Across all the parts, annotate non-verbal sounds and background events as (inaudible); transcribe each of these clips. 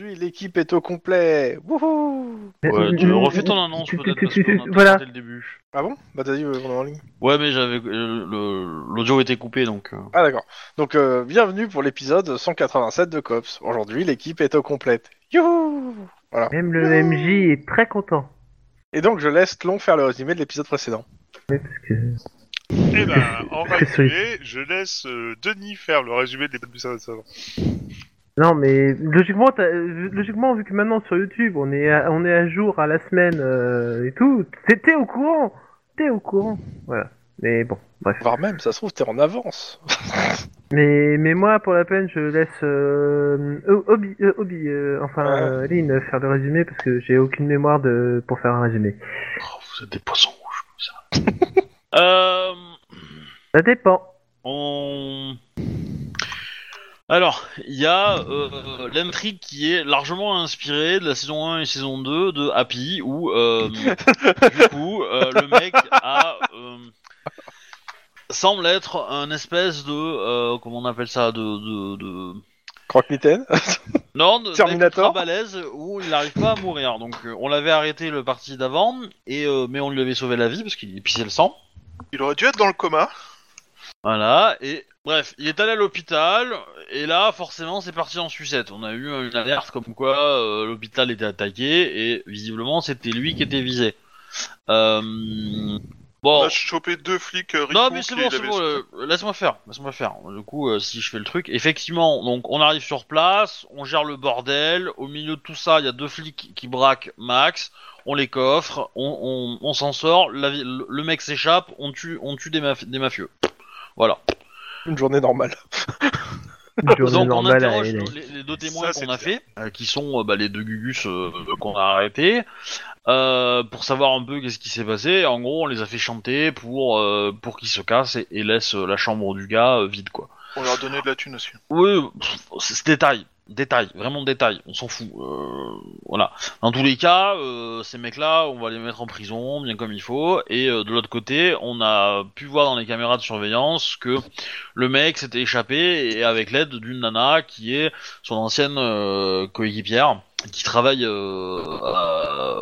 euh, l'équipe est au complet. Wouhou Ouais, tu Mm, refais mm, ton annonce tu- peut-être tu- parce tu- qu'on a tu- tout voilà. raté le début. Ah bon Bah t'as dit euh, qu'on est en ligne. Ouais, mais j'avais euh, le- l'audio était coupé donc. euh. Ah d'accord. Donc euh, bienvenue pour l'épisode 187 de Cops. Aujourd'hui l'équipe est au complet. Youhou Même le MJ est très content. Et donc je laisse Long faire le résumé de l'épisode précédent. Oui, parce que... Eh (laughs) ben, on va Qu'est-ce que- y aller. Je laisse euh, Denis faire le résumé des épisodes. Non, mais logiquement, t'as- euh, logiquement, vu que maintenant sur YouTube, on est à, on est à jour à la semaine euh, et tout, t'es t'es au courant, t'es au courant, voilà. Mais bon, bref. Voire même, ça se trouve, t'es en avance. (laughs) Mais mais moi, pour la peine, je laisse euh, euh, Obi, euh, Obi, euh, enfin Ouais. euh, Lynn faire le résumé parce que j'ai aucune mémoire de pour faire un résumé. Oh, vous êtes des poissons rouges (laughs) comme ça. euh, Ça (laughs) dépend. on. Alors, il y a euh, l'intrigue qui est largement inspirée de la saison 1 et saison 2 de Happy, où (laughs) euh, du coup, euh, le mec a, euh, semble être un espèce de. euh, comment on appelle ça de, de, de... Croque-mitaine (laughs) Non, de, Terminator. d'être ultra balèze où il n'arrive pas à mourir. Donc euh, on l'avait arrêté le parti d'avant, et euh, mais on lui avait sauvé la vie parce qu'il pissait le sang. Il aurait dû être dans le coma. Voilà, et bref, il est allé à l'hôpital, et là forcément c'est parti en sucette. On a eu une alerte comme quoi euh, l'hôpital était attaqué, et visiblement c'était lui qui était visé. Euh, On Bon, a chopé deux flics euh, non ripoux mais c'est qui bon, c'est l'avaient- bon, euh, laisse-moi faire, laisse-moi faire. Du coup, euh, si je fais le truc, effectivement, donc on arrive sur place, on gère le bordel, au milieu de tout ça, il y a deux flics qui braquent Max, on les coffre, on, on, on s'en sort, la vi- le le mec s'échappe, on tue, on tue des, maf- des mafieux. Voilà. Une journée normale. Une journée Donc on normale à interroge LA. nos- les, les deux témoins Ça, qu'on c'est a fait, euh, qui sont euh, bah, les deux Gugus euh, qu'on a arrêtés, euh, pour savoir un peu qu'est-ce qui s'est passé. En gros, on les a fait chanter pour euh, pour qu'ils se cassent et, et laissent euh, la chambre du gars euh, vide, quoi. On leur donnait de la thune aussi. Oui, pff, c'est c'est détail, détail, vraiment détail, on s'en fout. euh, voilà. Dans tous les cas, euh, ces mecs-là, on va les mettre en prison, bien comme il faut. Et euh, de l'autre côté, on a pu voir dans les caméras de surveillance que le mec s'était échappé et avec l'aide d'une nana qui est son ancienne euh, coéquipière, qui travaille euh, à-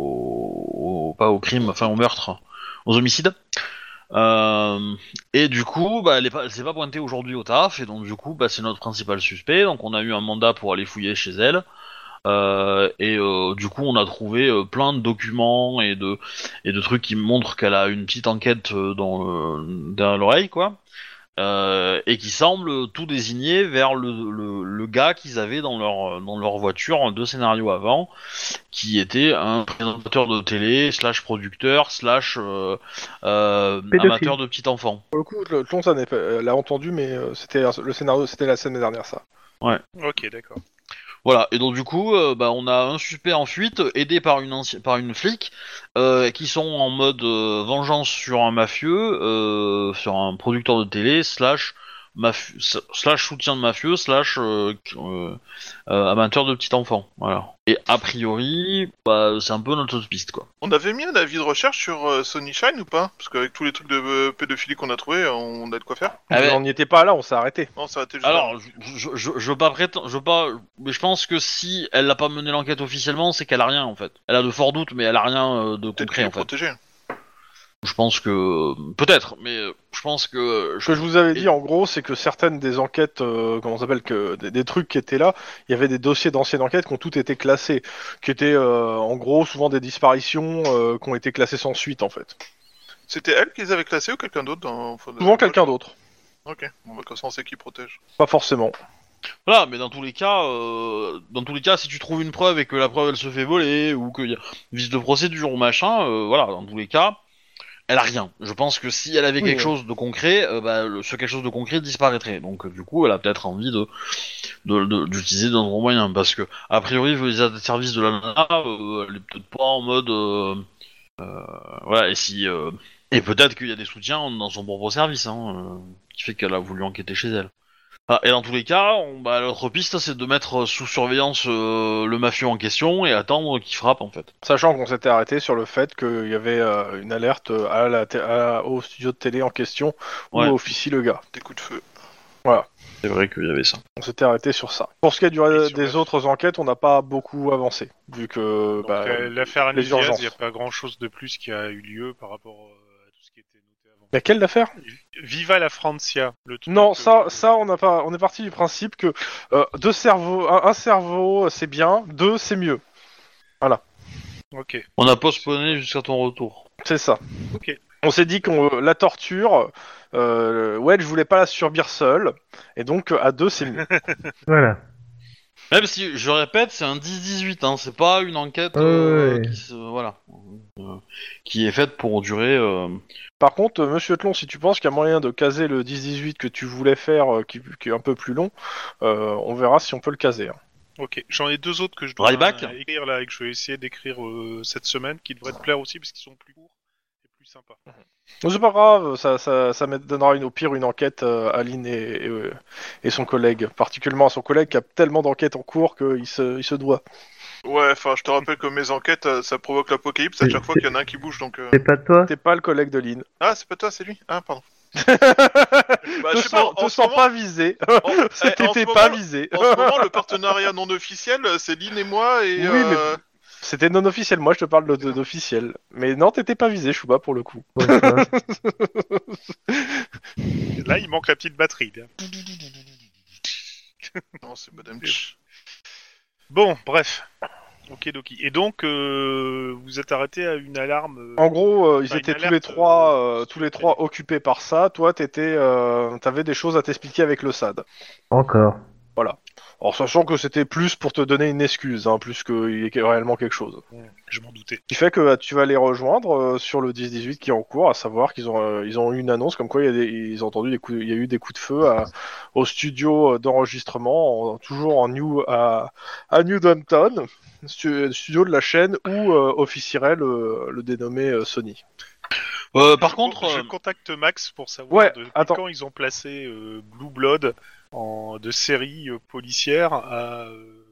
au, au- pas au crime, enfin au meurtre, aux homicides. Euh, et du coup, bah, elle est pas- elle s'est pas pointée aujourd'hui au taf, et donc du coup, bah, c'est notre principal suspect. Donc on a eu un mandat pour aller fouiller chez elle. Euh, et euh, du coup, on a trouvé euh, plein de documents et de, et de trucs qui montrent qu'elle a une petite enquête euh, dans, le- derrière l'oreille, quoi. Euh, et qui semble tout désigner vers le, le, le gars qu'ils avaient dans leur, dans leur voiture deux scénarios avant, qui était un présentateur de télé, slash producteur, slash euh, euh, Pédophile. amateur de petit enfant. Pour le coup, le- Long ça n'est pas- euh, l'a entendu, mais euh, c'était le scénario, c'était la semaine dernière ça. Ok, d'accord. Voilà, et donc du coup, euh, bah, on a un suspect en fuite, aidé par une, anci- par une flic, euh, qui sont en mode euh, vengeance sur un mafieux, euh, sur un producteur de télé, slash, mafieux, slash soutien de mafieux, slash euh, euh, euh, amateur de petits enfants. Voilà. Et a priori, bah, c'est un peu notre autre piste, quoi. On avait mis un avis de recherche sur euh, Sony Shine ou pas Parce qu'avec tous les trucs de euh, pédophilie qu'on a trouvé, on a de quoi faire. Ah ouais. On n'y était pas là, on s'est arrêté. Non, ça a été juste. Alors, je, je, je- je veux pas prétendre, je veux pas, mais je pense que si elle n'a pas mené l'enquête officiellement, c'est qu'elle a rien en fait. Elle a de forts doutes, mais elle a rien euh, de peut-être concret les en fait. protéger. Je pense que peut-être, mais euh, je pense que euh, Ce que je vous avais dit en gros, c'est que certaines des enquêtes, euh, comment ça s'appelle, que des, des trucs qui étaient là, il y avait des dossiers d'anciennes enquêtes qui ont toutes été classés, qui étaient euh, en gros souvent des disparitions euh, qui ont été classées sans suite en fait. C'était elle qui les avait classés ou quelqu'un d'autre dans... faut- Souvent quelqu'un d'autre, Ok, bon, bah, comme ça on sait qui protège. pas forcément. voilà. Mais dans tous les cas, euh, dans tous les cas, si tu trouves une preuve et que la preuve elle se fait voler ou qu'il y a vice de procédure ou machin, euh, voilà, dans tous les cas, elle a rien. Je pense que si elle avait Oui, quelque oui. chose de concret, euh, bah, le- ce quelque chose de concret disparaîtrait. Donc euh, du coup, elle a peut-être envie de de- de- d'utiliser d'autres moyens parce que a priori, vu les services de la nana, euh, elle est peut-être pas en mode euh, euh, voilà. Et si euh, et peut-être qu'il y a des soutiens dans son propre service, hein, euh, qui fait qu'elle a voulu enquêter chez elle. Ah, et dans tous les cas, on, bah, l'autre piste, c'est de mettre sous surveillance euh, le mafieux en question et attendre qu'il frappe, en fait. Sachant qu'on s'était arrêté sur le fait qu'il y avait euh, une alerte à la té- à- au studio de télé en question où Ouais. officie le gars. Des coups de feu. C'est vrai qu'il y avait ça. On s'était arrêté sur ça. Pour ce qui est du, re- Et sur des la- autres enquêtes, on n'a pas beaucoup avancé, vu que Donc, bah, euh, l'affaire les Anisias, urgences. il n'y a pas grand chose de plus qui a eu lieu par rapport euh, à tout ce qui était noté avant. laquelle l'affaire Viva la Francia, le truc, Non, ça, euh, ça, on n'a pas. On est parti du principe que euh, deux cerveaux, un, un cerveau, euh, c'est bien, deux, c'est mieux. Ok. On a postponé jusqu'à ton retour. C'est ça. Ok. On s'est dit qu'on la torture. Euh, Wedge voulait pas la subir seul, et donc euh, à deux, c'est mieux. Voilà. Même si, je répète, c'est un 10-18, hein, c'est pas une enquête Ouais, euh, ouais. qui, se- voilà, euh, qui est faite pour durer. euh, Par contre, euh, Monsieur Tlon, si tu penses qu'il y a moyen de caser le 10-18 que tu voulais faire, euh, qui, qui est un peu plus long, euh, on verra si on peut le caser. hein. Ok, j'en ai deux autres que je dois Ryback euh, écrire là et que je vais essayer d'écrire euh, cette semaine qui devraient te plaire aussi parce qu'ils sont plus courts et plus sympas. Mais C'est pas grave, ça, ça, ça me donnera une, au pire une enquête euh, à Lynn et, et, euh, et son collègue, particulièrement à son collègue qui a tellement d'enquêtes en cours qu'il se, il se doit. Ouais, enfin, je te rappelle que mes enquêtes, euh, ça provoque l'apocalypse à C'est- chaque fois qu'il y en a un qui bouge, donc... euh, C'est pas (laughs) toi T'es pas le collègue de Lynn. Ah, c'est pas toi, c'est lui Ah, pardon. (laughs) Bah, te je sais pas, sens, te en ce sens moment- pas visé. en- eh, en ce T'étais moment, pas visé. En ce moment, le partenariat non officiel, euh, c'est Lynn et moi, et... Oui, euh, (laughs) C'était non officiel, moi je te parle de- de- d'officiel. Mais non, t'étais pas visé, Chouba, pour le coup. Ouais, ça va. Et Là, il manque la petite batterie. là. Non, c'est Madame Ch. Bon, bref. Ok, Doki. Et donc, euh, vous êtes arrêté à une alarme. euh, En gros, euh, ils Bah, Enfin, étaient une tous les alerte, trois, euh, euh, tous les trois occupés par ça. Toi, t'étais, euh, t'avais des choses à t'expliquer avec le SAD. Encore. En sachant que c'était plus pour te donner une excuse, hein, plus qu'il y ait réellement quelque chose. Je m'en doutais. Ce qui fait que euh, tu vas les rejoindre euh, sur le 10-18 qui est en cours, à savoir qu'ils ont, euh, ils ont eu une annonce comme quoi il y a des- ils ont entendu des coups, il y a eu des coups de feu à- au studio euh, d'enregistrement, en- toujours en New, à, à New Downtown, stu- studio de la chaîne où euh, officierait le, le dénommé euh, Sony. euh, par contre, je euh, contacte Max pour savoir Ouais, de- depuis attends. quand ils ont placé euh, Blue Blood en, de série euh, policière à euh,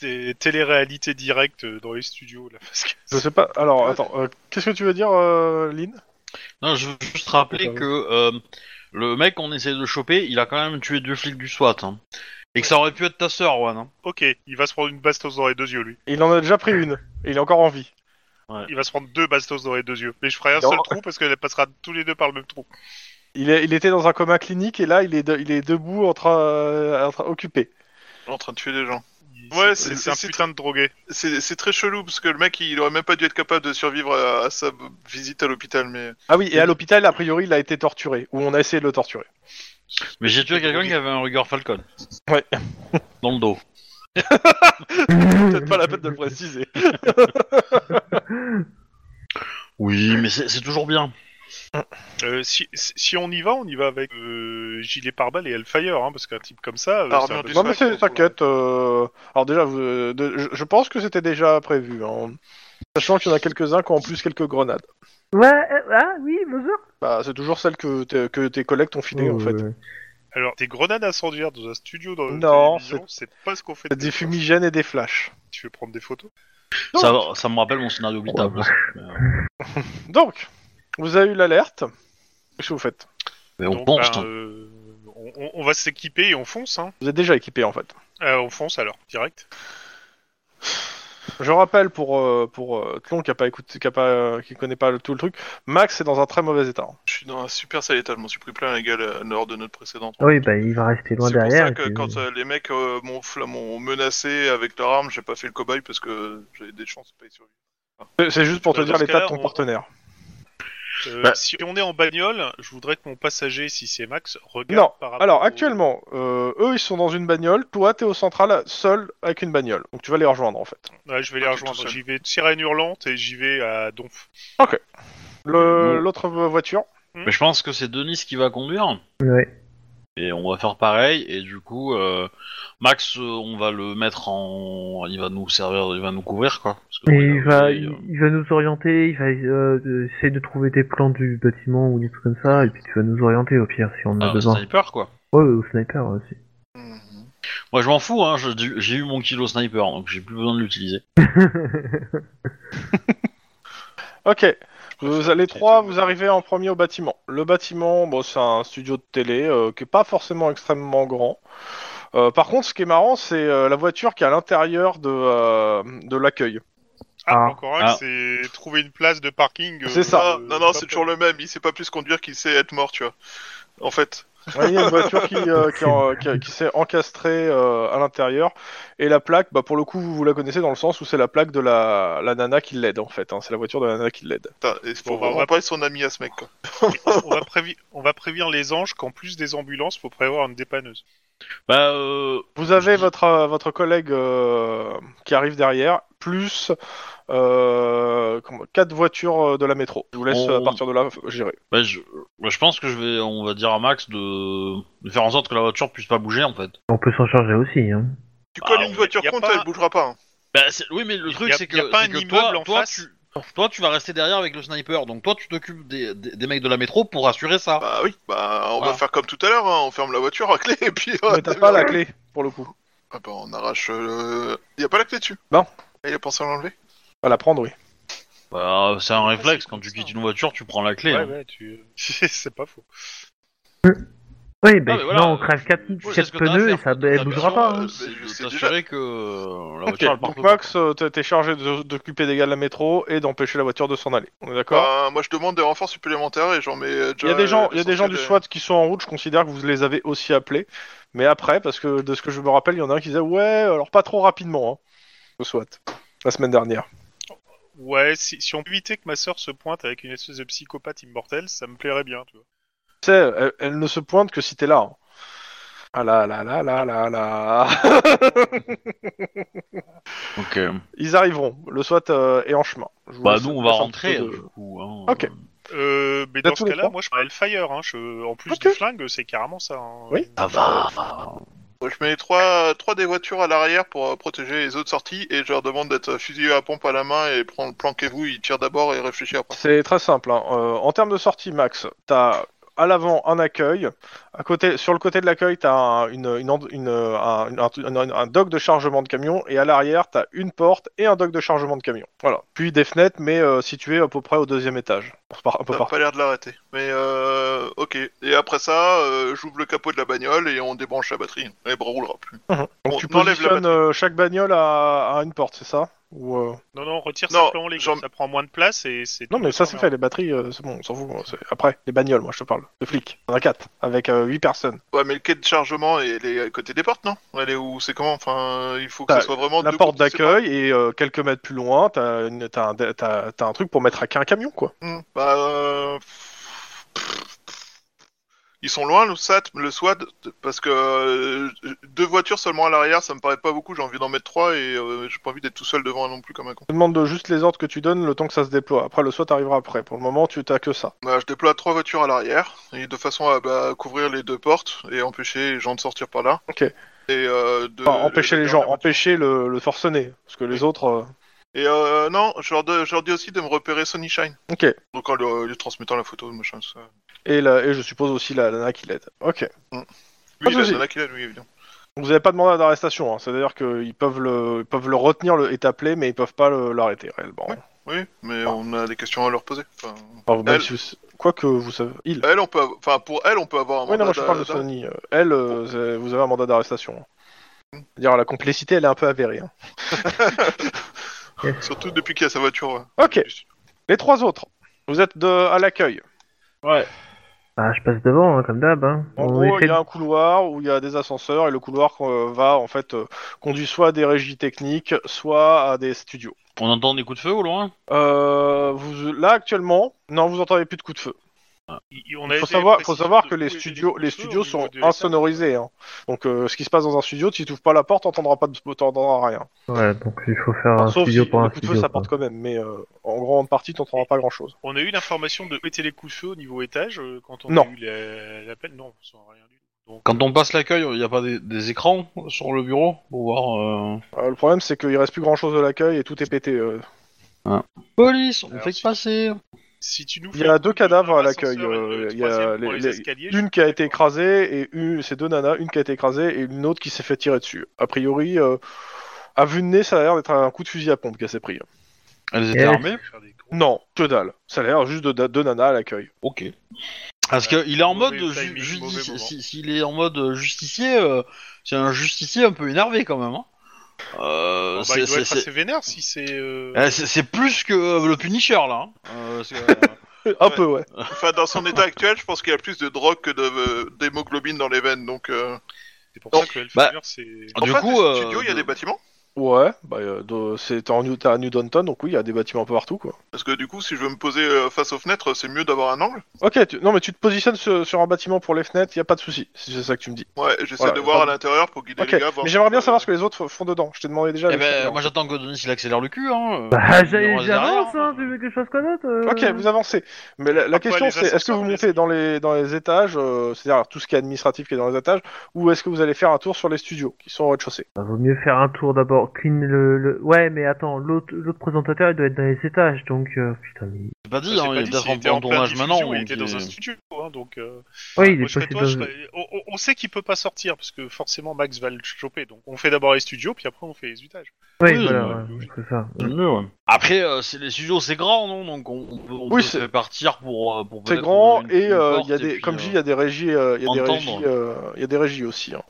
t- télé-réalité directe euh, dans les studios. Là, (laughs) parce que Je sais pas, alors attends, euh, qu'est-ce que tu veux dire, euh, Lynn non, je veux juste rappeler que euh, le mec qu'on essaie de choper, il a quand même tué deux flics du SWAT. hein. Et que ça aurait pu être ta sœur, Juan. hein. Ok, il va se prendre une bastos dans les deux yeux, lui. Il en a déjà pris une, et il est encore en vie. Il va se prendre deux bastos dans les deux yeux. Mais je ferai un Non. seul trou parce qu'elle passera tous les deux par le même trou. Il, est- il était dans un coma clinique et là il est, de- il est debout en train, euh, en train occupé. En train de tuer des gens. Ouais, c'est- c'est un c'est- putain de drogué. C'est c'est très chelou, parce que le mec, il aurait même pas dû être capable de survivre à, à sa visite à l'hôpital, mais... Ah oui, et à l'hôpital a priori il a été torturé, ou on a essayé de le torturer. Mais j'ai tué quelqu'un qui avait un regard Falcon. Ouais. Dans le dos. Mm. Peut-être pas la peine de le préciser. (laughs) Oui, mais c'est c'est toujours bien. Euh, si, si- si on y va, on y va avec euh, gilet pare-balles et Hellfire, hein, parce qu'un type comme ça. euh, Armure c'est un du peu- Non mais c'est- t'inquiète. euh, Alors déjà, vous, euh, de- je- je pense que c'était déjà prévu. hein. Sachant qu'il y en a quelques-uns qui ont en plus quelques grenades. Ouais, euh, ah oui, bonjour. Bah, c'est toujours celles que, t'es- que tes collègues t'ont filées en fait. Oh, Ouais, ouais. Alors, des grenades incendiaires dans un studio dans une Non, télévision, c'est pas ce qu'on fait. T'as Des fumigènes et des flashs. Tu veux prendre des photos Ça, ça me rappelle mon scénario oubliable. Donc, vous avez eu l'alerte. Qu'est-ce que vous faites Mais on Donc, pense. ben, hein. euh, on, on- on va s'équiper et on fonce. Hein. Vous êtes déjà équipé en fait. Euh, on fonce alors, direct. Je rappelle pour euh, pour euh, Tlon qui a pas écouté, qui a pas, euh, qui connaît pas le- tout le truc, Max est dans un très mauvais état. hein. Je suis dans un super sale état, je m'en suis pris plein la gueule euh, lors de notre précédente. Ah Oui, bah il va rester loin C'est pour derrière. ça que et puis- quand euh, les mecs euh, m'ont fla- m'ont menacé avec leur arme, j'ai pas fait le cobaye parce que j'avais des chances de pas y survivre. C'est- C'est juste pour te Bah, dans dire ce l'état de cas-là, ton on- partenaire. Euh, Bah. Si on est en bagnole, je voudrais que mon passager, si c'est Max, regarde Non, par rapport Ah. Alors au- actuellement, euh, eux ils sont dans une bagnole, toi t'es au central seul avec une bagnole. Donc tu vas les rejoindre en fait. Ouais, je vais les Ah, t'es tout rejoindre. seul. J'y vais sirène hurlante et j'y vais à Donf. Le- Mm. L'autre vo- voiture. Mais je pense que c'est Denis qui va conduire. Ouais. Et on va faire pareil. Et du coup, euh, Max, euh, on va le mettre en. Il va nous servir, il va nous couvrir quoi. Parce que, Et ouais, il, euh, va, il, il, euh, il va nous orienter, il va euh, euh, essayer de trouver des plans du bâtiment ou des trucs comme ça, et puis tu vas nous orienter au pire si on a ah, besoin. sniper quoi. Ouais, au sniper aussi. Moi je m'en fous, hein, je- du- j'ai eu mon kilo sniper donc j'ai plus besoin de l'utiliser. Ok. Vous, les trois, vous arrivez en premier au bâtiment. Le bâtiment, bon, c'est un studio de télé euh, qui est pas forcément extrêmement grand. Euh, par contre, ce qui est marrant, c'est euh, la voiture qui est à l'intérieur de, euh, de l'accueil. Ah, Ah. encore un, Ah. c'est trouver une place de parking. euh, C'est ça. Ah, euh, non, non, pas- c'est toujours le même. Il sait pas plus conduire qu'il sait être mort, tu vois. En fait. Ouais, Il y a une voiture qui, euh, qui, en- qui- qui s'est encastrée euh, à l'intérieur. Et la plaque, bah, pour le coup, vous, vous la connaissez dans le sens où c'est la plaque de la, la nana qui l'aide, en fait. hein. C'est la voiture de la nana qui l'aide. Putain, et c'est pour Bon, bah, on vraiment va- pas être son ami à ce mec, quoi. on, va prévi- on va prévenir les anges qu'en plus des ambulances, faut prévoir une dépanneuse. Bah, euh, Vous avez votre, euh, votre collègue euh, qui arrive derrière, plus euh, comment- quatre voitures euh, de la métro. Je vous laisse On- à partir de là gérer. bah, je, bah, je pense que je vais, on va dire à Max de, de faire en sorte que la voiture puisse pas bouger en fait. On peut s'en charger aussi. Hein. Tu Bah, colles y une a- voiture y a contre, pas- elle bougera pas. hein. Bah, c'est- oui, mais le truc Y a- c'est que, y a pas c'est un que immeuble toi, en toi, face tu, toi, tu vas rester derrière avec le sniper, donc toi, tu t'occupes des, des, des mecs de la métro pour assurer ça. Bah oui, bah on Voilà. va faire comme tout à l'heure, hein, on ferme la voiture à clé et puis. euh, Mais t'as pas la clé, pour le coup. Ah bah on arrache. Euh... Y a pas la clé dessus. Non. Et il a pensé à l'enlever. À la prendre, oui. Bah, c'est un Ouais, réflexe c'est quand comme tu ça, quittes hein. une voiture, tu prends la clé. Ouais, hein. ouais, tu... (laughs) c'est pas faux. Oui, Ah, mais mais bah, sinon voilà, on crève euh, 4, oui, c'est ce que t'as à pneus et faire, ça c'est elle ta bougera mission, pas. euh, hein. C'est de C'est t'assurer que euh, la Ok, voiture elle donc parte pas. Max, euh, t'es t'es chargé de- d'occuper des gars de la métro et d'empêcher la voiture de s'en aller. On est d'accord Bah, moi je demande des renforts supplémentaires et j'en mets. euh, Il déjà, y a des gens, euh, il y a des gens du l'essentiel SWAT qui sont en route, je considère que vous les avez aussi appelés. Mais après, parce que de ce que je me rappelle, il y en a un qui disait ouais, alors pas trop rapidement, hein, au SWAT, la semaine dernière. Ouais, si, si on peut éviter que ma sœur se pointe avec une espèce de psychopathe immortelle, ça me plairait bien, tu vois. Tu sais, elle, elle ne se pointe que si t'es là. hein. Ah là là là là là là (laughs) Ok. Ils arriveront, le SWAT euh, est en chemin. Je vous Bah laisse- nous on va laisse un rentrer peu de- du coup. hein. Ok. Euh, mais T'as dans Bah, tous ce les cas-là, trois moi je prends Hellfire, hein, je... en plus Ok. du flingue, c'est carrément ça. hein. Oui. Ça va, va. Moi, je mets trois, trois des voitures à l'arrière pour euh, protéger les autres sorties et je leur demande d'être euh, fusil à pompe à la main et prendre planquez-vous, ils tirent d'abord et réfléchissent après. C'est très simple. hein. Euh, en termes de sortie, Max, t'as à l'avant un accueil. À côté, sur le côté de l'accueil, t'as un, une, une, en- une- un, un- un- un dock de chargement de camion. Et à l'arrière, t'as une porte et un dock de chargement de camion. Voilà. Puis des fenêtres, mais euh, situées à peu près au deuxième étage. Par- un peu Ça a partout. pas l'air de l'arrêter. Mais euh, ok. Et après ça, euh, j'ouvre le capot de la bagnole et on débranche la batterie. Elle ne roulera plus. Donc on tu enlève la positionnes batterie. euh, chaque bagnole à, à une porte, c'est ça Ou, euh, Non, non, retire Non, simplement les gars, j'en- ça prend moins de place et c'est. Non, mais ça c'est emmerdant. fait. Les batteries, euh, c'est bon, on s'en fout. hein, c'est- Après, les bagnoles, moi je te parle. Le flic, on a quatre, avec euh, huit personnes. Ouais, mais le quai de chargement, elle est à côté des portes, non Elle est où C'est comment Enfin, il faut que Bah, ça soit vraiment. La deux porte groupes séparés. d'accueil et euh, quelques mètres plus loin, t'as une- t'as un, t'as- t'as un truc pour mettre à qu'un camion, quoi. Hmm. Bah, euh, Ils sont loin, le SAT, le SWAT, parce que euh, deux voitures seulement à l'arrière, ça me paraît pas beaucoup. J'ai envie d'en mettre trois et euh, j'ai pas envie d'être tout seul devant non plus comme un con. Je te demande de juste les ordres que tu donnes le temps que ça se déploie. Après, le SWAT arrivera après. Pour le moment, tu t'as que ça. Bah, je déploie trois voitures à l'arrière, et de façon à bah, couvrir les deux portes et empêcher les gens de sortir par là. Ok. Et euh, de, Enfin, empêcher de- les de- gens, empêcher le, le forcené. Parce que les autres. euh, Et euh, non, je leur, de- je leur dis aussi de me repérer Sonny Shine. Ok. Donc en leur- lui transmettant la photo, machin, tout ça. Et, la- et je suppose aussi la nana qui l'aide. Ok. Pas Lui, de il a- souci. il y en a qui l'a, lui, évidemment. Vous avez pas demandé d'arrestation. Hein. C'est-à-dire qu'ils peuvent le, ils peuvent le retenir le, et t'appeler, mais ils peuvent pas le- l'arrêter réellement. hein. Oui, mais on a des questions à leur poser. Enfin, Enfin, vous- même Elle- si vous- Quoi que vous savez. Il. elle, on peut, av- enfin pour elle, on peut avoir un Oui, non, moi je mandat te parle de d'a- Sony. Euh, Elle, euh, c'est- vous avez un mandat d'arrestation. Mm. hein. C'est-à-dire, la complicité, elle est un peu avérée. hein. surtout depuis qu'il y a sa voiture. ouais. Ok. Les trois autres. Vous êtes de, à l'accueil. Bah, je passe devant, hein, comme d'hab. Hein. En On gros, essaie il y a un couloir où il y a des ascenseurs et le couloir euh, va en fait euh, conduit soit à des régies techniques, soit à des studios. On entend des coups de feu au loin Euh, vous, là actuellement, non, vous entendez plus de coups de feu. Il- il- on a Il faut été savoir, faut précis savoir de que les tous studios, coups de les feu au studios niveau sont de l'étage. insonorisés. hein. Donc, euh, ce qui se passe dans un studio, si tu ouvres pas la porte, t'entendras pas, de- t'entendras rien. de- Ouais, donc il faut faire un Sauf studio si pour le un coup de feu, studio. ça quoi. porte quand même, mais euh, en grande partie, t'entendras pas grand chose. On a eu l'information de péter les coups de feu au niveau étage euh, quand on Non. a eu la, la peine. Non, ça n'a rien du tout. Donc, Quand on passe l'accueil, il n'y a pas des, des écrans sur le bureau pour voir. euh, Euh, le problème, c'est qu'il reste plus grand chose de l'accueil et tout est pété. euh. Police, on Alors, fait que si- passer. si tu nous Il y a fais deux un cadavres à ascenseur l'accueil, et le euh, il y troisième a pour les- les les- escaliers, je Une suis qui a pas été d'accord. écrasée et une, c'est deux nanas, une qui a été écrasée et une autre qui s'est fait tirer dessus. A priori, euh, à vue de nez, ça a l'air d'être un coup de fusil à pompe qu'elle s'est pris. Elles étaient Yes. armées Faire des gros- Non, que dalle. Ça a l'air juste de, de nanas à l'accueil. (laughs) Ok. Parce que il est en mode Mauvais ju- timing, justici- mauvais moment. si- s'il est en mode justicier, euh, c'est un justicier un peu énervé quand même. hein. Euh, Bah, c'est- il doit c'est être c'est- assez vénère si c'est. euh, euh, c'est- c'est plus que euh, le Punisher là. hein. Euh, c'est, (laughs) euh, Un peu, ouais. Enfin, dans son état actuel, je pense qu'il y a plus de drogue que de- d'hémoglobine dans les veines. Donc, euh... C'est pour Non, ça que Hellfire, bah, c'est. en du face coup, du euh, studio, il y a des bâtiments. Ouais, bah, euh, de- c'est en New, t'as à New Downton, donc oui, il y a des bâtiments un peu partout, quoi. Parce que du coup, si je veux me poser euh, face aux fenêtres, c'est mieux d'avoir un angle. Ok, tu- non, mais tu te positionnes sur, sur un bâtiment pour les fenêtres, il a pas de souci, si c'est ça que tu me dis. Ouais, j'essaie Voilà, de voir pas- à l'intérieur pour guider Ok, les gars. voir- mais j'aimerais bien euh, savoir ce que les autres f- font dedans. Je t'ai demandé déjà. eh les ben, fenêtres. moi j'attends que Denis il accélère le cul. Hein. Bah, Mais on j'ai- les j'avance, arrière, hein, tu veux que je fasse quoi d'autre euh Ok, vous avancez. Mais la, la Après, question les c'est est-ce que ascenseurs, vous les- montez dans les dans les étages, euh, c'est-à-dire tout ce qui est administratif qui est dans les étages, ou est-ce que vous allez faire un tour sur les studios qui sont au rez-de-chaussée Bah, vaut mieux faire un tour d'abord, clean le, le- Ouais, mais attends, l'autre l'autre présentateur, il doit être dans les étages, donc... euh, Putain, mais... C'est pas dit, Bah, hein, c'est il pas est dit peut-être s'il en, était en pleine tournage diffusion, maintenant. Il donc euh, était dans un il- studio, hein, donc. euh, Ouais, il moi, est je serais passé toi, dans... je serais- on, on- on sait qu'il peut pas sortir parce que forcément Max va le choper. Donc on fait d'abord les studios, puis après on fait les usages. Ouais, Oui, voilà, ouais, ouais, logique. c'est ça. Tant mieux, ouais. Après, euh, c'est- les studios c'est grand, non Donc on, on peut, on Oui, peut c'est- se partir pour. euh, pour C'est peut-être grand une- et une euh, porte, il y a et des puis, comme euh, je dis, il y a des régies, euh, il y a des entendre. Ah. régies, euh, il y a des régies aussi. hein.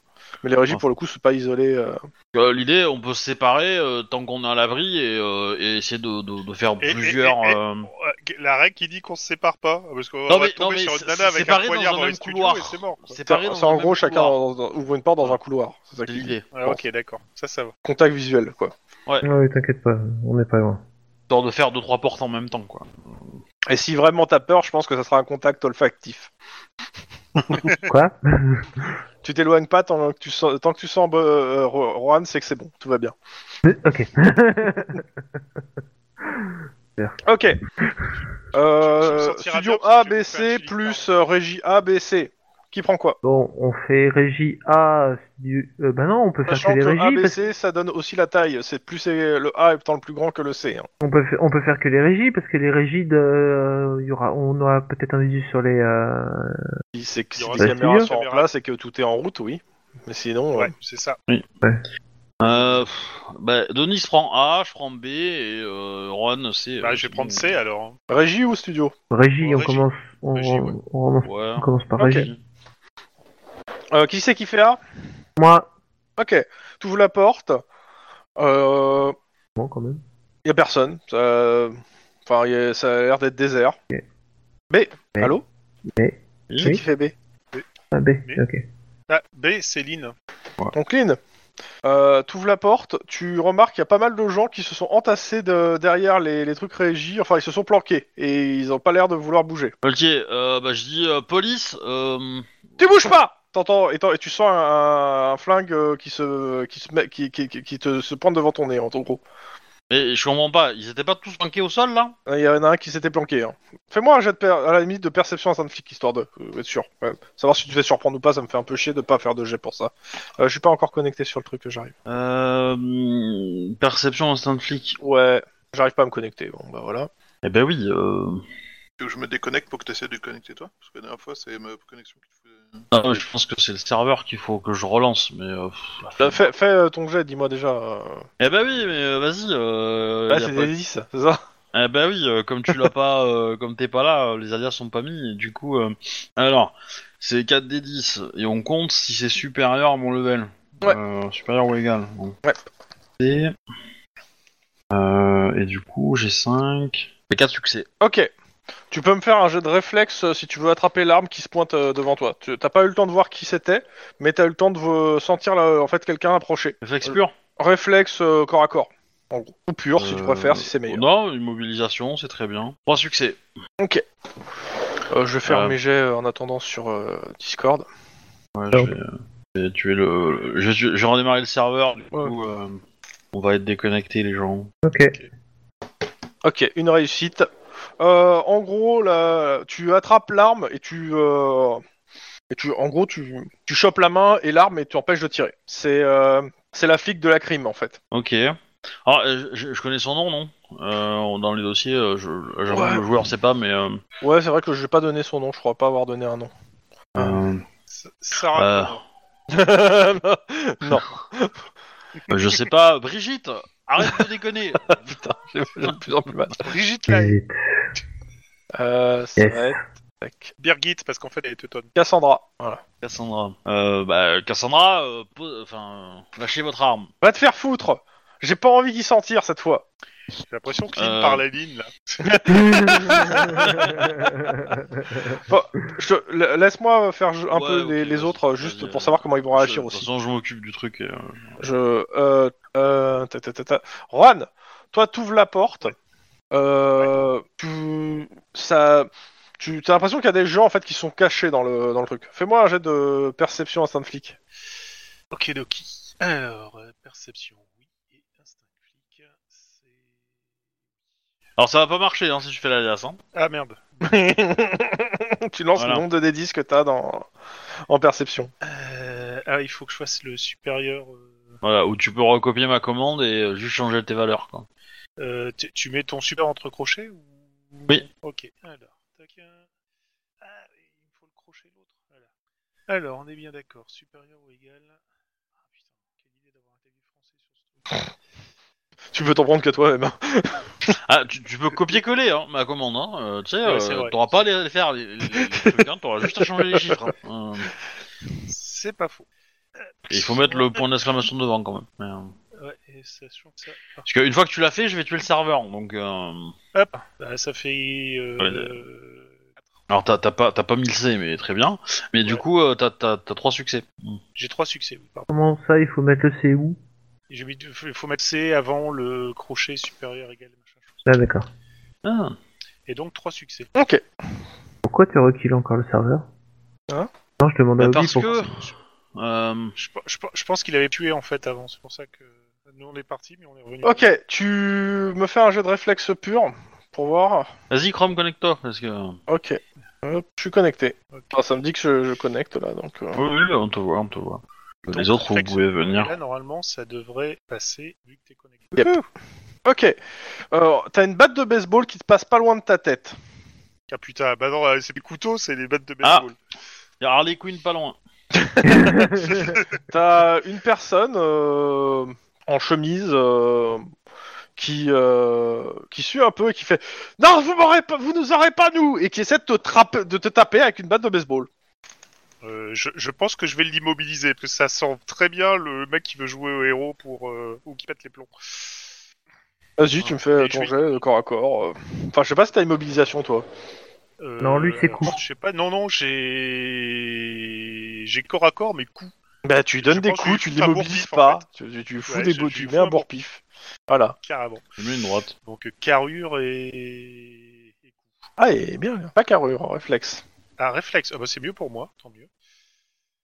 Mais les régies Ouais. pour le coup sont pas isolées. euh. Euh, L'idée, on peut se séparer euh, tant qu'on est à l'abri et, euh, et essayer de, de- de faire Et- et- plusieurs. et- et- euh, Ouais, La règle qui dit qu'on se sépare pas, parce qu'on Non, va mais- non, tomber mais sur c'est- une nana c'est avec un séparé poignard dans dans, un les même studios couloir. et c'est mort. quoi. C'est séparer dans c'est un en même gros chacun couloir. dans- dans- ouvre une porte dans un couloir. C'est ça C'est qui l'idée. Ouais, Ah, ok, d'accord, ça, ça va. contact visuel quoi. Ouais, Ah t'inquiète pas, on n'est pas loin. Genre de faire deux trois portes en même temps, quoi. Et si vraiment t'as peur, je pense que ça sera un contact olfactif. Quoi (laughs) Tu t'éloignes pas tant que tu sens, tant que tu sens euh, Ro- Rohan, c'est que c'est bon, tout va bien. Ok. (laughs) Ok. Je me Euh, sentirais studio bien si A, tu B, me fais un C feeling, plus pardon. euh, régie A, B, C. Qui prend quoi Bon, on fait régie A... du- euh, bah non, on peut faire que Sachant les que A, régies, B, parce C, ça donne aussi la taille. C'est plus c'est- le A étant le plus grand que le C. hein. On peut, fa- on peut faire que les régies, parce que les régies, de, euh, il y aura, on aura peut-être un indice sur les... euh, Si c'est que Il y si aura les des caméras studios. sont en place et que tout est en route, oui. Mais sinon, Ouais, euh, c'est ça. Euh, pff, bah, Denis prend A, je prends B et euh, Ron C. Bah, je vais prendre C alors. hein. régie ou studio Régie, Bon, on régie. commence, on, Régie, ouais. on commence- Ouais. on commence par Ok. régie. Euh, Qui c'est qui fait A Moi, Ok, tu ouvres la porte. Euh, bon quand même. y a personne. Ça- Enfin, y a- ça a l'air d'être désert. Ok. B, B. allô Oui. C'est qui fait B Ah B, Mais- ok. Ah, B, Céline. Donc Lynn, euh, t'ouvres la porte, tu remarques qu'il y a pas mal de gens qui se sont entassés de- derrière les, les trucs régis, enfin ils se sont planqués et ils ont pas l'air de vouloir bouger. Ok. euh, bah, je dis euh, police. euh, Tu bouges pas T'entends et, t'en- et tu sens un, un flingue euh, qui se qui se met- qui, qui- qui- qui te se pointe devant ton nez en gros. mais je comprends pas. Ils étaient pas tous planqués au sol là Il y en a un qui s'était planqué. hein. Fais-moi un jet de per- à la limite de perception instinct de flic histoire de euh, être sûr. Ouais. Savoir si tu te fais surprendre ou pas, ça me fait un peu chier de pas faire de jet pour ça. Euh, je suis pas encore connecté sur le truc que j'arrive. euh, hmm, Perception instant flic. Ouais, j'arrive pas à me connecter. Bon bah voilà. Eh ben oui. Euh... Tu veux que Je me déconnecte pour que tu essaies de connecter toi. Parce que la dernière fois, c'est ma connexion qui faisait. non, mais Ah je pense que c'est le serveur qu'il faut que je relance, mais. euh, pff, la Euh, fais, fais, euh, ton jet, dis-moi déjà. euh, Eh bah oui, mais euh, vas-y. Euh, Ah, y a c'est pas- des 10, c'est ça Eh ben oui, euh, comme tu (laughs) l'as pas, euh, comme t'es pas là, euh, les alias sont pas mis. et du coup, euh, alors c'est 4 des 10 et on compte si c'est supérieur à mon level. Ouais. Euh, supérieur ou égal. donc. Ouais. Et, euh, et du coup, j'ai 5. J'ai 4 succès. Ok. Tu peux me faire un jet de réflexe euh, si tu veux attraper l'arme qui se pointe euh, devant toi. Tu- T'as pas eu le temps de voir qui c'était, mais t'as eu le temps de euh, sentir là, en fait quelqu'un approcher. Réflexe Euh, pur. Réflexe euh, corps à corps, en gros. Ou pur si tu Euh, préfères, si c'est meilleur. Non, une mobilisation, c'est très bien. 3 succès. Euh, je vais faire Euh. mes jets euh, en attendant sur euh, Discord. Ouais, je vais, euh, je vais tuer le. le- Je, vais tuer- je vais redémarrer le serveur. Du Ouais. coup, euh, on va être déconnectés les gens. Ok. Ok, une réussite. Euh, en gros, là, tu attrapes l'arme et tu, euh, et tu, en gros, tu, tu chopes la main et l'arme et tu empêches de tirer. C'est, euh, c'est la flic de la crime en fait. Ok. Alors, euh, je, je connais son nom, non Euh, Dans les dossiers, euh, je, j'avoue Ouais. que le joueur sait pas, mais. euh, Ouais, c'est vrai que je vais pas donner son nom, je crois pas avoir donné un nom. euh, S- Sarah. Euh. (laughs) non. bah, je sais euh, pas, Brigitte Arrête de (laughs) déconner. Putain, j'ai j'ai de plus en plus mal. Brigitte Lahaye. Brigitte. Euh, ça Yes. va être... tac, Birgit, parce qu'en fait, elle est teutonne. Cassandra, voilà. Cassandra. Euh, bah, Cassandra, euh, po- enfin, lâchez votre arme. Va te faire foutre J'ai pas envie d'y sentir cette fois. J'ai l'impression qu'il Euh. par la ligne, là. Je te- la- Laisse-moi faire ju- un Ouais, peu les, ok, les vas-y, autres, vas-y, juste vas-y. pour savoir comment ils vont Je- réagir De toute aussi. façon, je m'occupe du truc. et, euh, Je. Euh, euh, ta, ta, ta, ta. Juan, toi, t'ouvres la porte. Euh, tu. Ça. Tu as l'impression qu'il y a des gens en fait qui sont cachés dans le, dans le truc. Fais-moi un jet de perception instinct de flic. Ok, Doki. Alors, euh, perception, oui. Et instinct flic, c'est. Alors, ça va pas marcher hein, si tu fais l'alias. Hein. Ah merde. tu lances Voilà. le nombre de D10 que t'as dans en perception. Euh, ah, il faut que je fasse le supérieur. euh, Voilà, ou tu peux recopier ma commande et euh, juste changer tes valeurs. Quoi. euh, tu- tu mets ton super entre crochets ou... Oui. Ok, alors. tac, euh, Ah, il me faut le crochet l'autre. Voilà. Alors, on est bien d'accord. Supérieur ou égal. Ah putain, quelle idée d'avoir un du français sur ce (laughs) truc. Tu peux t'en prendre que toi-même. hein. Ah, tu, tu peux copier-coller hein, ma commande. Hein. euh, tu sais, Ouais, c'est euh, vrai. t'auras pas à les les faire, les, les, les trucs. Hein, t'auras juste à changer les chiffres. hein. Euh, C'est pas faux. et il faut mettre le point d'exclamation devant quand même. mais, euh, Ouais, et sachant que ça. ah, Parce qu'une fois que tu l'as fait, je vais tuer le serveur. Donc, euh... Hop bah, Ça fait. euh, Ouais, euh, Alors, t'as t'as pas, t'as pas 1000 C, mais très bien. Mais du Ouais. coup, euh, t'as- t'as t'as trois succès. J'ai trois succès, oui, pardon. (laughs) Comment ça, il faut mettre le C où J'ai mis, deux- faut faut mettre C avant le crochet supérieur égal machin. chose. Ah, d'accord. Ah. Et donc trois succès. Ok. Pourquoi tu recules encore le serveur Hein Non, je demande à Bah, Obi parce pour... que. Euh... Je, pe- je pe- je pense qu'il avait tué en fait avant. C'est pour ça que nous on est parti, mais on est revenu. Ok, tu me fais un jeu de réflexe pur pour voir. Vas-y, Chrome, connecte-toi. Parce que. Oui, Ok. Hop, je suis connecté. Ok. Enfin, ça me dit que je, je connecte là, donc. euh, oui, on te voit, on te voit. Donc, Les autres, vous réflexe. pouvez Et venir. Là normalement ça devrait passer vu que t'es connecté. Ok. Alors, t'as une batte de baseball qui te passe pas loin de ta tête. Ah putain, bah non, euh, c'est des couteaux, c'est des battes de Ah. baseball. Il y a Harley Quinn pas loin. T'as une personne euh, en chemise euh, qui euh, qui suit un peu et qui fait non vous m'aurez pas vous nous aurez pas nous et qui essaie de te traper- de te taper avec une batte de baseball. Euh, je, je pense que je vais l'immobiliser parce que ça sent très bien le mec qui veut jouer au héros pour euh, ou qui pète les plombs. Vas-y tu me fais Ah, Et je ton vais- jet de corps à corps. euh. Enfin je sais pas si t'as immobilisation toi. Euh, Non, lui, c'est coup. Je sais pas, non, non, j'ai. J'ai corps à corps, mais coup. Bah tu donnes Je des pense que coups je tu lui fous un l'immobilises bourre-pif, en pas. Tu, tu fous Ouais, des je- beaux je lui tu fous mets un un bourre pif. Voilà. Carrément. Je mets une droite. Donc euh, carrure et. et coup. Ah et bien pas carrure en réflexe. Ah, réflexe. Ah bah c'est mieux pour moi, tant mieux.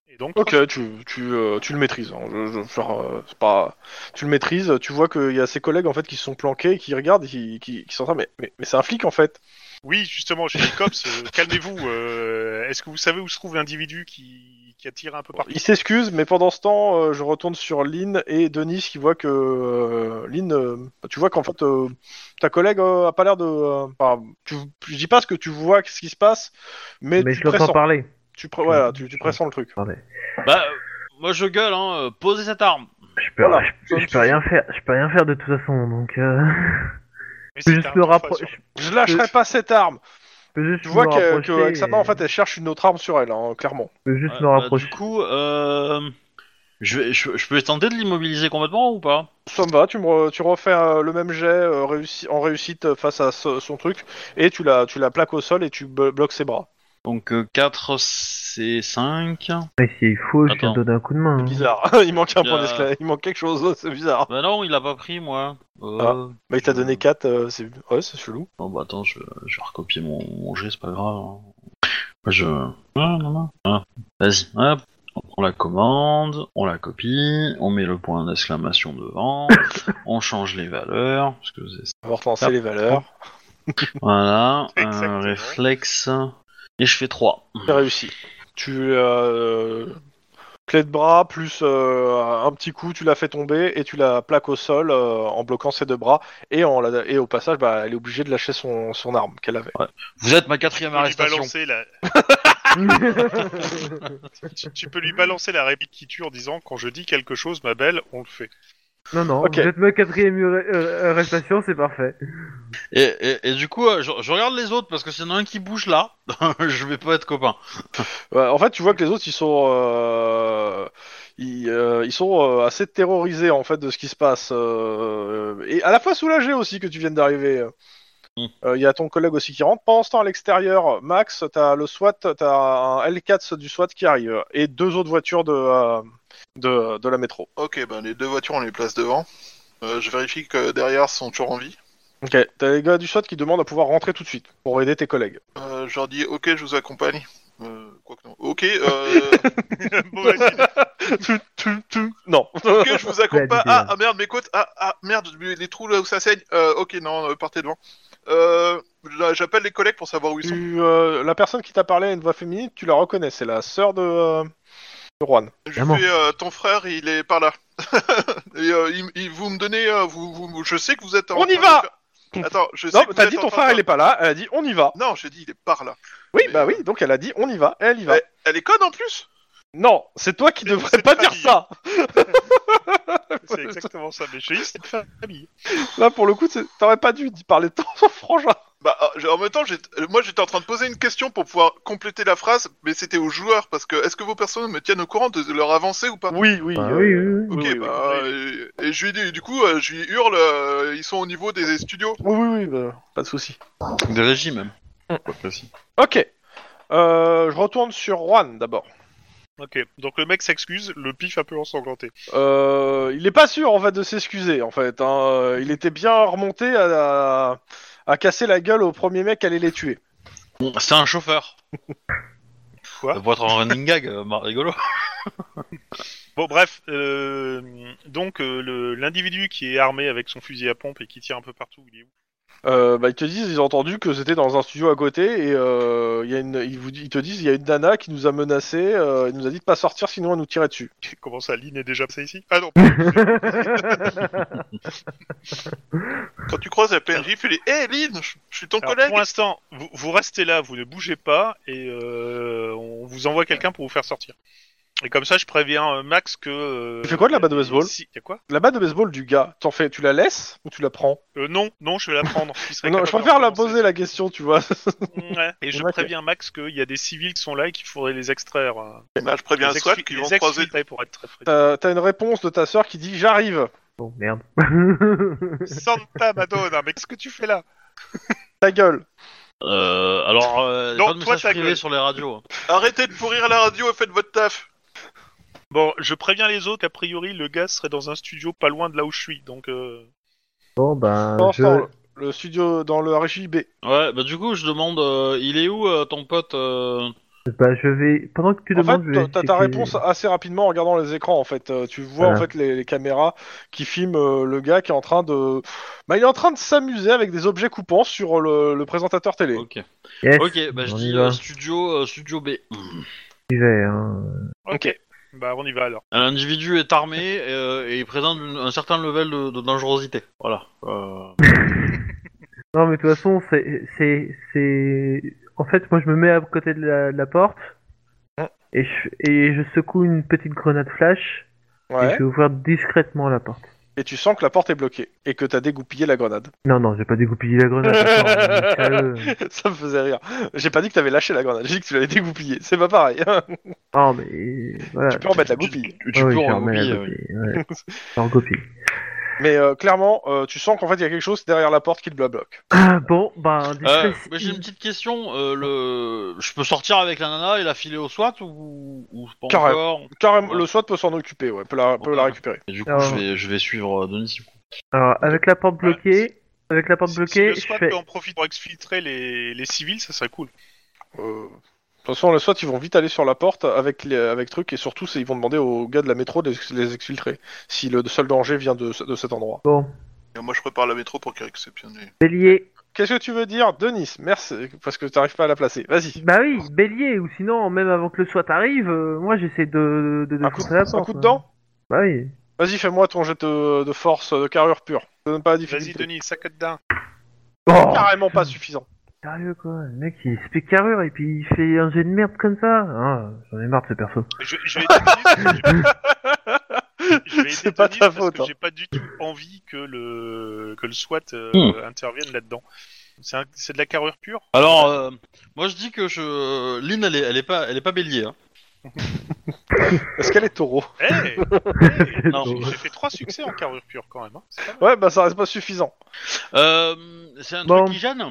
Et donc. Ok, tu, tu, euh, tu le maîtrises. hein. Je, je- genre, euh, c'est pas... Tu le maîtrises, tu vois qu'il y a ses collègues en fait qui se sont planqués, et qui regardent, et qui, qui, qui sont en train, mais, mais, mais c'est un flic en fait. Oui, justement, chez les cops, euh, (laughs) calmez-vous. euh, Est-ce que vous savez où se trouve l'individu qui... qui a tiré un peu partout Il s'excuse, mais pendant ce temps, euh, je retourne sur Lynn et Denis qui voit que euh, Lynn, euh, tu vois qu'en fait euh, ta collègue euh, a pas l'air de. euh, enfin, tu, je dis pas ce que tu vois, ce qui se passe, (laughs) mais, Mais tu je l'entends pressens. parler. Tu, pre- voilà, tu, tu pressens le truc. Attendez. Bah, euh, moi je gueule, hein. euh, Posez cette arme. Je peux, Voilà. je, je peux rien faire, je peux rien faire de toute façon, donc euh... Mais je peux c'était juste un me enfant, rapprocher. sur- Je lâcherai pas cette arme. Je peux juste Tu vois me que, rapprocher que avec sa main, et- en fait, elle cherche une autre arme sur elle, hein, clairement. Je peux juste me Ouais, bah, rapprocher. du coup, euh... je, vais- je, je peux tenter de l'immobiliser complètement ou pas Ça me va, tu, me re- tu refais euh, le même jet euh, réussi- en réussite euh, face à ce- son truc, et tu la, tu la plaques au sol et tu blo- bloques ses bras. Donc 4, c'est 5. Mais s'il faut, je viens Attends. de donner un coup de Mhm. main. hein. Bizarre, (laughs) il manque un Il y point a- d'esclavage, il manque quelque chose, (laughs) c'est bizarre. Bah non, il a pas pris moi. Euh... Ah. Bah, il t'a donné Euh. 4, c'est... Ouais, c'est chelou. Bon bah attends, je, je vais recopier mon, mon jet, c'est pas grave. hein. Moi je. Ah, non, non. Ah. Vas-y, hop. On prend la commande, on la copie, on met le point d'exclamation (laughs) devant, on change les valeurs, parce que c'est On va relancer Ah. les valeurs. Voilà, un Exactement. réflexe. Et je fais 3. C'est réussi. Tu... euh, Clé de bras, plus euh, un petit coup, tu l'as fait tomber, et tu la plaques au sol euh, en bloquant ses deux bras, et, en la- et au passage, bah, elle est obligée de lâcher son, son arme qu'elle avait. Vous êtes ma quatrième Tu peux lui arrestation. balancer la- tu, tu peux lui balancer la réplique qui tue en disant quand je dis quelque chose, ma belle, on le fait. (laughs) Non, non, Ok. vous êtes ma quatrième euh, euh, arrestation, c'est parfait. Et, et- et du coup, euh, je, je regarde les autres parce que s'il y en a un qui bouge là, (laughs) je vais pas être copain. Ouais, en fait, tu vois que les autres, ils sont, euh, ils, euh, ils sont euh, assez terrorisés en fait de ce qui se passe, euh, et à la fois soulagés aussi que tu viennes d'arriver. Euh, Mm. Il y a ton collègue aussi qui rentre. Pendant ce temps, à l'extérieur, Max, t'as le SWAT, t'as un L4 du SWAT qui arrive et deux autres voitures de euh, de, de la métro. Ok, ben les deux voitures, on les place devant. Euh, je vérifie que derrière sont toujours en vie. Ok. T'as les gars du SWAT qui demandent à pouvoir rentrer tout de suite pour aider tes collègues. Euh, je leur dis ok, je vous accompagne. Euh, quoi que non. (laughs) Ok, euh... (laughs) mauvaise idée. Tout, tout, tout. Non. ok, je vous accompagne. Bad idée, Ah, hein. ah, merde, mes côtes. Ah, ah merde, mais les trous là où ça saigne. Euh, ok, non, euh, partez devant. Euh, là, J'appelle les collègues pour savoir où ils sont. Tu, euh, la personne qui t'a parlé a une voix féminine, tu la reconnais. C'est la sœur de, euh, de Juan. Je Vraiment. fais, euh, ton frère, il est par là. (laughs) Et euh, il- il- vous me donnez, euh, vous, vous- je sais que vous êtes. en On y train de va faire- Attends, je sais. Non, que vous t'as êtes dit en ton train de frère il est pas faire- là, elle a dit on y va. Non, j'ai dit il est par là. Oui, Mais, bah euh, oui, donc elle a dit on y va, elle y va. Eh, Elle est conne en plus. Non, c'est toi qui Mais devrais c'est pas pas dire dit. ça C'est exactement ça, mais j'ai juste une famille. Là pour le coup, c'est- t'aurais pas dû parler de ton (laughs) frangin. Bah, ah, je- en même temps, j'ai- euh, moi j'étais en train de poser une question pour pouvoir compléter la phrase, mais c'était aux joueurs parce que est-ce que vos personnes me tiennent au courant de leur avancée ou pas Oui, oui. Bah euh, oui, oui, Ok, oui, oui, bah, Et, et je lui dis, du coup, euh, je lui hurle, euh, ils sont au niveau des studios. Oui, oui, oui, bah, pas de souci. Des régies même. Ah. Ok, Euh, je retourne sur Juan d'abord. Ok, donc le mec s'excuse, le pif un peu ensanglanté. Euh, il est pas sûr en fait de s'excuser en fait. hein. Il était bien remonté à, à, casser la gueule au premier mec qui allait les tuer. Bon, C'est un chauffeur. Quoi Ça peut être un running gag, euh, mar- rigolo. Bon, bref, euh, donc euh, le- l'individu qui est armé avec son fusil à pompe et qui tire un peu partout, il est où Euh, bah, ils te disent, ils ont entendu que c'était dans un studio à côté et euh, il y a une, ils, vous, ils te disent, il y a une nana qui nous a menacé, euh, elle nous a dit de pas sortir sinon elle nous tirait dessus. (laughs) Comment ça, Lynn est déjà passée ici Ah non, Quand tu croises la PNJ, fais les Hé Lynn, je je suis ton Alors, collègue pour l'instant, vous, vous restez là, vous ne bougez pas, et euh, on vous envoie quelqu'un pour vous faire sortir. Et comme ça, je préviens euh, Max que. euh, Tu fais quoi de la batte de baseball si, y a quoi La batte de baseball du gars, t'en fais, tu la laisses ou tu la prends Euh, Non, non, je vais la prendre. Il (laughs) serait Non, capable je de préfère la recommencer. poser la question, tu vois. (laughs) Ouais. Et je Ok. préviens Max qu'il y a des civils qui sont là et qu'il faudrait les extraire. euh, Bah, je préviens les Swat exfil- qu'ils les vont croiser. exfiltrer pour être très précis. (laughs) Euh, T'as t'as une réponse de ta sœur qui dit j'arrive. Bon, merde. Santa Madonna, mais qu'est-ce que tu fais là Ta gueule. Euh, alors, euh, Non, pas de toi, message ta privé gueule. sur les radios. Arrêtez de pourrir à la radio et faites votre taf. Bon, je préviens les autres qu'a priori, le gars serait dans un studio pas loin de là où je suis, donc. euh, (laughs) bon, ben, Pendant ce je... temps, le- le studio dans le RJB. Ouais, bah du coup, je demande, euh, il est où euh, ton pote euh, bah, je vais... Pendant que tu En fait, demandes, je vais t'as- t'as ta checker- réponse hein. assez rapidement en regardant les écrans. En fait, Euh, tu vois Voilà. en fait les, les caméras qui filment euh, le gars qui est en train de, bah, il est en train de s'amuser avec des objets coupants sur le, le présentateur télé. Ok. Yes, Ok, bah je on y dis va. euh, studio, euh, studio B. j'y vais, hein. Ok. Bah, on y va alors. L'individu est armé euh, et il présente une- un certain level de, de dangerosité. Voilà. Euh, Non, mais de toute façon, c'est, c'est, c'est. En fait, moi, je me mets à côté de la, de la porte et je, et je secoue une petite grenade flash et Ouais. je vais ouvrir discrètement la porte. Et tu sens que la porte est bloquée et que t'as dégoupillé la grenade. (laughs) Non, non, j'ai pas dégoupillé la grenade. attends, mais sérieux. Ça me faisait rire. J'ai pas dit que t'avais lâché la grenade. J'ai dit que tu l'avais dégoupillée. C'est pas pareil. (laughs) Oh, mais voilà. tu peux Oh, bah, remettre la tu- goupille. tu- euh, tu Ah peux oui, je en remets la oublier, oui. goupille, euh. (laughs) ouais. Je recoupille. Mais euh, clairement, euh, tu sens qu'en fait il y a quelque chose derrière la porte qui le bloque. Ah, bon, bah, Euh, discret- mais j'ai une petite question. euh, le... Je peux sortir avec la nana et la filer au SWAT ou, ou pas Carrément. encore Carrément, le SWAT peut s'en occuper. Ouais, peut la, peut la récupérer. Et Du coup, Alors- je, vais, je vais suivre euh, Denis. Alors, avec la porte Ouais, bloquée, avec la porte Si- bloquée, si le je SWAT fais. peut en profite pour exfiltrer les, les civils, ça serait cool. Euh, De toute façon, le SWAT, ils vont vite aller sur la porte avec, les, avec truc et surtout, c'est- ils vont demander aux gars de la métro de les, les exfiltrer si le seul danger vient de, ce- de cet endroit. Bon, Et moi je prépare la métro pour qu'elle réceptionne les- bélier. Qu'est-ce que tu veux dire, Denis Merci, parce que tu n'arrives pas à la placer. Vas-y. Bah oui, bélier, ou sinon, même avant que le SWAT arrive, euh, moi, j'essaie de, de, de Un coup, découvrir la un porte, coup de hein. dent Bah oui. Vas-y, fais-moi ton jet de, de force, de carrure pure. Ça donne pas la Vas-y, difficulté. Denis, sac d'un. Oh, Carrément pas suffisant. sérieux quoi, le mec il se fait carrure et puis il fait un jeu de merde comme ça. Ah, J'en ai marre de ce perso. (laughs) Je, je vais être optimiste, je- je, Je vais C'est pas étonner ta parce faute, que hein. J'ai pas du tout envie que le que le SWAT euh, Hmm. intervienne là-dedans. C'est un- c'est de la carrure pure. Alors, euh, moi je dis que je. Lynn, elle est, elle est pas, elle est pas bélier. Hein. Est-ce qu'elle est taureau (laughs) Hey, hey, Non. eh, j'ai- j'ai fait trois succès en carrure pure quand même. Hein. C'est pas mal. Ouais, bah ça reste pas suffisant. Euh, c'est un Bon. truc qui gêne.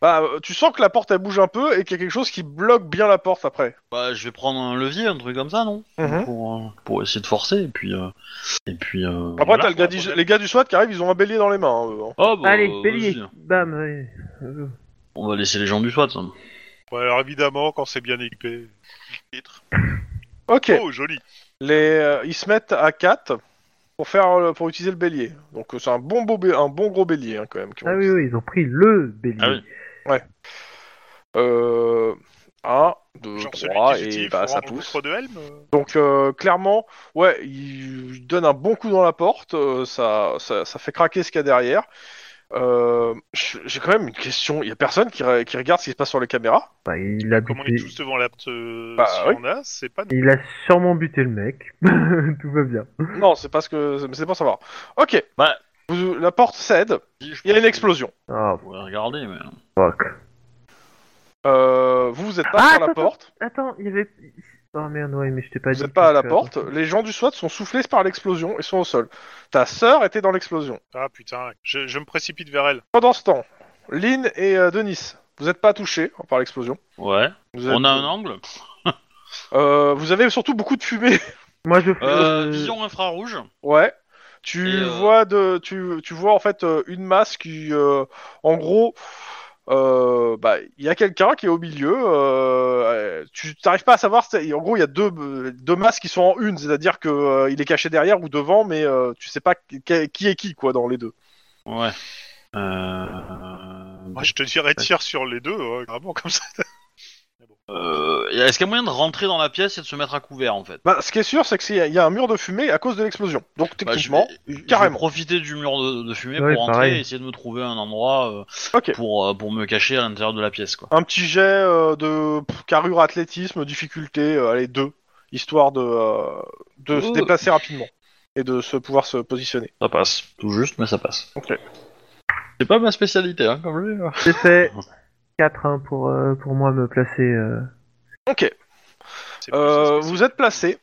Bah, euh, tu sens que la porte elle bouge un peu et qu'il y a quelque chose qui bloque bien la porte après. Bah, je vais prendre un levier, un truc comme ça, non Hein Mhm. pour, euh, pour essayer de forcer et puis euh, et puis. euh, Après, voilà. t'as le gars du- les gars du SWAT qui arrivent, ils ont un bélier dans les mains. hein, eux, hein. Oh, bah, Allez, euh, bélier. vas-y. Bam. allez. On va laisser les gens du SWAT. hein. ça. Ouais, alors évidemment quand c'est bien équipé. Titre. Ok, Oh joli. les, euh, ils se mettent à 4 pour faire, euh, pour utiliser le bélier. Donc euh, c'est un bon beau bé- un bon gros bélier hein, quand même. qu'ils Ah vont oui, oui, ils ont pris le bélier. Ah oui. Euh, 1, 2, Genre celui 3, qui et utilise bah, pour ça rendre le pousse. coffre de Helm. euh, Donc euh, clairement, ouais, il il donne un bon coup dans la porte, euh, ça, ça, ça fait craquer ce qu'il y a derrière. Euh, je- J'ai quand même une question, il y a personne qui, re- qui regarde ce qui se passe sur les caméras Bah, il a Comme on buté- est tous devant la euh, Bah, si oui. on a, c'est pas Il a sûrement buté le mec. (laughs) Tout va bien. Non, c'est parce que c'est pour savoir. Ok, Mhm. Bah. Vous- la porte cède, Si, je il y a pense une que- explosion. Oh, Ouais, regardez, mais. fuck. Euh, vous, vous êtes pas Ah, sur la attends, porte, Attends, il y avait. Oh merde, ouais, mais je t'ai pas dit. vous êtes pas à la que- porte, les gens du SWAT sont soufflés par l'explosion et sont au sol. Ta sœur était dans l'explosion. Ah putain, je, je me précipite vers elle. Pendant ce temps, Lynn et euh, Denis, vous n'êtes pas touchés par l'explosion. Ouais. Vous êtes- On a un angle. Euh, vous avez surtout beaucoup de fumée. Moi, je. Euh, euh, Vision infrarouge. Ouais. Tu Et, euh, vois de, tu, tu vois en fait euh, une masse qui, euh, en gros, euh, bah il y a quelqu'un qui est au milieu. euh, euh, tu t'arrives pas à savoir. c'est- En gros, il y a deux euh, deux masses qui sont en une, c'est-à-dire que euh, il est caché derrière ou devant, mais euh, tu sais pas qui qui est qui quoi dans les deux. Ouais. Euh... Moi, Ah, je te dirais tire sur les deux, hein, vraiment comme ça. euh, Est-ce qu'il y a moyen de rentrer dans la pièce et de se mettre à couvert en fait Bah, ce qui est sûr, c'est que c'est- il y a un mur de fumée à cause de l'explosion. Donc Bah, je techniquement, vais- je vais carrément. profiter du mur de, de fumée Ouais, pour rentrer pareil. et essayer de me trouver un endroit euh, Ok. pour, euh, pour me cacher à l'intérieur de la pièce quoi. un petit jet euh, de pff, carrure athlétisme, difficulté, euh, allez deux, histoire de euh, de se Oh. déplacer rapidement et de se pouvoir se positionner. Ça passe, tout juste, mais ça passe. Ok. C'est pas ma spécialité, hein, comme je dis, hein. J'ai fait 4 hein, pour, euh, pour moi me placer. euh. Ok, C'est plus euh, ça, c'est- vous êtes placé.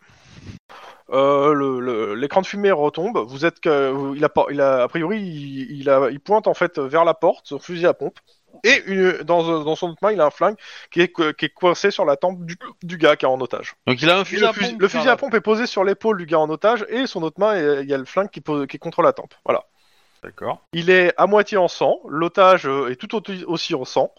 Euh, le- le- L'écran de fumée retombe. Vous êtes que vous- il a, pas- il a a priori il, il a- il pointe en fait vers la porte son fusil à pompe et une, dans, dans son autre main il a un flingue qui est, co- qui est coincé sur la tempe du, du gars qui est en otage. Donc il a un Et fusil Le à fusil, pompe. le fusil à pompe est posé sur l'épaule du gars en otage et son autre main il y a le flingue qui, pose- qui est contre la tempe. Voilà. D'accord. Il est à moitié en sang. L'otage euh, est tout au- aussi en sang.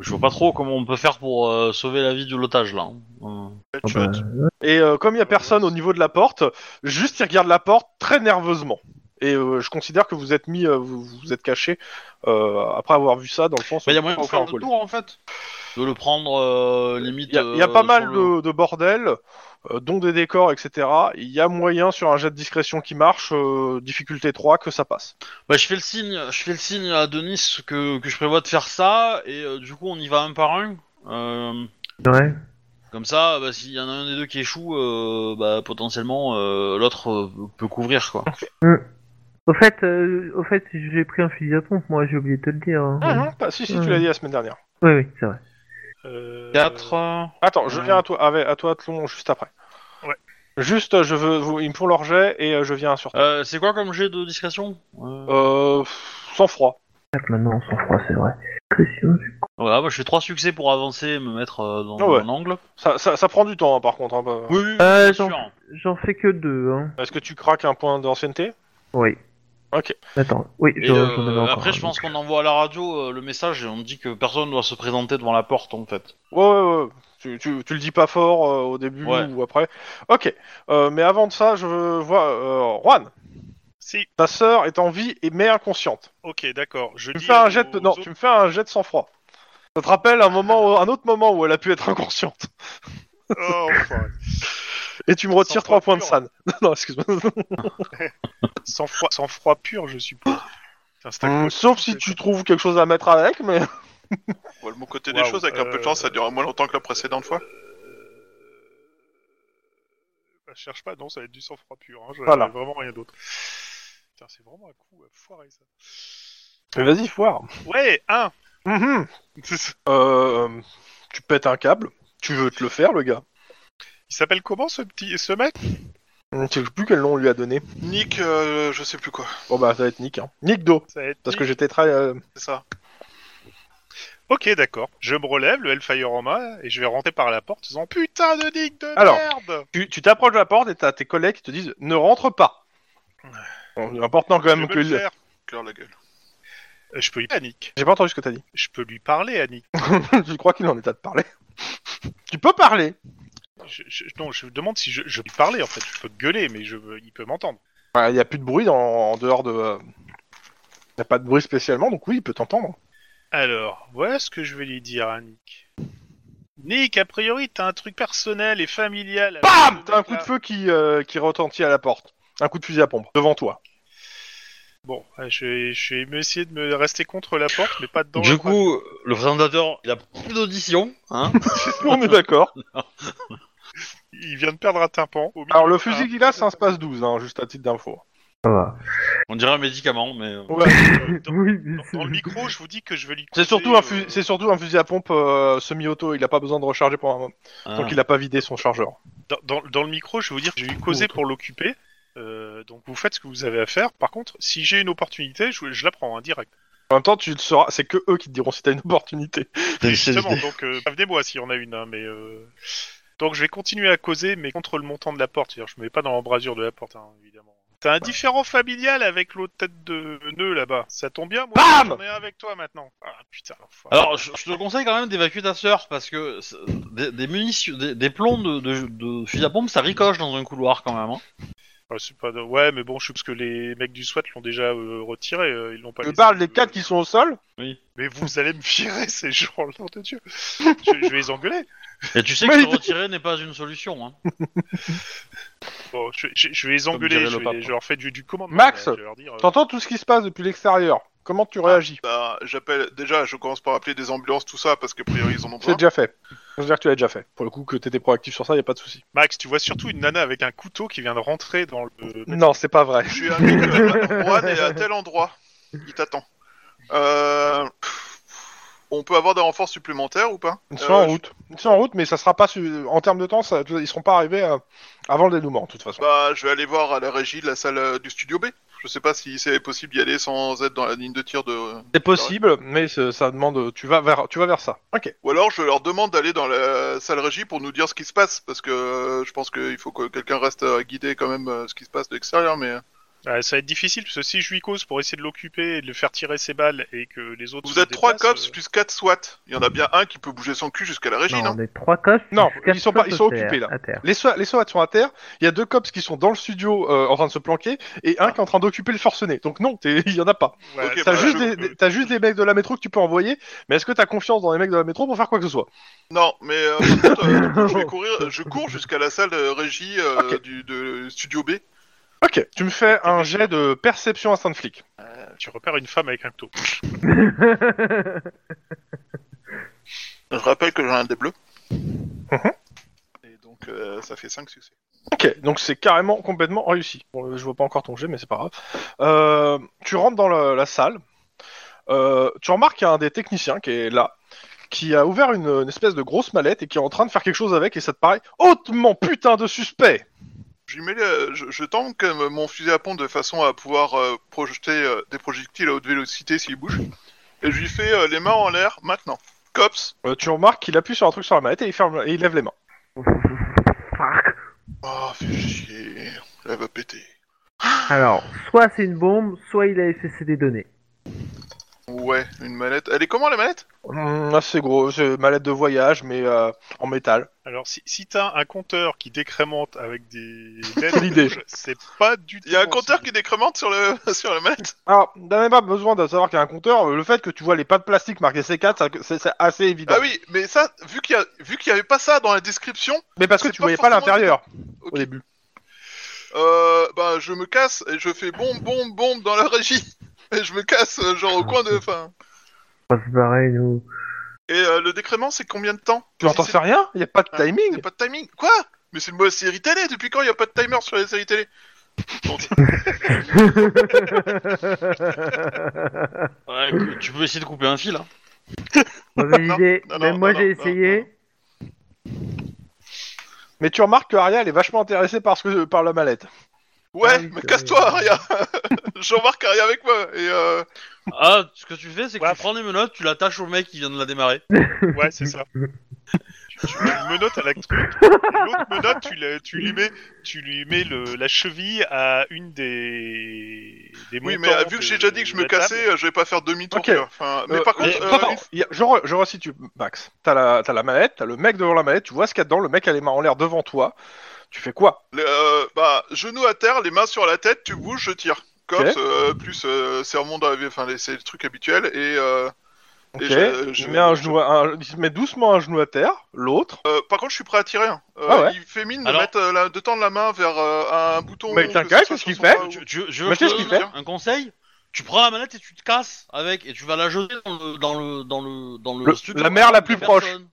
Je vois pas trop comment on peut faire pour euh, sauver la vie de l'otage là. hein. Euh, Tu Ah vas- bah, Et euh, comme il y a personne au niveau de la porte, juste il regarde la porte très nerveusement. Et euh, je considère que vous êtes mis, euh, vous, vous êtes caché euh, après avoir vu ça dans le sens. Bah, il y a où- moyen de où- faire où- le tour en fait. De le prendre euh, limite. Il y a- il y a euh, pas mal sur le- de, de bordel, euh, dont des décors, etc. Il y a moyen sur un jet de discrétion qui marche, euh, difficulté 3, que ça passe. Bah, je fais le signe, je fais le signe à Denis que, que je prévois de faire ça et euh, du coup on y va un par un. Euh, ouais. comme ça, bah, s'il y en a un des deux qui échoue, euh, bah, potentiellement euh, l'autre euh, peut couvrir quoi. Au fait, euh, au fait j'ai pris un fusil à pompe, moi j'ai oublié de te le dire. hein. Ah, ah, si, si, tu l'as dit la semaine dernière. Oui, oui, c'est vrai. Euh, 4 Attends, je viens à toi, avec- à toi, Tlon, juste après. Ouais. Juste, euh, je veux, vous, ils me font leur jet et euh, je viens sur. Euh, c'est quoi comme jet de discrétion Euh, Euh, pff, sans froid. Certes, Maintenant, on s'en froid, c'est vrai. Discrétion. Voilà, bah, je fais trois succès pour avancer et me mettre euh, dans Ah ouais. un angle. Ça, ça, ça prend du temps, hein, par contre. hein, bah. Oui, oui, Euh, bien j'en- sûr. J'en fais que deux, hein. Est-ce que tu craques un point d'ancienneté Oui. Ok. Attends, oui, Et, j'en euh, j'en avais encore. après, je un. pense qu'on envoie à la radio euh, le message et on dit que personne doit se présenter devant la porte en fait. Ouais, ouais, ouais. Tu, tu, tu le dis pas fort euh, au début Ouais. ou après. Ok. Euh, mais avant de ça, je veux voir. Euh, Juan, Si, ta sœur est en vie et mais inconsciente. ok, d'accord. Je Tu me dis fais un aux- jet de... aux non, autres- tu me fais un jet de sang-froid. Ça te rappelle un moment, un autre moment où elle a pu être inconsciente. Oh, enfoiré. Et tu me retires Sang-froid 3 points de pur. san. (laughs) non, excuse-moi. sans froid, sans froid pur, je suppose. Putain, Hein, c'est un Hum, coup- Sauf si tu trouves quelque chose à mettre avec, mais. Bon, le bon côté des Waouh, euh, choses, avec un peu de chance, ça euh, durera moins longtemps que la précédente fois. Bah, je cherche pas, non, ça va être du sang-froid pur. Hein, je- Voilà. Vraiment rien d'autre. Putain, c'est vraiment un coup à foirer ça. Mais vas-y, foire. Ouais, un Mhm. Euh, tu pètes un câble. Tu veux te le faire, le gars. Il s'appelle comment ce petit ce mec Je sais plus quel nom on lui a donné. Nick, euh, je sais plus quoi. Bon bah ça va être Nick. Hein. Nick Do. Ça va être Parce que Nick. j'étais très... euh, C'est ça. Ok, d'accord. Je me relève, le Hellfire en main, et je vais rentrer par la porte en disant Putain de Nick de Alors. merde Tu tu t'approches de la porte et t'as tes collègues qui te disent ne rentre pas. Bon, Important quand je, même peux que... le faire. Claire la gueule. Euh, je peux lui panique. J'ai pas entendu ce que t'as dit. (laughs) Je peux lui parler à Nick. je crois qu'il est en état de parler. tu peux parler. Je, je- non, je me demande si je, je peux lui parler en fait. Je peux gueuler, mais je, il peut m'entendre. Il n'y a plus de bruit dans- en dehors de... euh, Il a pas de bruit spécialement, donc oui, il peut t'entendre. Alors, voilà ce que je vais lui dire à Nick. Nick, a priori, t'as un truc personnel et familial. avec BAM ce T'as un coup mec-là. de feu qui, euh, qui retentit à la porte. Un coup de fusil à pompe, devant (laughs) toi. Bon, euh, je vais, je vais me- essayer de me rester contre la porte, mais pas dedans. Du coup, le présentateur, il a plus d'audition, hein On est d'accord. il vient de perdre un tympan. au milieu Alors le d'un- fusil qu'il a, c'est un space 12, hein, juste à titre d'info. Ça va. (laughs) On dirait un médicament, mais... euh, Euh, dans- Oui, mais dans, c'est- (laughs) dans le micro, je vous dis que je vais lui. C'est causer, surtout, un euh, fusil- c'est surtout un fusil à pompe euh, semi-auto, il a pas besoin de recharger pour un moment. hein. Donc il a pas vidé son chargeur. dans, dans- dans le micro, je vais vous dire que je vais lui causer pour l'occuper. Euh, donc vous faites ce que vous avez à faire. Par contre, si j'ai une opportunité, je, je la prends hein, direct. En même temps, tu le sauras, c'est que eux qui te diront si t'as une opportunité. Justement, donc euh, prévenez-moi si on a une. hein, mais euh, donc je vais continuer à causer, mais contre le montant de la porte. C'est-à-dire, je me mets pas dans l'embrasure de la porte, hein, évidemment. T'as un différent familial avec l'autre tête de nœud là-bas. Ça tombe bien, moi. Bam j'en ai un avec toi maintenant. Ah putain. l'enfoiré. Alors, je, je te conseille quand même d'évacuer ta sœur, parce que c'est- des, des munitions, des, des plombs de, de, de fusil à pompe, ça ricoche dans un couloir quand même. hein. Ouais, Ah, c'est pas de- ouais, mais bon, je suppose que les mecs du SWAT l'ont déjà euh, retiré. euh, ils l'ont pas. Je laissé, parle des euh, quatre qui sont au sol. Mais vous allez me virer (laughs) ces gens, nom de Dieu. je, je vais les engueuler. Et tu sais que Mais- se retirer n'est pas une solution. Hein. Bon, je, je- je vais les Comme dirait engueuler. le Je, vais- pape. je leur fais du, du commandement. Max, là, je vais leur dire, euh, T'entends tout ce qui se passe depuis l'extérieur. Comment tu réagis Bah, j'appelle. Déjà, je commence par appeler des ambulances, tout ça, parce qu'a priori, ils en ont C'est besoin. déjà fait. Je veux dire que tu l'as déjà fait. Pour le coup, que t'étais proactif sur ça, y a pas de souci. Max, tu vois surtout une nana avec un couteau qui vient de rentrer dans le. Non, c'est pas vrai. Je suis un mec à droite et à tel endroit. Il t'attend. Euh, On peut avoir des renforts supplémentaires ou pas Ils Euh, sont en route. Ils sont en route, mais ça sera pas su- en termes de temps, ça... ils seront pas arrivés euh, avant le dénouement, de toute façon. Bah, je vais aller voir à la régie de la salle euh, du studio B. Je sais pas si c'est possible d'y aller sans être dans la ligne de tir de. C'est possible, mais c'est- ça demande. Tu vas vers, tu vas vers ça. Ok. Ou alors, je leur demande d'aller dans la salle régie pour nous dire ce qui se passe, parce que euh, je pense qu'il faut que quelqu'un reste à guider quand même euh, ce qui se passe de l'extérieur. Mais euh, Ah, ça va être difficile parce que si je lui cause pour essayer de l'occuper et de le faire tirer ses balles et que les autres. vous se êtes trois déplacent, cops euh, plus quatre SWAT. Il y en a bien un qui peut bouger son cul jusqu'à la régie, non, Non, on est trois coches. Non, plus quatre ils sont pas- ils sont à terre- occupés, là. À terre. Les, so- les SWAT sont à terre. Il y a deux cops qui sont dans le studio euh, en train de se planquer et un qui est en train d'occuper le forcené. Donc non, t'es- (laughs) il y en a pas. euh, ouais, Ok, ça- T'as bah, juste, je- des- des- t'as juste des mecs de la métro que tu peux envoyer, mais est-ce que t'as confiance dans les mecs de la métro pour faire quoi que ce soit Non, mais euh, par contre, euh, du coup, je vais courir, je cours jusqu'à la salle de régie euh, Ok. du de studio B. Ok, tu me fais un jet de perception instinct de flic. Tu repères une femme avec un couteau. Je rappelle que j'ai un dé bleu. Et donc euh, ça fait 5 succès. Ok, donc c'est carrément complètement réussi. Bon, euh, je vois pas encore ton jet, mais c'est pas grave. Euh, tu rentres dans la, la salle. Euh, tu remarques qu'il y a un des techniciens qui est là, qui a ouvert une, une espèce de grosse mallette et qui est en train de faire quelque chose avec, et ça te paraît hautement putain de suspect. Je, lui mets le- je, je tends comme mon fusil à pompe de façon à pouvoir euh, projeter euh, des projectiles à haute vélocité s'il bouge. Et je lui fais euh, les mains en l'air maintenant. Cops. Euh, tu remarques qu'il appuie sur un truc sur la mallette et il, ferme, et il lève les mains. (laughs) Fuck. Oh, fais chier. Elle va péter. Alors, soit c'est une bombe, soit il a effacé des données. Ouais, une manette. Elle est comment la manette Hum, assez gros, c'est une mallette de voyage, mais euh, en métal. Alors, si, si t'as un compteur qui décrémente avec (laughs) des C'est l'idée. LED rouges, c'est pas du tout. Il y a un bon compteur signe. qui décrémente sur, le, (laughs) sur la manette Alors, t'as même pas besoin de savoir qu'il y a un compteur, euh, le fait que tu vois les pattes plastiques marquées C4, ça- c'est c'est assez évident. Ah oui, mais ça, vu qu'il y, a- vu qu'il y avait pas ça dans la description, Mais parce que C'est tu pas voyais pas forcément l'intérieur Ok. au début. Euh, bah, je me casse et je fais bombe, bombe, bombe dans la régie. (laughs) Et je me casse, euh, genre au coin de. Fin. On va se barrer, nous. Et euh, le décrément, c'est combien de temps Tu n'entends Si rien Il y a pas de Ah, c'est- timing Pas de timing. Quoi Mais c'est une mauvaise série télé, depuis quand il n'y a pas de timer sur les séries télé Ouais, écoute, tu peux essayer de couper un fil. Hein. Mauvaise Non, idée. non, non, Même non, moi non, j'ai non, essayé. Mais tu remarques que Aria, elle est vachement intéressée par, ce que, par la mallette. Ouais, Ah oui, mais c'est- casse-toi, Aria (laughs) J'embarque Aria avec moi et euh, Ah, ce que tu fais, c'est que Ouais. tu prends les menottes, tu l'attaches au mec qui vient de la démarrer. Ouais, (laughs) c'est ça. tu, tu mets une menotte à la truc. L'autre menotte, tu, la- tu lui mets, tu lui mets le, la cheville à une des. des oui, montants mais euh, vu de- que j'ai déjà dit que je de me la table. cassais, euh, je vais pas faire demi-tour. Ok. quoi. Enfin, mais Euh, par contre, euh, attends, il y a- je, re- je resitue, Max. T'as la, t'as la mallette, t'as le mec devant la mallette, tu vois ce qu'il y a dedans, le mec a les mains en l'air devant toi. Tu fais quoi le- euh, bah, genoux à terre, les mains sur la tête, tu bouges, je tire. Corps, euh, plus euh, sermon dans la vie, enfin, les- c'est le truc habituel et. euh, Ok, Et je- euh, je je- mets un genou, à- un- il met doucement un genou à terre, l'autre. euh, par contre, je suis prêt à tirer. hein. Euh, Ah ouais. Il fait mine de, Alors- mettre, euh, la- de tendre la main vers euh, un bouton. Mais que tiens, ce quand même, soit qu'est-ce qu'il sur fait son bras ou- Tu, tu- je veux Mais que qu'est-ce je te qu'il fait donne un conseil Tu prends la manette et tu te casses avec, et tu vas la jeter dans le dans le dans le dans le. Le- studio la mère la plus des proche. personnes.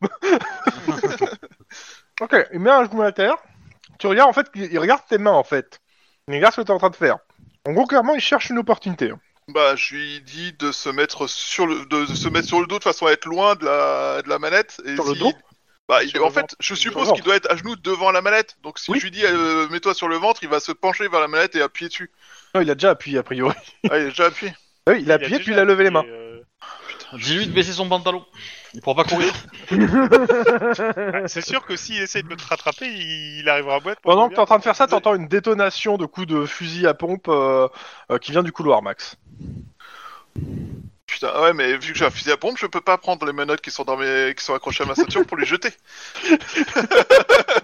Ok, il met un genou à terre. Tu regardes en fait, il il regarde tes mains en fait. Il regarde ce que t'es en train de faire. En gros, clairement, il cherche une opportunité. Bah, je lui dis de se mettre sur le, de se mettre sur le dos de façon à être loin de la, de la manette. Et Sur le si- dos Bah, il- Sur en le fait, ventre. je Sur le suppose ventre. qu'il doit être à genoux devant la manette. Donc, si Oui. je lui dis euh, mets-toi sur le ventre, il va se pencher vers la manette et (laughs) appuyer dessus. Non, il a déjà appuyé a priori. Ah, il a déjà appuyé. Ah oui, il a appuyé déjà puis il a levé les mains. appuyé, euh, Dis-lui de baisser son pantalon. Il pourra pas courir. ah, C'est sûr que s'il essaie de te rattraper, il, il arrivera à boîte. pour Pendant que te Oh t'es en train de faire ça, dire- t'entends une détonation de coups de fusil à pompe euh, euh, qui vient du couloir, Max. Putain, ah ouais, mais vu que j'ai un fusil à pompe, je peux pas prendre les menottes qui sont dans mes, qui sont accrochées à ma ceinture pour les jeter. (laughs)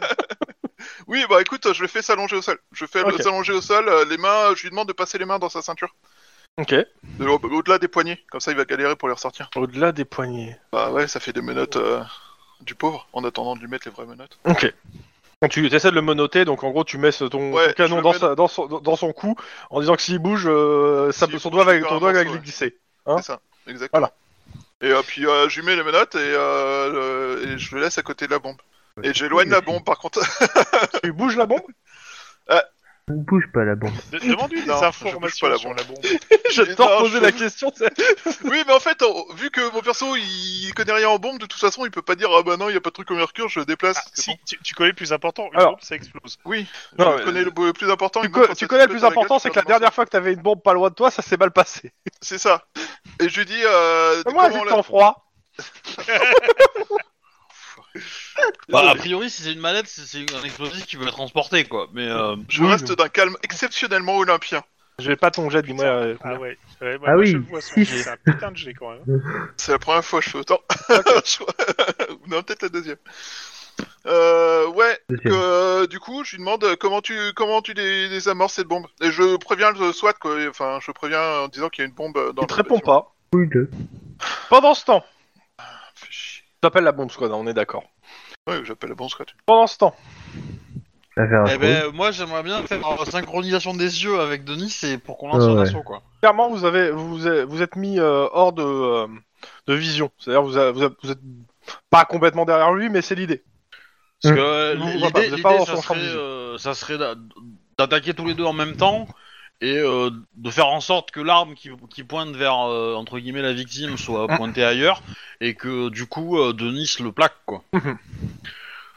oui, bah écoute, je le fais s'allonger au sol. Je fais Ok. s'allonger au sol. euh, les mains, je lui demande de passer les mains dans sa ceinture, Ok. De- au- au-delà des poignets. Comme ça, il va galérer pour les ressortir. Au-delà des poignets. Bah ouais, ça fait des menottes euh, du pauvre en attendant de lui mettre les vraies menottes. Ok. Donc tu essaies de le menoter, donc en gros tu mets ce- ton, Ouais, ton canon je le dans, mets sa- dans son, dans- dans son cou en disant que s'il bouge, euh, ça S'il peut- son bouge, doigt va, tu perds ton un doigt va morceau, ouais. glisser. Hein c'est ça, exactement. Voilà. Et euh, puis euh, je lui mets les menottes et, euh, le- et je le laisse à côté de la bombe. Et j'éloigne la bombe par contre. tu bouges la (laughs) bombe Bouge pas la bombe. De- Demande-lui des Non, je bouge pas informations la sur bombe. la bombe. J'adore Non, poser je- la question. c'est- oui, mais en fait, on- vu que mon perso il connaît rien en bombe, de toute façon il peut pas dire ah bah non, il y a pas de truc au mercure, je déplace. Ah, C'est si, bon. tu, tu connais le plus important, une Alors. bombe ça explose. Oui, Non, je mais- connais le, le plus important. Tu, il co- monte quand tu ça connais le se plus pète dans important, gueule, c'est tu que la vas dans dernière fois que t'avais une bombe pas loin de toi, ça s'est mal passé. son- C'est ça. Et je lui dis euh, Moi, comment on j'ai la- en froid. Bah, a priori, si c'est une manette, c'est- c'est un explosif qui peut être transporté, quoi. Mais euh, je Oui, reste mais- d'un calme exceptionnellement olympien. J'ai pas ton jet, dis-moi. euh, Ah ouais. ouais, moi, Ah moi, oui, je le vois, son si. jet, C'est un putain de jet quand même. C'est la première fois que je fais autant. (laughs) Je crois. non, peut-être la deuxième. Euh, ouais, Deuxième. Euh, du coup, je lui demande euh, comment tu comment tu dé- désamorces cette bombe. Et je préviens le SWAT quoi. Et, Enfin, je préviens en disant qu'il y a une bombe euh, dans Il le. te répond bâtiment. pas. Couille de. Pendant ce temps, Ah, Fais chier. t'appelles la bombe squad, hein, on est d'accord. Ouais, j'appelle la bombe SWAT. Pendant ce temps, Ça fait un eh trou. ben, moi, j'aimerais bien faire la synchronisation des yeux avec Denis et pour qu'on lance Ah un ouais. assaut, quoi. clairement, vous avez, vous êtes- vous êtes mis euh, hors de, euh, de vision. C'est-à-dire, vous, a- vous, a- vous êtes pas complètement derrière lui, mais c'est l'idée. Parce Hmm. que euh, Non, l'idée, on va pas, vous êtes l'idée, pas dans ça, son champ serait, de vision. euh, ça serait d'a- d'attaquer tous les deux en même temps et euh, de faire en sorte que l'arme qui, qui pointe vers euh, entre guillemets la victime soit Ah. pointée ailleurs et que du coup euh, Denis le plaque quoi. Hum,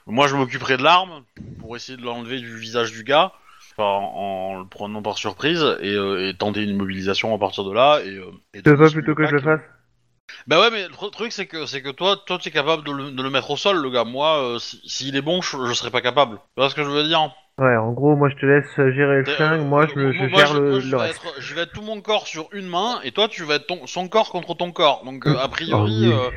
Moi je m'occuperai de l'arme pour essayer de l'enlever du visage du gars enfin, en, en le prenant par surprise et, euh, et tenter une mobilisation à partir de là et, euh, et Tu veux Denis pas lui plutôt que je le plaque. fasse Bah ouais, mais le tr- truc c'est que c'est que toi, toi tu es capable de le, de le mettre au sol, le gars. Moi, euh, si- s'il est bon, je, je serais pas capable. Tu vois ce que je veux dire Ouais, en gros, moi je te laisse gérer le flingue, moi je, me- je Moi, gère le, Euh, je- moi, je le vais reste. être- je vais être tout mon corps sur une main, et toi, tu vas être ton- son corps contre ton corps. Donc, euh, a priori, Oh, euh,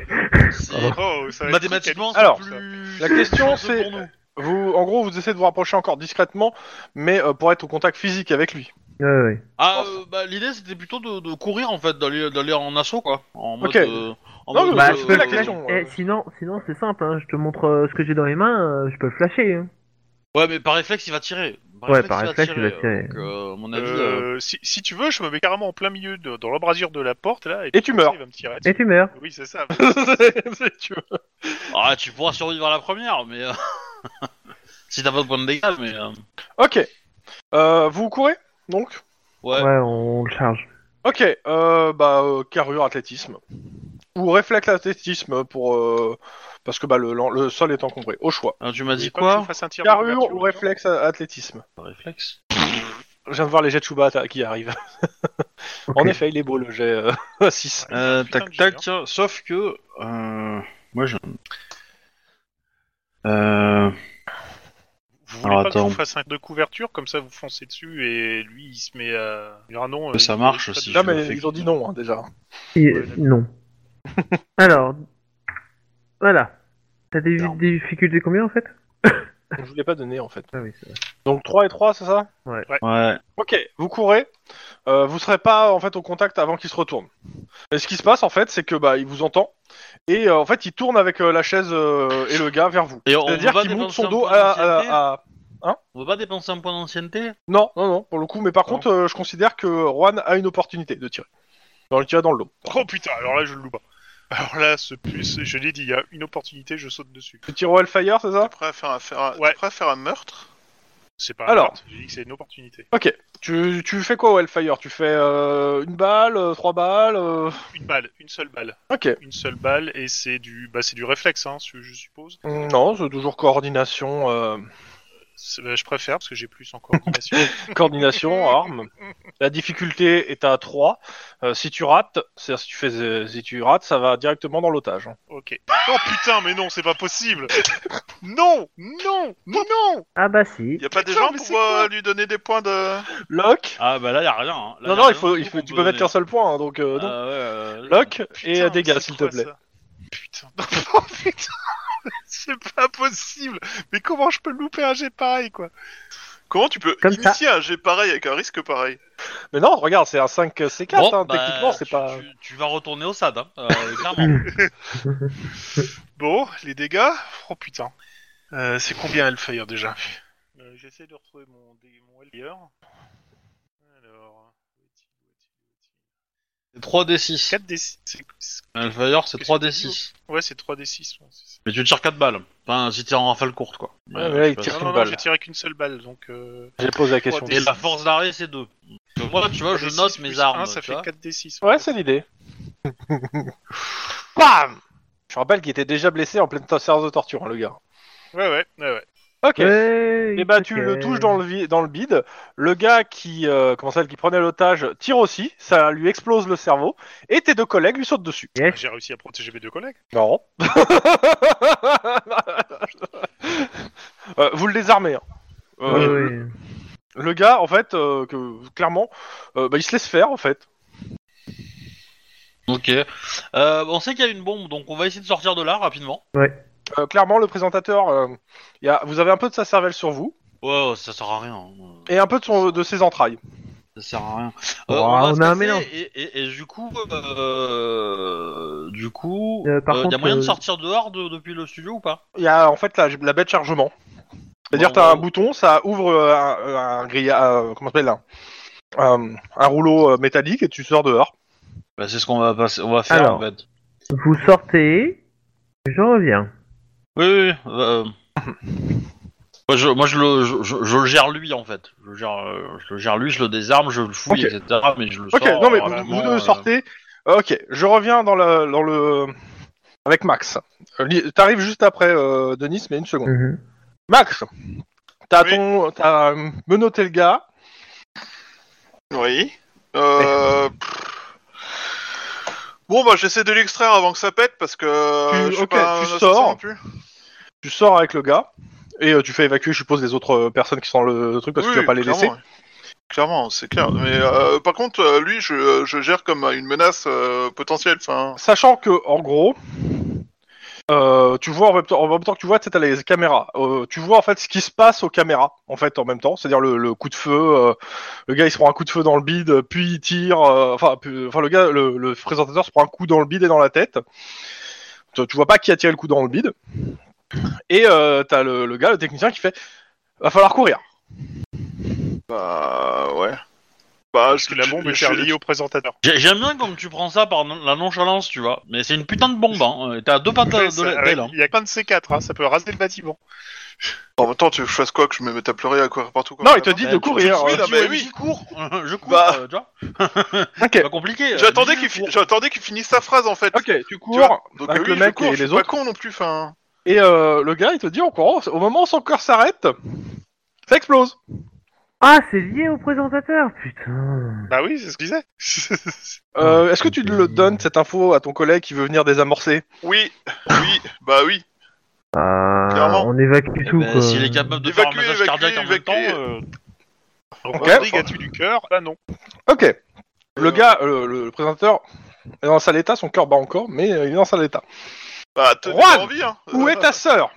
c'est- Oh, ça va être mathématiquement, c'est très Alors, caduque, ça. plus... la question, chanceux c'est- pour nous. Vous, en gros, vous essayez de vous rapprocher encore discrètement, mais euh, pour être au contact physique avec lui. (laughs) Ouais, ouais. Ah, euh, bah, l'idée c'était plutôt de, de courir en fait, d'aller d'aller en assaut quoi. En mode. Ok. euh, en Non, mode, mais Bah, euh, je peux la le question, flasher. euh. Eh, sinon, sinon c'est simple, hein. je te montre euh, ce que j'ai dans les mains, euh, je peux le flasher. Hein. Ouais, mais par réflexe, il va tirer. Ouais, par réflexe, il va tirer. Donc, euh, à mon avis. euh, Euh, si, si tu veux, je me mets carrément en plein milieu de- dans l'embrasure de la porte là. Et tu comme ça, meurs. Il va me tirer. Et tu meurs. Oui, c'est ça. C'est- tu vois. Ah, tu pourras survivre à la première, mais. euh, (laughs) Si t'as pas de point de dégâts, mais. euh, Ok. Euh, vous courez donc ouais. Ouais, on le charge. Ok. Euh, bah euh, carrure athlétisme ou réflexe athlétisme pour euh, parce que bah le, le sol est encombré. Au choix. Alors, tu m'as dit Pas que je quoi vous fasse un tir Carrure d'ouverture, ou réflexe a- athlétisme. Réflexe. Je viens de voir les jets de Chewbacca qui arrivent. (laughs) Ok. En effet, il est beau le jet (laughs) 6. Euh, hein. Putain, tac j'ai tac, tiens, sauf que. Euh, moi je. Euh, Vous Alors, voulez pas que je attends. vous fasse un de couverture, comme ça vous foncez dessus et lui il se met à. Il dira non. Ça euh, marche il- aussi. Là, je mais le fais ils ont dit non hein, déjà. Et- Ouais, d'accord. non. Alors, voilà. T'as des, Non. des difficultés combien en fait Je vous l'ai pas donné en fait. Ah oui, c'est vrai. Donc 3 et 3, c'est ça Ouais. Ok, vous courez, euh, vous serez pas en fait au contact avant qu'il se retourne. Et ce qui se passe en fait, c'est que bah il vous entend et euh, en fait il tourne avec euh, la chaise euh, et le gars vers vous. Et on C'est-à-dire veut pas qu'il monte dépenser son un dos point à, d'ancienneté à- à- On veut pas dépenser un point d'ancienneté Non, non, non, pour le coup. Mais par Non. contre, euh, je considère que Juan a une opportunité de tirer. Dans le tirer dans le lot. Oh putain, alors là je le loue pas. Alors là, ce puce, je l'ai dit, il y a une opportunité, je saute dessus. Tu tires au Hellfire, c'est T'es ça prêt à faire un, faire un- Ouais. t'es prêt à faire un meurtre C'est pas un Alors. meurtre, j'ai dit que c'est une opportunité. tu, tu fais quoi au Hellfire Tu fais euh, une balle, euh, trois balles euh, Une balle, une seule balle. Ok. Une seule balle, et c'est du bah, c'est du réflexe, hein, ce- je suppose. Non, c'est toujours coordination, euh, (laughs) C'est- bah, je préfère, parce que j'ai plus en coordination. (laughs) coordination, arme. La difficulté est à 3. Euh, si tu rates, c'est-à-dire si tu, fais, euh, si tu rates, ça va directement dans l'otage. hein. ok. Oh putain, mais non, c'est pas possible Non Non Non Ah bah si. Y a pas des Putain, gens mais pour c'est quoi euh, lui donner des points de. Lock Ah bah là y'a rien. hein. Là, Non, y a non, rien il faut, du il tout faut, qu'on tu peut peux mettre donner. qu'un seul point, hein, donc euh, non. Ah ouais, euh, Lock et Putain, euh, mais dégâts, c'est s'il te quoi, plaît. ça Putain, (laughs) non, non, putain C'est pas possible Mais comment je peux louper un jet pareil, quoi Comment tu peux Comme ça. initier un jet pareil avec un risque pareil Mais non, regarde, c'est un 5C4, Bon, hein, bah, techniquement, c'est tu- pas. Tu, tu vas retourner au SAD, hein, euh, (laughs) clairement. Bon, les dégâts Oh putain Euh, C'est combien Hellfire, déjà Euh, J'essaie de retrouver mon, dé- mon Hellfire. Alors... 3d6. 4d6... c'est- Un fire c'est Qu'est-ce 3d6. Ouais, c'est 3d6. ouais, c'est ça. Mais tu tires 4 balles. Enfin, si t'es en rafale courte quoi. Euh, Ouais, mais là, je il sais pas tire si- Non, une non, non, balle. j'ai tiré qu'une seule balle, donc... Euh... J'ai posé la question. Ouais, Et la force d'arrêt c'est 2. Donc moi tu vois, je 3D6 note plus mes un, armes. ça tu fait vois. 4d6. Ouais, c'est (laughs) l'idée. Bam Je rappelle qu'il était déjà blessé en pleine to- séance de torture, hein, le gars. Ouais, ouais, ouais, ouais. Ok. Ouais, Et bah tu ok. le touches dans le, vi- dans le bide, le gars qui, euh, comment ça, qui prenait l'otage tire aussi, ça lui explose le cerveau, et tes deux collègues lui sautent dessus. Yes. J'ai réussi à protéger mes deux collègues. (laughs) Non. vous le désarmez. hein. Ouais, Euh, ouais. le, le gars, en fait, euh, que, clairement, euh, bah, il se laisse faire, en fait. Ok. Euh, on sait qu'il y a une bombe, donc on va essayer de sortir de là rapidement. Euh, clairement, le présentateur, euh, il y a- vous avez un peu de sa cervelle sur vous, Ouais, ouais, ça sert à rien. hein. et un peu de, son- de ses entrailles. Ça sert à rien. Bon, Euh, va on se a un casser, mélange. Et, et- et du coup, euh, du coup, il Euh, par y a contre, moyen de euh, sortir dehors de- depuis le studio ou pas Il y a en fait la, la baie de chargement. C'est-à-dire Bon, t'as bon. un bouton, ça ouvre euh, un, un grilla- euh, comment ça s'appelle un, un- un rouleau euh, métallique et tu sors dehors. Bah, c'est ce qu'on va passer, on va faire Alors. en fait. Vous sortez, je reviens. Oui, oui. oui, (laughs) euh, moi, je, moi, je le, je, je- je le gère lui en fait. Je le gère, euh, je le gère lui, je le désarme, je le fouille, Ok. etc. Mais je le Ok, sors. non mais euh, vous, vraiment, vous deux euh, sortez. Ok, je reviens dans le dans le avec Max. Euh, li- T'arrives juste après euh, Denis, mais une seconde. Mhm. Max, t'as Oui. ton t'as euh, menotté le gars. Oui. Euh... pff. Bon bah j'essaie de l'extraire avant que ça pète parce que euh, Tu- je suis ok, pas un tu assassin sors. non plus. Tu sors avec le gars et euh, tu fais évacuer, je suppose, les autres euh, personnes qui sont dans le, le truc parce Oui, que tu vas pas les clairement, laisser. ouais. Clairement, c'est clair. Mais euh, par contre, euh, lui, je, je gère comme euh, une menace euh, potentielle. Enfin, sachant que en gros euh, tu vois en même, temps, en même temps que tu vois, tu sais, t'as les caméras. Euh, tu vois en fait ce qui se passe aux caméras en fait en même temps, c'est-à-dire le, le coup de feu, euh, le gars il se prend un coup de feu dans le bide, puis il tire, euh, enfin puis- enfin, le gars, le, le présentateur se prend un coup dans le bide et dans la tête. Tu, tu vois pas qui a tiré le coup dans le bide. Et euh, t'as le, le gars, le technicien qui fait, va falloir courir. bah ouais. Ah, pas. Parce que la bombe est reliée au présentateur. J'ai- J'aime bien comme tu prends ça par non- la nonchalance, tu vois. Mais c'est une putain de bombe, hein. Euh, T'es à deux pattes Ouais, de- ça- de- avec- d'elle. hein. Il y a plein de C4, hein, ça peut raser le bâtiment. En même temps, tu veux que je fasse quoi Que je me mette à pleurer à courir partout quoi. Non, il te dit de tu- courir. tu- Oui, tu- non, mais tu- oui. tu cours. (laughs) Je cours, Bah. euh, tu vois. Ok, C'est pas compliqué. euh, J'attendais dis- qu'il fi- j'attendais qu'il finisse sa phrase en fait. ok, tu Tu vois, cours Donc avec euh, oui, le je mec cours, et je suis les pas autres. con non plus. hein. Enfin, Et euh, le gars, il te dit en courant, au moment où son cœur s'arrête, ça explose. Ah, c'est lié au présentateur, putain. Bah oui, c'est ce qu'il disait. Ah, Euh, Est-ce que tu le donnes cette info à ton collègue qui veut venir désamorcer oui, oui, bah oui. Ah, Clairement. on évacue Eh tout, ben, quoi. S'il est capable de faire un Évacuer, massage évacuer, cardiaque en même temps, évacuer. euh, Rodrigue, as-tu du cœur Bah non. Ok. Le Euh, gars, euh, le, le présentateur, est dans un sale état, son cœur bat encore, mais euh, il est dans un sale état. Bah tenez Juan, envie hein. Où est ta sœur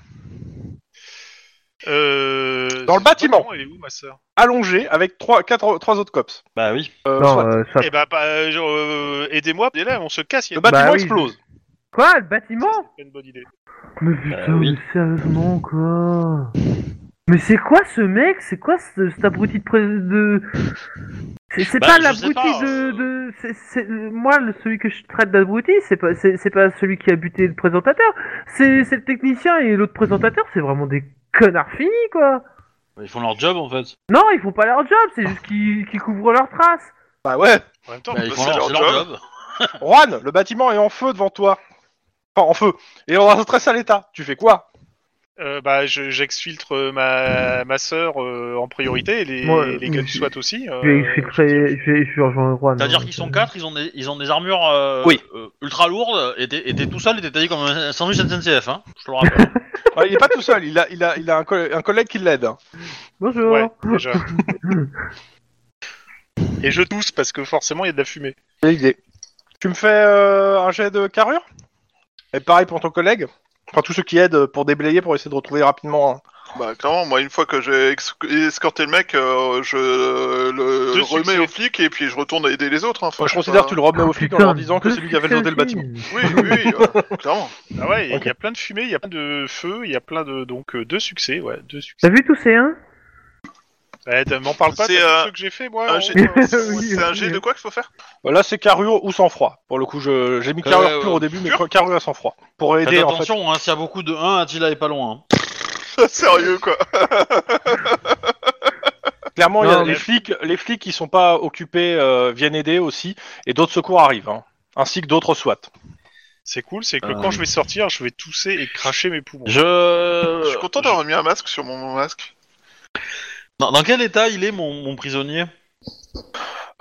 Euh, Dans le c'est bâtiment. pas bon, Elle est où, ma sœur Allongée avec trois, quatre, trois autres cops. bah oui. Euh, Non, soit. euh, soit- Eh bah, bah, genre, euh, aidez-moi, là, on se casse. il y a- Le bâtiment bah oui. explose. Quoi, le Ça, bâtiment c'est pas une bonne idée. Mais putain, Euh, oui. mais sérieusement, quoi Mais c'est quoi ce mec C'est quoi ce, cet abruti de... pré- de... C'est c'est Bah, pas je sais l'abruti pas, de... euh. de... c'est- c'est- Moi, le- celui que je traite d'abruti, c'est pas, c'est c'est pas celui qui a buté le présentateur. C'est c'est le technicien et l'autre présentateur, c'est vraiment des connards finis, quoi. Ils font leur job en fait. Non, ils font pas leur job, Ah. c'est juste qu'ils qu'ils couvrent leurs traces. Bah ouais. En même temps, Bah, ils bah, font c'est leur, leur c'est leur job. Juan, le bâtiment est en feu devant toi. Enfin, en feu. Et dans un très sale état. Tu fais quoi euh, bah, je- j'exfiltre euh, ma, ma sœur euh, en priorité, et les, Moi, les gars du je- SWAT aussi. euh, Je vais exfiltrer- je vais- je vais rejoindre Juan. C'est-à-dire hein. qu'ils sont quatre, ils ont des, ils ont des armures euh, Oui. euh, ultra lourdes, et t'es et t'es tout seul, et t'es taillé comme un sandwich SNCF, hein, je te le (laughs) rappelle. Ouais, Il est pas tout seul. Il a, il a, il a un, coll- un collègue qui l'aide. Bonjour Ouais, (laughs) déjà. et je tousse parce que forcément, il y a de la fumée. J'ai l'idée. Tu me fais euh, un jet de carrure Et pareil pour ton collègue Enfin, tous ceux qui aident pour déblayer, pour essayer de retrouver rapidement. hein. un- Bah clairement, moi une fois que j'ai ex- escorté le mec, euh, je euh, le, Deux le remets succès. au flic et puis je retourne aider les autres. Hein. Enfin, Moi, je sais considère pas. que tu le remets au flic en Putain, leur disant que deux c'est lui qui avait succès looté le aussi. bâtiment. Oui, oui, oui, (laughs) euh, clairement. Ah ouais, il Ok. y a plein de fumée, il y a plein de feux, il y a plein de. Donc, euh, deux succès, ouais, deux succès. T'as vu tous ces uns Ouais, t'as- m'en parle pas, C'est, c'est euh, ce que j'ai fait, moi. un en- jet- euh, (laughs) Oui, C'est un oui, jet oui. de quoi qu'il faut faire (laughs) Là, c'est carrure ou sang-froid. Pour le coup, je- j'ai mis Ouais, carrure ouais, pure ouais. au début, mais carrure à sang-froid. Pour Faites aider, en fait. attention, hein, s'il y a beaucoup de 1, Attila est pas loin. hein. Sérieux quoi Clairement, il y a Non, les, mais- flics, les flics qui sont pas occupés euh, viennent aider aussi, et d'autres secours arrivent, hein. ainsi que d'autres SWAT. C'est cool, c'est que Euh, Ah. quand je vais sortir, je vais tousser et cracher mes poumons. Euh, Je... Je suis content d'avoir mis un masque sur mon mon masque. Dans, dans quel état il est, mon, mon prisonnier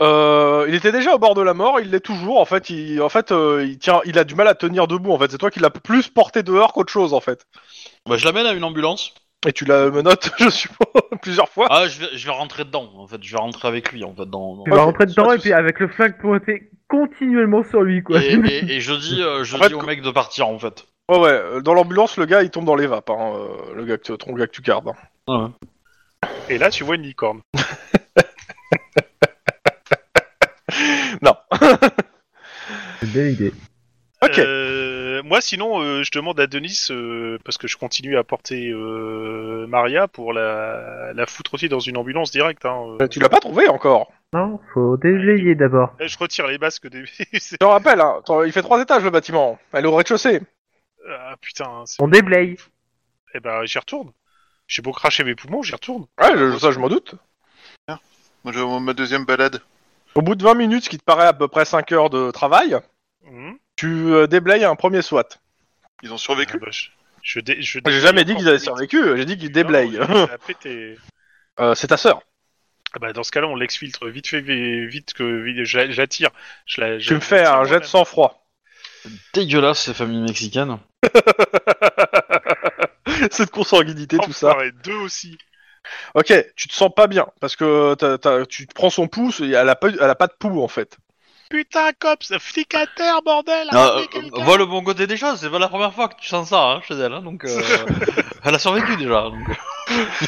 Euh, il était déjà au bord de la mort, il l'est toujours. En fait, il, en fait, euh, il tient, il a du mal à tenir debout. En fait, c'est toi qui l'as plus porté dehors qu'autre chose, en fait. bah, Je l'amène à une ambulance. Et tu la menottes, (laughs) je suppose, plusieurs fois. Ah, je vais, je vais rentrer dedans, en fait, je vais rentrer avec lui, en fait, dans... dans- Tu vas Ok, rentrer dedans pas de et puis soucis. avec le flingue pointé continuellement sur lui, quoi. Et, et- et je dis, euh, je En fait, dis au co- mec de partir, en fait. Ouais, ouais. euh, Dans l'ambulance, le gars, il tombe dans les vapes. Hein, euh, le gars que tu, ton gars que tu gardes. hein. Et là, tu vois une licorne. C'est une belle idée. Ok. Euh, moi, sinon, euh, je demande à Denis, euh, parce que je continue à porter euh, Maria pour la, la foutre aussi dans une ambulance directe. hein, euh. Mais tu l'as pas trouvé encore. (laughs) Non, faut déglayer d'abord. Là, je retire les basques des. (laughs) c'est- Je te rappelle, hein, t'en- il fait trois étages le bâtiment. Elle est au rez-de-chaussée. ah putain, c'est- On déblaye. eh ben, j'y retourne. J'ai beau cracher mes poumons, j'y retourne. Ouais, je- ça, je m'en doute. Moi, je ma deuxième balade. Au bout de 20 minutes, ce qui te paraît à peu près 5 heures de travail, Mhm. tu euh, déblayes un premier SWAT. Ils ont Ah survécu. bah, je- je dé- je J'ai dé- jamais dit qu'ils avaient survécu. euh, J'ai dit qu'ils déblayent. Non, (laughs) ça a pété. (laughs) Euh, c'est ta sœur. Ah bah, dans ce cas-là, on l'exfiltre vite fait, vi- vite que vite- je la- j'attire. Je la- je- Tu me fais un jet de sang-froid. (laughs) Dégueulasse, ces familles mexicaines. cette consanguinité, tout ça. Enfoiré, deux aussi. Ok, tu te sens pas bien parce que t'as- t'as- tu te prends son pouce et elle a, pas, elle a pas de pouls en fait. Putain, cops, flic à terre, bordel Euh, ramenez quelqu'un. vois le bon côté des choses, c'est pas la première fois que tu sens ça hein, chez elle, hein, donc euh, (laughs) elle a survécu déjà. donc. euh,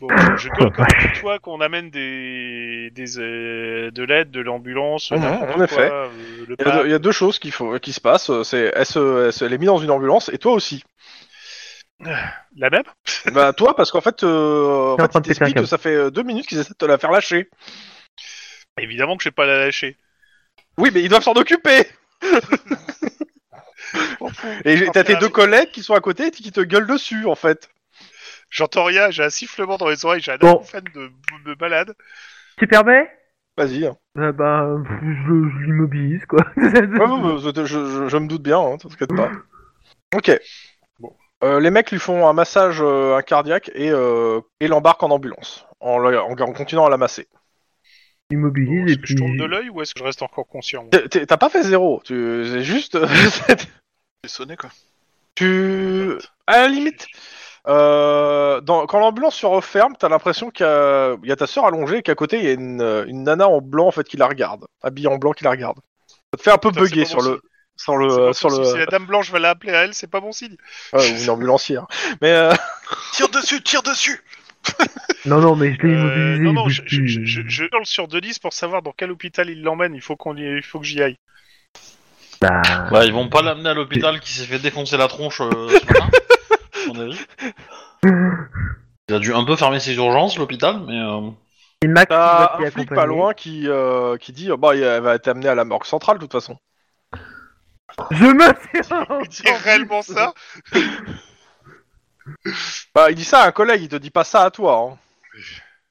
Bon, je compte comme une fois qu'on amène des, des euh, de l'aide, de l'ambulance, Mhm, n'importe en quoi, effet. euh, le Il y a, pape. deux- il y a deux choses qu'il faut, qui se passent. euh, C'est elle, se- elle se- elle est mise dans une ambulance et toi aussi. la même bah toi parce qu'en fait, euh, en T'es en fait, il train de péter un t'explique que câble. ça fait euh, deux minutes qu'ils essaient de te la faire lâcher. Évidemment que je vais pas la lâcher. Oui, mais ils doivent s'en occuper Et j'ai- t'as tes deux collègues qui sont à côté et qui te gueulent dessus, en fait. J'entends rien, j'ai un sifflement dans les oreilles, j'ai un Bon. fan de, de balade. Tu permets Vas-y. hein. Ah bah, pff, je, le- je l'immobilise, quoi. (laughs) Ouais, ouais, ouais, je, je- je me doute bien, hein, t'inquiète pas. Ok. Bon. Euh, les mecs lui font un massage euh, un cardiaque et, euh, et l'embarquent en ambulance, en, le- en- en continuant à la masser. Immobilise Bon, et est-ce que puis. je tourne de l'œil ou est-ce que je reste encore conscient T'es- t'es- T'as pas fait zéro, tu- c'est juste... (laughs) J'ai sonné quoi. tu... À la limite, euh, dans- quand l'ambulance se referme, t'as l'impression qu'il y, a- il y a ta sœur allongée et qu'à côté, il y a une, euh, une nana en blanc en fait qui la regarde, habillée en blanc qui la regarde. Ça te fait un peu Putain, c'est bugger pas sur bon le, sur le, C'est euh, pas sur bon signe. Si le, la dame blanche va l'appeler à elle, c'est pas bon signe. ouais, ou une ambulancière. (laughs) Mais euh, Tire dessus, tire dessus Non, non, mais je l'ai Euh, immobilisé. non, il non, bouge je, je, plus. je, je- je hurle sur Denise pour savoir dans quel hôpital il l'emmène. Il faut qu'on y- il faut que j'y aille. Bah, Bah, ils vont pas l'amener à l'hôpital qui s'est fait défoncer la tronche euh, ce matin, à mon avis. Il a dû un peu fermer ses urgences, l'hôpital, mais... euh, c'est Max t'as qui un flic va t'y pas accompagner. loin qui, euh, qui dit, euh, bah, elle va t'amener à la morgue centrale de toute façon. Je me tiens (laughs) (laughs) Il dit réellement ça Bah, il dit ça à un collègue, il te dit pas ça à toi. hein.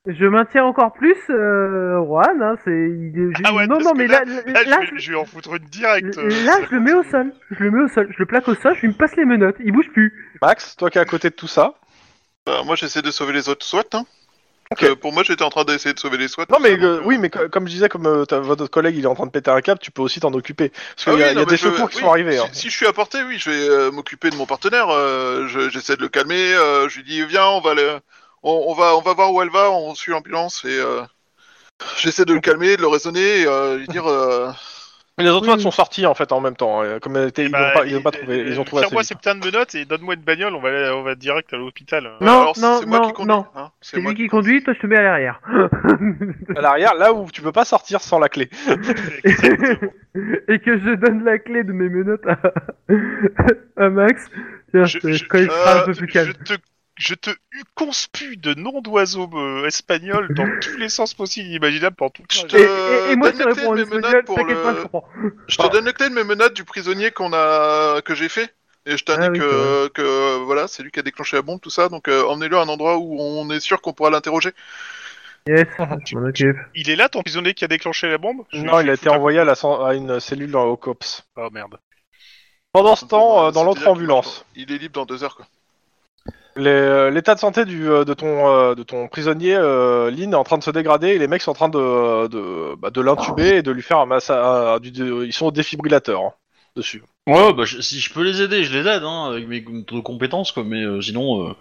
Je maintiens encore plus, euh, Juan, hein, c'est... il est- Ah ouais, non, parce non, que mais là, là- là, Là, là, je, vais, je vais en foutre une directe. euh, je- là, c'est je le bon. mets au sol, je le mets au sol, je le plaque au sol, je lui passe les menottes, il bouge plus. Max, toi qui es à côté de tout ça. Bah, moi j'essaie de sauver les autres SWAT. Hein. Ok. Euh, pour moi j'étais en train d'essayer de sauver les SWAT. Non mais Donc, euh, euh, oui, mais co- comme je disais, comme euh, t'as- votre collègue il est en train de péter un câble, tu peux aussi t'en occuper. Parce qu'il y ah a, il oui, y non, a mais des je- secours qui oui, sont arrivés. Si, hein. si je suis à portée, oui, je vais euh, m'occuper de mon partenaire. euh, je- J'essaie de le calmer. euh, je lui dis viens, on va le, on, on va, on va voir où elle va. On suit l'ambulance et euh, j'essaie de le calmer, de le raisonner, et, euh, lui (laughs) dire. euh, Mais les autres Oui. SWAT sont sortis en fait en même temps. hein. Comme elles étaient- ils n'ont Bah, pas, ils ont pas il- trouvé, il- ils ont trouvé assez Tire-moi vite. ces putains de menottes et donne-moi une bagnole, on va, aller- on va direct à l'hôpital. (laughs) Non, alors, c'est- non, c'est moi non, qui conduis, non. hein, c'est C'est moi lui qui conduit, toi je te mets à l'arrière. (laughs) à l'arrière, là où tu peux pas sortir sans la clé. Ah, Et que je donne la clé de mes menottes à, (laughs) à Max, tiens, Je- je- quand il sera un euh, peu Je plus calme. te, je te conspue de noms d'oiseaux euh, (laughs) espagnols dans tous les sens possibles et imaginables pendant tout Je le te- temps. Et, et- et moi je te donne la clé réponds en de mes espagnol, menottes pour t'inquiète pas, le- je comprends. Je Ah. te donne les clés de mes menottes du prisonnier qu'on a que j'ai fait et je t'indique Ah oui, euh, que euh, voilà c'est lui qui a déclenché la bombe tout ça donc euh, emmenez-le à un endroit où on est sûr qu'on pourra l'interroger. Yes, Ah, je m'en occupe. Il est là ton prisonnier qui a déclenché la bombe Je- Non, je- il a été je- envoyé à, la, cen- à une cellule dans- au COPS. Oh merde. Pendant ce temps, euh, dans C'est-à-dire l'autre qu'il- ambulance, Il est libre dans deux heures quoi. les, euh, l'état de santé du, euh, de, ton, euh, de ton prisonnier, euh, Lynn, est en train de se dégrader et les mecs sont en train de, de, bah, de l'intuber et de lui faire un massage. Ils sont au défibrillateur hein, dessus. Ouais, bah, je- si je peux les aider, je les aide, hein, avec mes com- compétences, quoi, mais euh, sinon, euh,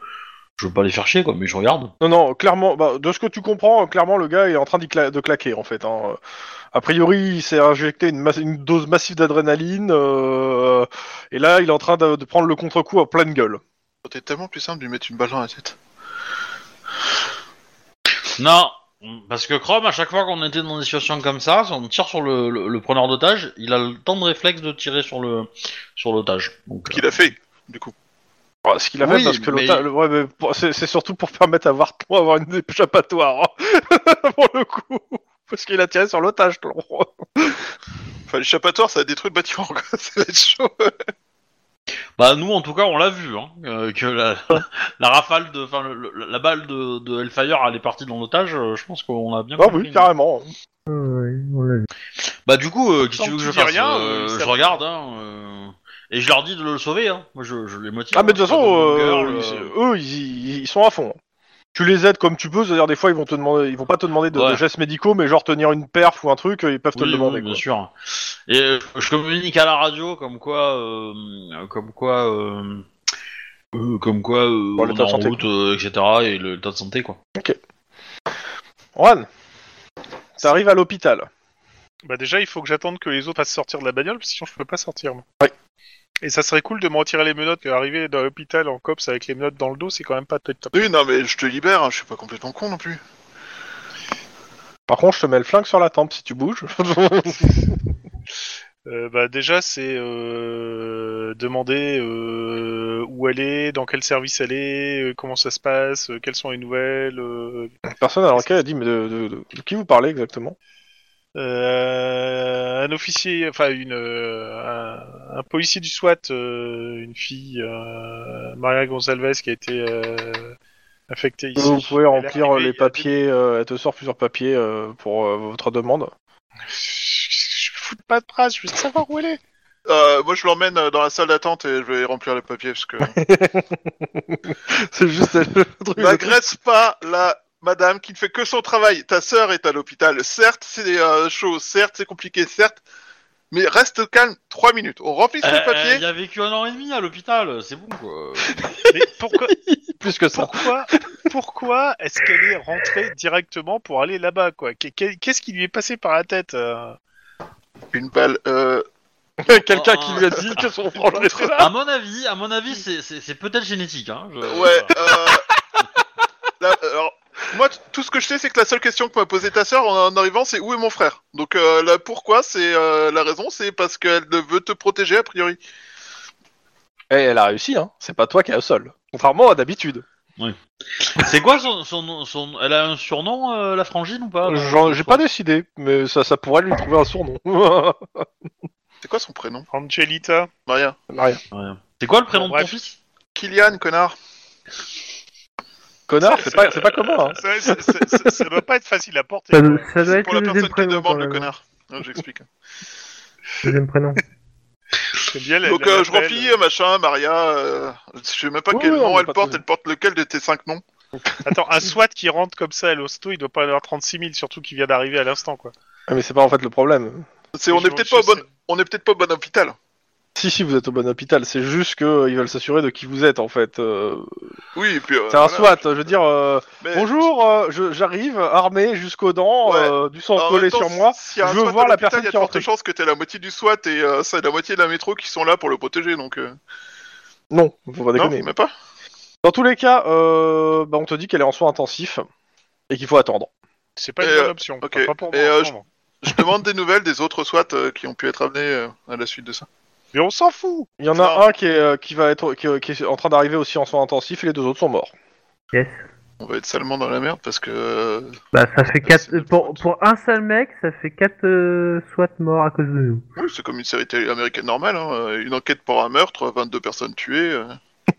je veux pas les faire chier, quoi, mais je regarde. Non, non, clairement, bah, de ce que tu comprends, euh, clairement, le gars il est en train d'y cla- de claquer, en fait. hein. Euh, A priori, il s'est injecté une, masse- une dose massive d'adrénaline, euh, et là, il est en train de, de prendre le contre-coup à pleine gueule. C'était tellement plus simple de lui mettre une balle dans la tête. Non, parce que Chrome, à chaque fois qu'on était dans des situations comme ça, si on tire sur le, le- le preneur d'otage, il a le temps de réflexe de tirer sur le sur l'otage. Donc, euh, Qu'il a fait du coup. Voilà, ce qu'il a fait, Oui, parce que mais- l'OTA- le- ouais, mais pour- c'est c'est surtout pour permettre à Wartlon avoir une échappatoire, hein, (laughs) pour le coup. Parce qu'il a tiré sur l'otage, Tlon. Enfin l'échappatoire ça a détruit le bâtiment quoi. ça va être chaud. Bah nous, en tout cas, on l'a vu, hein, euh, que la, (laughs) la rafale de, enfin, le- le- la balle de, de Hellfire, elle est partie dans l'otage. euh, je pense qu'on l'a bien. Ah compris, oui, carrément. Ah ouais, on l'a vu. Bah du coup, euh, qu'est-ce que Tant tu veux que que tu je dis fasse rien, Euh, euh, ça Je va. regarde, hein, euh, et je leur dis de le sauver. Hein. Moi, je, je les motive. Ah, mais de hein, toute façon, Golden euh, Girl, ils- euh, eux, ils, ils- ils sont à fond. Tu les aides comme tu peux, c'est-à-dire des fois ils vont te demander, ils vont pas te demander de, de Ouais. gestes médicaux, mais genre tenir une perf ou un truc, euh, ils peuvent te Oui, le demander. oui, bien quoi. sûr. Et euh, je communique à la radio comme quoi, euh, comme quoi, euh, euh, comme quoi, euh, Bon, on l'état est de en santé, route, euh, etc. Et le l'état de santé, quoi. Juan, t'arrives à l'hôpital. Bah déjà, il faut que j'attende que les autres fassent sortir de la bagnole, parce que sinon je peux pas sortir. Moi. Ouais. Et ça serait cool de m'en tirer les menottes, et arriver dans l'hôpital en cops avec les menottes dans le dos, c'est quand même pas top top. Oui non mais je te libère hein, je suis pas complètement con non plus. Par contre, je te mets le flingue sur la tempe si tu bouges. (laughs) Euh, bah déjà, c'est euh, demander euh, où elle est, dans quel service elle est, euh, comment ça se passe, euh, quelles sont les nouvelles. euh, Personne à l'enquête a dit, mais de, de- de- de qui vous parlez exactement Euh, un officier, enfin une, euh, un, un policier du SWAT, euh, une fille, euh, Maria Gonsalves, qui a été euh, affectée ici. Vous pouvez Elle est remplir arrivée les il y a papiers, euh, elle te sort plusieurs papiers euh, pour euh, votre demande. Je me fous de pas de trace, je veux savoir où elle est. Euh, moi, je l'emmène euh, dans la salle d'attente et je vais remplir les papiers parce que. (laughs) C'est juste le truc. N'agresse pas la madame qui ne fait que son travail. Ta sœur est à l'hôpital. Certes, c'est euh, chaud. Certes, c'est compliqué. Certes. Mais reste calme. Trois minutes. On remplit ses Euh, papiers. Il a vécu un an et demi à l'hôpital, c'est bon quoi. Mais pourquoi, plus que ça. pourquoi, pourquoi est-ce qu'elle est rentrée directement pour aller là-bas, quoi Qu'est- qu'est- Qu'est-ce qui lui est passé par la tête euh Une balle. euh, Quelqu'un qui lui a (laughs) dit que son frangin était là. à mon avis, à mon avis, c'est- c'est c'est peut-être génétique. Hein, je- Ouais. euh, (laughs) la- alors, moi, t- tout ce que je sais, c'est que la seule question que m'a posée ta sœur en, en arrivant, c'est où est mon frère. Donc euh, là, pourquoi C'est euh, la raison, c'est parce qu'elle ne veut te protéger a priori. Eh, elle a réussi, hein. C'est pas toi qui es au sol. Contrairement à d'habitude. C'est quoi son, son, son- Elle a un surnom, euh, la frangine ou Ah, pas J'en- J'ai pas décidé, mais ça, ça pourrait lui trouver un surnom. C'est quoi son prénom Angelita. Maria. (laughs) Rien. Ouais. C'est quoi le prénom Bon, de ton bref. fils Kylian, connard. Connard, c'est pas, c'est pas commun. Hein. Ça, ça- ça- ça- ça doit pas être facile à porter. Ça, quoi. ça doit C'est être pour la le personne deuxième qui prénom. demande quand le même. connard. Non, J'explique. Deuxième prénom. C'est bien, elle- Donc elle euh, je l'appelle. remplis euh, machin, Maria. euh, je sais même pas Oui, quel oui, on nom est elle pas porte. trop- Elle porte lequel de tes cinq noms Attends, un SWAT qui rentre comme ça à l'hosto, il doit pas en avoir 36 000, surtout qu'il vient d'arriver à l'instant, quoi. euh, Ah, Mais c'est pas en fait le problème. C'est on Je- est peut-être pas au je bon, sais. on est peut-être pas au bon hôpital. Si, si, vous êtes au bon hôpital. C'est juste qu'ils veulent s'assurer de qui vous êtes, en fait. Euh, Oui, et puis. euh, c'est un voilà. SWAT. Je veux dire, euh, Mais bonjour, euh, je- j'arrive armé jusqu'aux dents, Ouais. Bah, euh, du sang en collé même temps, sur moi. s'il y a un je veux SWAT à voir la l'hôpital, personne Il y a qui de est fortes rentrée. chances que t'aies la moitié du SWAT et euh, ça, la moitié de la métro qui sont là pour le protéger. Donc euh, Non, faut pas non, déconner. même pas. Dans tous les cas, euh, bah, on te dit qu'elle est en soins intensifs et qu'il faut attendre. C'est pas une Et, bonne euh, option. ok. Enfin, pas pour moi, Et, euh, en ce je- moment. (laughs) Je demande des nouvelles des autres SWAT euh, qui ont pu être amenés euh, à la suite de ça. Mais on s'en fout Il y en Ah. a un qui est, euh, qui va être, qui, qui est en train d'arriver aussi en soins intensifs et les deux autres sont morts. Yes. On va être salement dans la merde parce que euh, Bah, ça fait Merci 4. de Pour, prendre. pour un seul mec, ça fait 4 SWAT morts à cause de nous. oui, c'est comme une série télé américaine normale. hein, euh, Une enquête pour un meurtre, 22 personnes tuées. euh.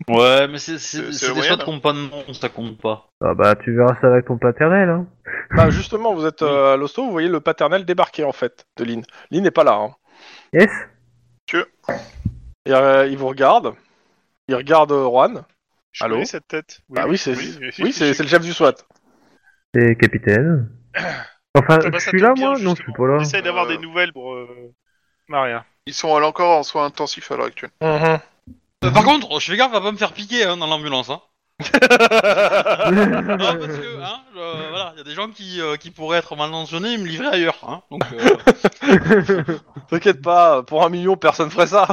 Ouais, mais c'est c'est- hein. C'est- c'est c'est des moyen, choix de compagnons, ça compte pas. Ah bah, tu verras ça avec ton paternel, hein. Bah justement, vous êtes euh, à l'hosto, vous voyez le paternel débarquer en fait de Lynn. Lynn n'est pas là. Hein. Yes Et, euh, il vous regarde, il regarde euh, Juan. Je Allô connais cette tête. Ah oui, c'est oui, oui, c'est c'est le chef du SWAT. C'est capitaine. Enfin, Ah bah, je ça suis tombe là, moi bien, Non, justement. je suis pas là. (laughs) J'essaie d'avoir Euh, des nouvelles pour euh, Maria. Ils sont alors encore en soins intensifs à l'heure actuelle. Euh, par contre, je fais gaffe à pas me faire piquer hein, dans l'ambulance. Hein. Ah, Non, parce que, hein, je- voilà, il y a des gens qui, euh, qui pourraient être mal intentionnés et me livrer ailleurs. Hein, donc, euh, T'inquiète pas, pour un million, personne ferait ça.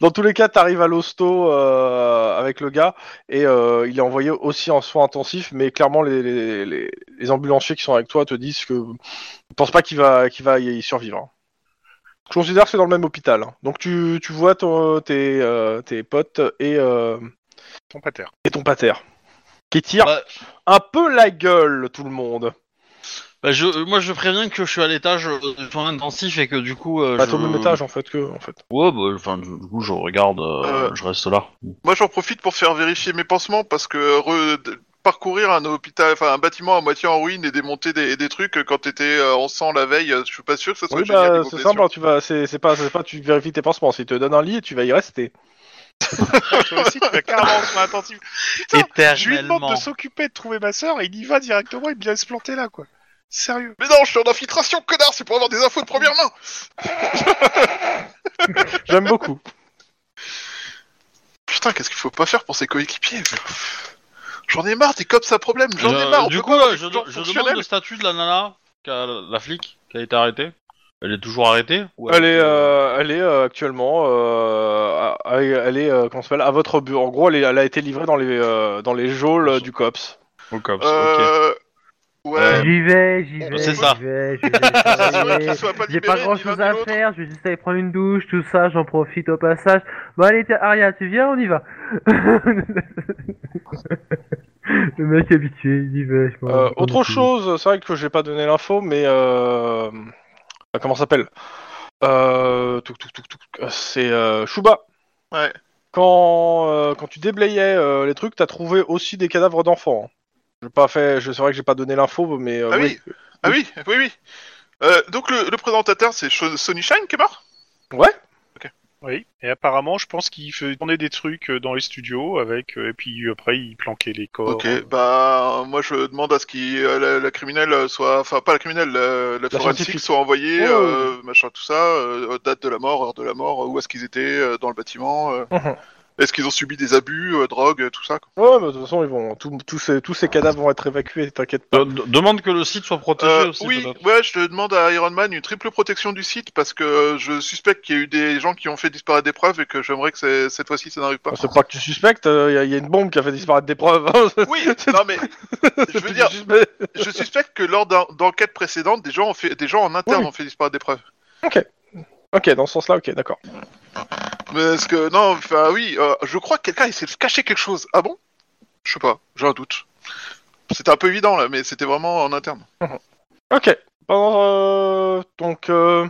Dans tous les cas, t'arrives à l'hosto euh, avec le gars et euh, il est envoyé aussi en soins intensifs, mais clairement les, les- les- les ambulanciers qui sont avec toi te disent que je pense pas qu'il va qu'il va y survivre. hein. Je considère que c'est dans le même hôpital. hein. Donc tu, tu vois ton- tes, euh, tes potes et, euh, Ton pater. et ton pater qui tire Bah- un peu la gueule tout le monde. (laughs) bah, je, euh, moi, je préviens que je suis à l'étage euh, de soins intensifs et que du coup. Euh, Bah, je... t'es au même étage en fait que en fait. Ouais, bah, enfin, du du coup, je regarde, euh, Euh. je reste là. Moi, j'en profite pour faire vérifier mes pansements parce que re- de- parcourir un hôpital, enfin un bâtiment à moitié en ruine et démonter des, des trucs quand t'étais euh, en sang la veille, euh, je suis pas sûr que ce soit Oui, génial. bah, comme c'est question. simple, tu vas, c'est c'est pas, c'est pas, tu vérifies tes pansements. S'il te donne un lit, tu vas y rester. Toi aussi, tu (laughs) vas carrément en soins intensifs. Putain, je lui demande Éternellement. de s'occuper de trouver ma sœur et il y va directement, il vient se planter là, quoi. Sérieux. Mais non, je suis en infiltration, connard, c'est pour avoir des infos de première main. J'aime beaucoup. Putain, qu'est-ce qu'il faut pas faire pour ses coéquipiers J'en ai marre, t'es comme ça problème, j'en ai Je- marre. on Du peut coup, pas avoir euh, des je, gens je fonctionnels. demande le statut de la nana, qui a- la flic, qui a été arrêtée. Elle est toujours arrêtée ou Elle est, euh, euh, elle est euh, actuellement, euh, à- à- elle est, euh, comment ça s'appelle, à votre bureau. En gros, elle, est- elle a été livrée dans les, euh, dans les geôles euh, du cops. au cops, ok. Euh, Ouais. (laughs) Euh, J'y vais, j'y vais, C'est j'y ça. vais, j'y vais, Soit j'y qu'il vais. soit pas J'ai libéré, pas grand ni l'un chose ni à l'autre. faire, je vais juste aller prendre une douche, tout ça, j'en profite au (laughs) passage. Bon allez, t'es- Aria, tu viens, on y va. Le mec habitué, il dit bah, je m'en- Euh, je m'en autre occupe. chose, c'est vrai que j'ai pas donné l'info, mais euh, euh, comment ça s'appelle Euh, touc, touc, touc, touc, euh, C'est euh, Chouba. Ouais. Quand euh, quand tu déblayais euh, les trucs, t'as trouvé aussi des cadavres d'enfants. hein. J'ai pas fait, je- c'est vrai que j'ai pas donné l'info, mais euh, Ah oui. Ah oui, oui, oui. Euh, donc le, le présentateur, c'est Sho- Sonny Shine qui est mort Oui, et apparemment, je pense qu'il faisait tourner des trucs euh, dans les studios avec, euh, et puis après, il planquait les corps. Ok, bah moi je demande à ce que la, la criminelle soit, enfin pas la criminelle, la, la forensique scientifique. soit envoyée, Oh. euh, machin tout ça, euh, date de la mort, heure de la mort, euh, où est-ce qu'ils étaient euh, dans le bâtiment, euh, (laughs) Mhm. est-ce qu'ils ont subi des abus, euh, drogue, euh, tout ça. Quoi. Ouais, mais de toute façon, ils vont tous- tous ces tous ces cadavres vont être évacués, t'inquiète pas. De- de- demande que le site soit protégé Euh, aussi. oui, peut-être. ouais, je te demande à Iron Man une triple protection du site parce que euh, je suspecte qu'il y a eu des gens qui ont fait disparaître des preuves et que j'aimerais que c'est- cette fois-ci ça n'arrive pas. C'est pas que tu suspectes, il y, a une bombe qui a fait disparaître des preuves. hein. Oui, non (laughs) mais je veux dire, je suspecte que lors d'un- d'enquêtes précédentes, des gens ont fait, des gens en interne Oui. ont fait disparaître des preuves. Ok, dans ce sens-là, ok, d'accord. Parce que non, enfin oui, euh, je crois que quelqu'un essaie de cacher quelque chose. Ah bon Je sais pas, j'ai un doute. C'était un peu évident là, mais c'était vraiment en interne. Ok. Pendant, euh, donc, euh,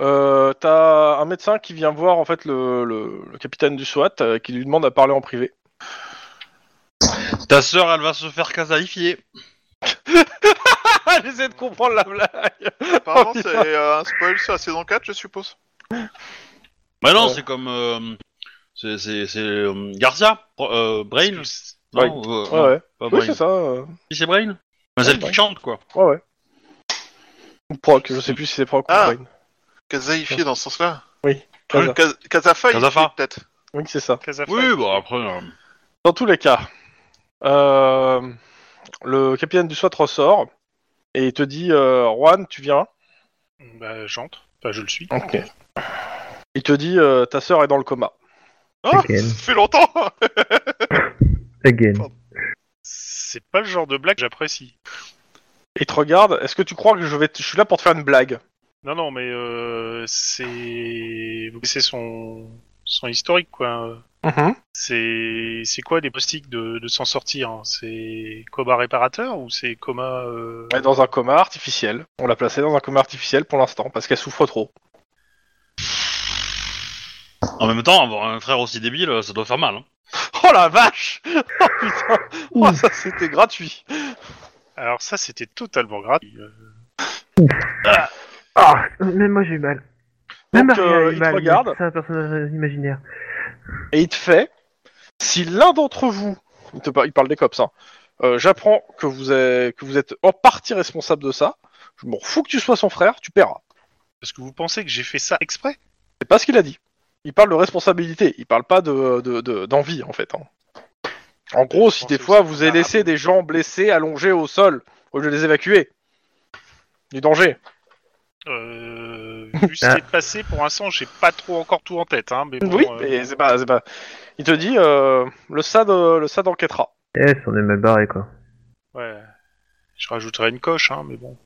euh, t'as un médecin qui vient voir en fait le, le- le capitaine du SWAT euh, qui lui demande à parler en privé. Ta sœur, elle va se faire casaifier. (laughs) Ah, j'essaie de comprendre la blague. Apparemment, Oh, c'est euh, un spoil sur la saison 4, je suppose. Bah non, Ouais. c'est comme. euh, c'est c'est- c'est, euh, Garcia Pro- euh, Brain Non, Ouais. euh, Ouais, non, ouais. pas Oui, Brain. c'est ça. euh, Si, c'est Brain Bah, Celle Brain. qui chante, quoi. Ouais, ouais. Ou Proc, je sais plus si c'est Proc Ah. ou Brain. Casaifié dans ce sens-là. Casa. Cas- Casafa, il Casafa. fait peut-être. Oui, c'est ça. Casafat. Oui, bah après. euh, Dans tous les cas, euh, le capitaine du SWAT ressort et il te dit euh, Juan, tu viens. Bah, j'entre. Enfin, je le suis. Ok. Il te dit euh, ta sœur est dans le coma. Oh, Again. ça fait longtemps (laughs) Again. C'est pas le genre de blague que j'apprécie. Il te regarde. Est-ce que tu crois que je vais, t- je suis là pour te faire une blague Non, non, mais euh, c'est. Vous connaissez son. son historique, quoi. Mhm. C'est. C'est quoi les postiques de, de s'en sortir hein C'est coma réparateur ou c'est coma. euh, Elle est dans un coma artificiel. On l'a placée dans un coma artificiel pour l'instant parce qu'elle souffre trop. (laughs) En même temps, avoir un frère aussi débile, euh, ça doit faire mal. hein. Oh la vache (laughs) Oh putain Oh ça c'était gratuit. Alors, ça, c'était totalement gratuit. Euh, Ah, même moi j'ai eu mal. Même Donc, Maria a eu euh, il te mal, mais regarde. C'est un personnage imaginaire. Et il te fait si l'un d'entre vous, il, te par- il parle des cops, hein, euh, j'apprends que vous êtes que vous êtes en partie responsable de ça. Je m'en fous que tu sois son frère, tu paieras. Parce que vous pensez que j'ai fait ça exprès C'est pas ce qu'il a dit. Il parle de responsabilité, il parle pas de de- de- d'envie en fait. hein. En gros, si pense des que fois c'est vous avez pas laissé des gens blessés allongés au sol au lieu de les évacuer, du danger. (laughs) Euh, vu ce qui est passé pour l'instant, j'ai pas trop encore tout en tête, hein, mais bon, Oui, euh, mais c'est pas, c'est pas. Il te dit euh, le SAD, euh, le SAD enquêtera. Eh, on est mal (laughs) barré quoi. ouais. je rajouterai une coche, hein, mais bon.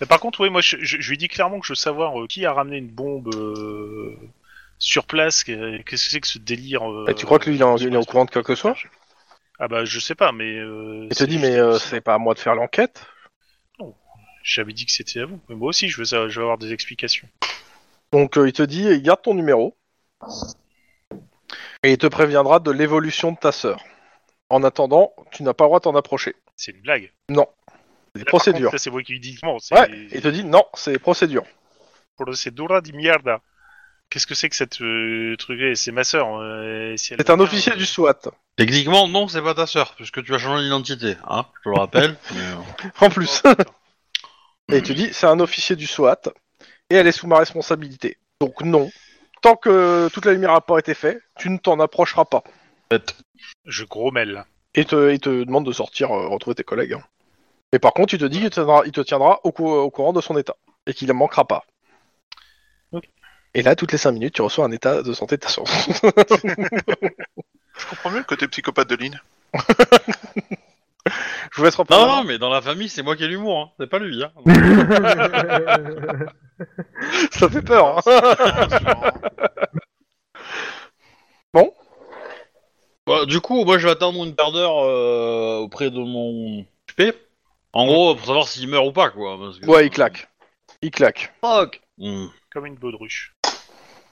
Mais par contre, oui, moi, je, je- je lui dis clairement que je veux savoir euh, qui a ramené une bombe euh, sur place. que- Qu'est-ce que c'est que ce délire euh, Et Bah, tu crois que lui, il est, en- il est au courant de quelque chose Ah bah, je sais pas, mais. Euh, Il te c'est dit juste mais euh, impossible. c'est pas à moi de faire l'enquête. J'avais dit que c'était à vous. Mais moi aussi, je veux, ça- je veux avoir des explications. Donc euh, il te dit il garde ton numéro et il te préviendra de l'évolution de ta sœur. En attendant, tu n'as pas le droit de t'en approcher. C'est une blague. C'est des Là, par contre, procédures. ça, c'est moi qui lui dis. non, c'est- Ouais, il te dit non, c'est des procédures. Procedura di mierda. Qu'est-ce que c'est que cette euh, truc là C'est ma sœur. euh, si elle C'est un veut officier bien, du euh, SWAT. Techniquement, non, c'est pas ta sœur, puisque tu as changé d'identité, hein, je te le (laughs) rappelle. mais, euh, En plus. oh, putain. Et tu dis, c'est un officier du SWAT, et elle est sous ma responsabilité. Donc non, tant que toute la lumière n'a pas été faite, tu ne t'en approcheras pas. bête. je gros mêle. Et te, il te demande de sortir, euh, retrouver tes collègues. hein. Mais par contre, il te dit qu'il te tiendra, il te tiendra au, cou- au courant de son état, et qu'il ne manquera pas. Ok. Et là, toutes les 5 minutes, tu reçois un état de santé de ta source. Je comprends mieux le côté psychopathe de Lynn. (laughs) Je vous laisse Non, reprendre. non, mais dans la famille, c'est moi qui ai l'humour, hein, c'est pas lui. Hein. Ça fait peur. hein. Sûrement. Euh, du coup, moi je vais attendre une paire d'heures euh, auprès de mon occupé. En gros, pour savoir s'il meurt ou pas, quoi. parce que- Ouais, il claque. Il claque. Fuck. Hmm. Comme une baudruche.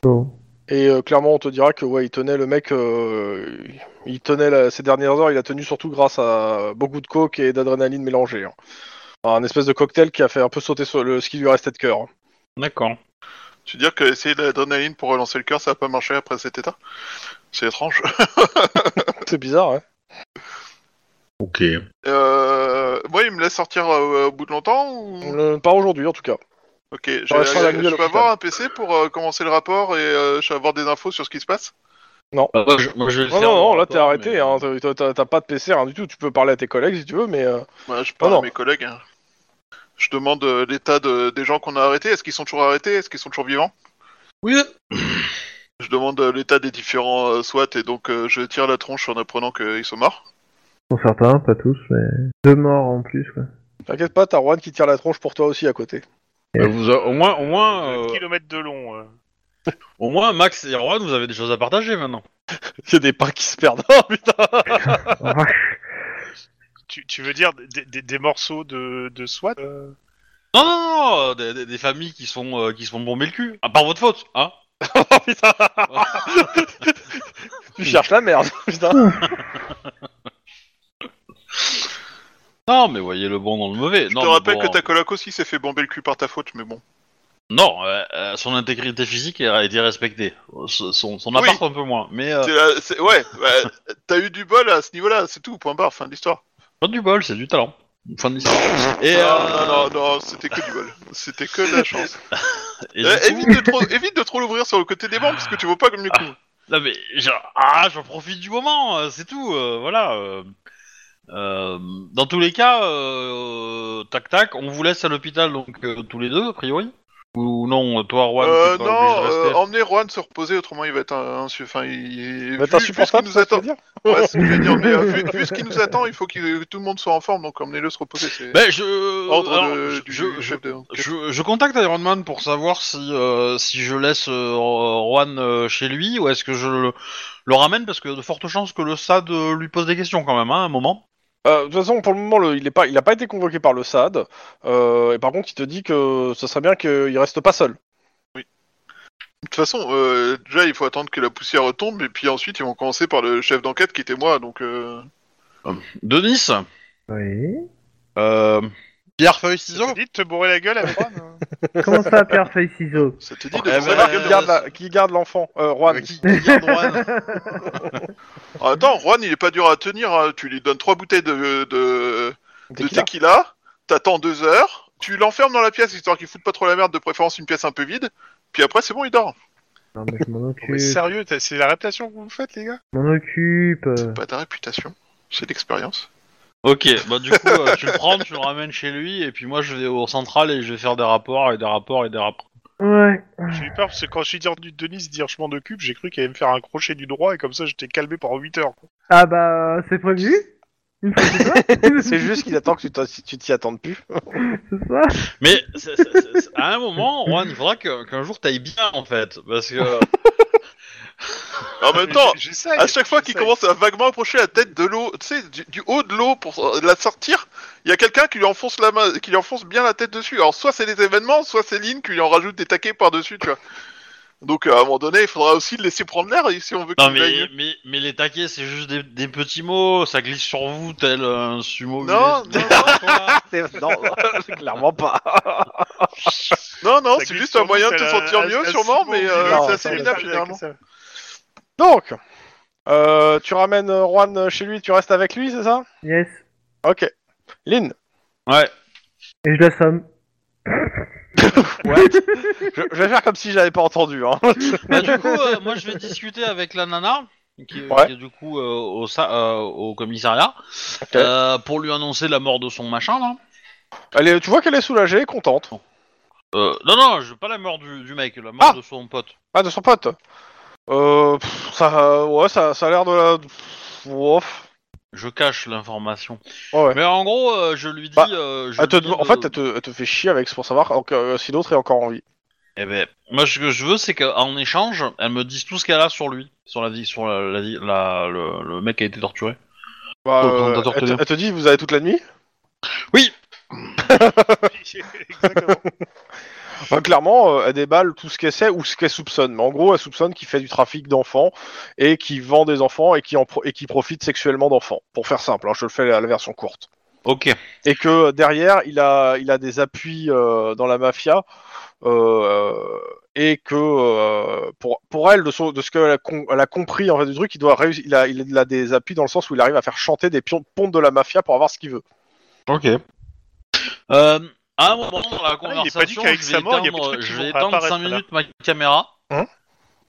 Bon. Et euh, clairement, on te dira que ouais, il tenait le mec, euh, il tenait la- ces dernières heures, il a tenu surtout grâce à beaucoup de coke et d'adrénaline mélangée. hein. Un espèce de cocktail qui a fait un peu sauter sur le, ce qui lui restait de cœur. hein. D'accord. Tu veux dire que essayer de l'adrénaline pour relancer le cœur, ça n'a pas marché après cet état C'est étrange. C'est bizarre, hein Ok. Euh... Moi, il me laisse sortir euh, au bout de longtemps ou... Euh, Pas aujourd'hui, en tout cas. Ok, j'ai- restera la nuit à je peux l'hôpital. avoir un PC pour euh, commencer le rapport et euh, je vais avoir des infos sur ce qui se passe Bah, moi, je- moi, je vais le Non, faire, Oh, non, non, moi, là t'es encore, arrêté, mais- hein, t'as- t'as- t'as t'as pas de PC, rien du tout. Tu peux parler à tes collègues si tu veux, mais euh, Bah, Ouais, Je Ah parle non. à mes collègues. hein. Je demande euh, l'état de- des gens qu'on a arrêtés. Est-ce qu'ils sont toujours arrêtés Est-ce qu'ils sont toujours vivants Oui. Je demande euh, l'état des différents euh, SWAT et donc euh, je tire la tronche en apprenant qu'ils sont morts. Pour certains, pas tous, mais deux morts en plus, (laughs) quoi. t'inquiète pas, t'as Juan qui tire la tronche pour toi aussi à (laughs) côté. Bah, vous a- au moins, au moins, Un euh, kilomètre de long. euh. au moins, Max et Erwan, vous avez des choses à partager maintenant. Il y a des pains qui se perdent. Oh, putain Tu, tu veux dire des, des- des morceaux de, de SWAT euh, Non, non, non, euh, des, des- des familles qui sont euh, qui se font bomber le cul. À part votre faute, hein. Oh, putain (laughs) Tu cherches la merde, (laughs) putain Non, mais voyez le bon dans le mauvais. Je non, te mais rappelle bon, que ta coloc aussi s'est fait bomber le cul par ta faute, mais bon. Non, euh, euh, son intégrité physique a été respectée. Son, son, son Oui. appart un peu moins, mais euh, C'est la- c'est- Ouais, (laughs) bah, t'as eu du bol à ce niveau-là, c'est tout, point barre, fin de l'histoire. pas du bol, c'est du talent. Fin de l'histoire. Et, Non, euh, non, Ah, non, non, c'était que du bol. C'était que de la chance. et Euh, du coup- évite, de trop, évite de trop l'ouvrir sur le côté des bancs parce que tu vois pas comme le coup. Non mais genre, ah, j'en profite du moment, euh, c'est tout, euh, voilà. euh. Euh, dans tous les cas, euh, tac tac, on vous laisse à l'hôpital donc euh, tous les deux a priori. Ou non, toi Juan, Euh, t'es pas obligé non, de euh, rester. emmener Juan se reposer, autrement il va être un, un su- Enfin, il. Mais t'es vu- vu ce qui insupportable, nous ça, tu attend. veux dire Ouais, c'est ce que je veux dire, mais euh, vu, vu ce qui nous attend, il faut que tout le monde soit en forme, donc emmenez-le se reposer. C'est Ben, je, ordre alors, de- je- du je- je- chef de. je, je contacte Iron Man pour savoir si, euh, si je laisse euh, Juan euh, chez lui ou est-ce que je le, le ramène parce que de fortes chances que le SAD euh, lui pose des questions quand même, hein, à un moment. Euh, de toute façon, pour le moment, le- il n'a pas, il a pas été convoqué par le SAD. euh, et par contre, il te dit que ce serait bien qu'il reste pas seul. De toute façon, euh, déjà il faut attendre que la poussière retombe, et puis ensuite ils vont commencer par le chef d'enquête qui était moi, donc. euh, Denis, Oui. euh, Pierre Feuille Ciseaux. ça te dit de te bourrer la gueule avec Juan hein Comment ça, Pierre feuille ciseaux Ça te dit Eh de ben, bourrer la Ah, euh, gueule qui, de garde Juan. la- qui garde l'enfant euh, Juan. Qui- qui garde Juan. Ah, Attends, Juan il est pas dur à tenir, hein. tu lui donnes trois bouteilles de, de, de Tequila. tequila, t'attends deux heures, tu l'enfermes dans la pièce histoire qu'il foute pas trop la merde, de préférence une pièce un peu vide, puis après c'est bon, il dort. Non, mais (laughs) je m'en Non, mais occupe. sérieux, t'as- c'est la réputation que vous me faites, les gars Je m'en occupe. Pas ta réputation, c'est l'expérience. Ok, bah du coup, euh, tu le prends, tu le ramènes chez lui, et puis moi je vais au central et je vais faire des rapports et des rapports et des rapports. Ouais. J'ai eu peur parce que quand je suis dit Denis dire je m'en occupe, j'ai cru qu'elle allait me faire un crochet du droit et comme ça j'étais calmé pendant 8 heures. quoi. Ah bah, c'est prévu Une fois que (laughs) (laughs) C'est juste qu'il attend que tu t'en- si tu t'y attendes plus. C'est ça Mais c'est- c'est- c'est- c'est- à un moment, Juan, il faudra que- qu'un jour t'ailles bien en fait, parce que En Ah, même temps, J- j'essaye, À chaque fois qu'il j'essaye. commence à vaguement approcher la tête de l'eau, tu sais, du, du haut de l'eau pour euh, la sortir, il y a quelqu'un qui lui enfonce la main, qui lui enfonce bien la tête dessus. Alors soit c'est les événements, soit c'est Lynn qui lui en rajoute des taquets par dessus, tu vois. Donc à un moment donné, il faudra aussi le laisser prendre l'air si on veut qu'il non mais baigne. mais mais les taquets, c'est juste des, des petits mots, ça glisse sur vous tel un sumo. Non, glisse- non, non. (laughs) Voilà. non, (laughs) clairement pas. Non, non, c'est Ça glisse juste sur un nous, moyen de tel te un- sentir un- mieux, un sûrement, cibou mais qui euh, glisse Non, c'est sur assez nous, ça, minable tel un- généralement. ça- Donc, euh, tu ramènes euh, Juan chez lui, tu restes avec lui, c'est ça Yes. Ok. Lynn, Ouais. Et (laughs) je l'assomme. je, je vais faire comme si j'avais pas entendu. Hein. Bah du coup, euh, moi je vais discuter avec la nana. Qui, est- Ouais. qui est du coup euh, au, sa- euh, au commissariat euh, pour lui annoncer la mort de son machin là. Elle est- tu vois qu'elle est soulagée, contente. Euh, non, non, je veux pas la mort du, du mec, la mort Ah. de son pote. Ah, de son pote Euh. pff, ça, ouais, ça, ça a l'air de la. pff, ouf. Je cache l'information. Ouais, ouais. Mais en gros, euh, je lui dis. Bah, euh, je Elle te lui dis dem- En de- fait, elle te, elle te fait chier avec pour savoir en- que- si euh, l'autre est encore en vie. Eh ben, moi, ce que je veux, c'est qu'en échange, elle me dise tout ce qu'elle a sur lui, sur la vie, sur la, la vie- la- le, le mec qui a été torturé. Bah, Au euh, présentateur elle, te- télé. elle te dit, vous avez toute la nuit (laughs) Exactement. Enfin, clairement, euh, elle déballe tout ce qu'elle sait ou ce qu'elle soupçonne. Mais en gros, elle soupçonne qu'il fait du trafic d'enfants et qu'il vend des enfants et qu'il en pro- et qu'il profite sexuellement d'enfants. Pour faire simple, hein, je le fais à la version courte. Ok. Et que euh, derrière, il a, il a des appuis euh, dans la mafia euh, et que euh, pour, pour elle, de, son- de ce qu'elle a, con- elle a compris en fait du truc, il doit réussir. Il a, il a des appuis dans le sens où il arrive à faire chanter des pions, pontes de la mafia pour avoir ce qu'il veut. Ok. Euh, à un moment dans la Ah, il est conversation, pas dit qu'avec je vais sa mort, il y a éteindre- plus de trucs qui je vont vais éteindre 5 apparaître, là. minutes ma caméra. Hein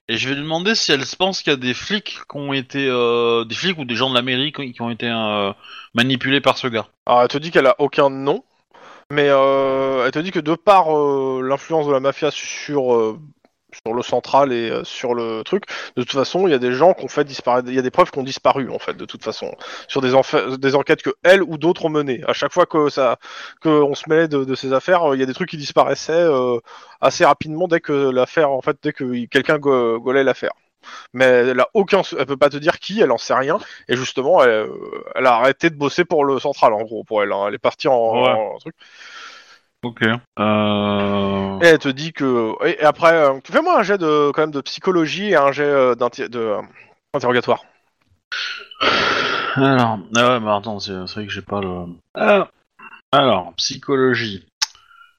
et je vais lui demander si elle se pense qu'il y a des flics qui ont été euh, des flics ou des gens de la mairie qui qui ont été euh, manipulés par ce gars. Alors, Ah, elle te dit qu'elle a aucun nom, mais euh, elle te dit que de par euh, l'influence de la mafia sur, euh, sur le central et euh, sur le truc, de toute façon, il y a des gens qu'on fait disparaître, il y a des preuves qui ont disparu en fait, de toute façon, sur des, enfa- des enquêtes que elle ou d'autres ont menées. À chaque fois que ça, que on se mêlait de, de ces affaires, euh, il y a des trucs qui disparaissaient euh, assez rapidement dès que l'affaire, en fait, dès que quelqu'un go- golait l'affaire. Mais elle a aucun, sou- elle peut pas te dire qui, elle en sait rien. Et justement, elle, euh, elle a arrêté de bosser pour le central, en gros, pour elle. hein. Elle est partie en, Ouais. en truc. Ok. Euh... Et elle te dit que. Et et après, euh, fais-moi un jet de, quand même de psychologie et un jet euh, d'inti- de, euh, interrogatoire. Alors, ah ouais, mais attends, c'est c'est vrai que j'ai pas le. Ah. Alors, psychologie.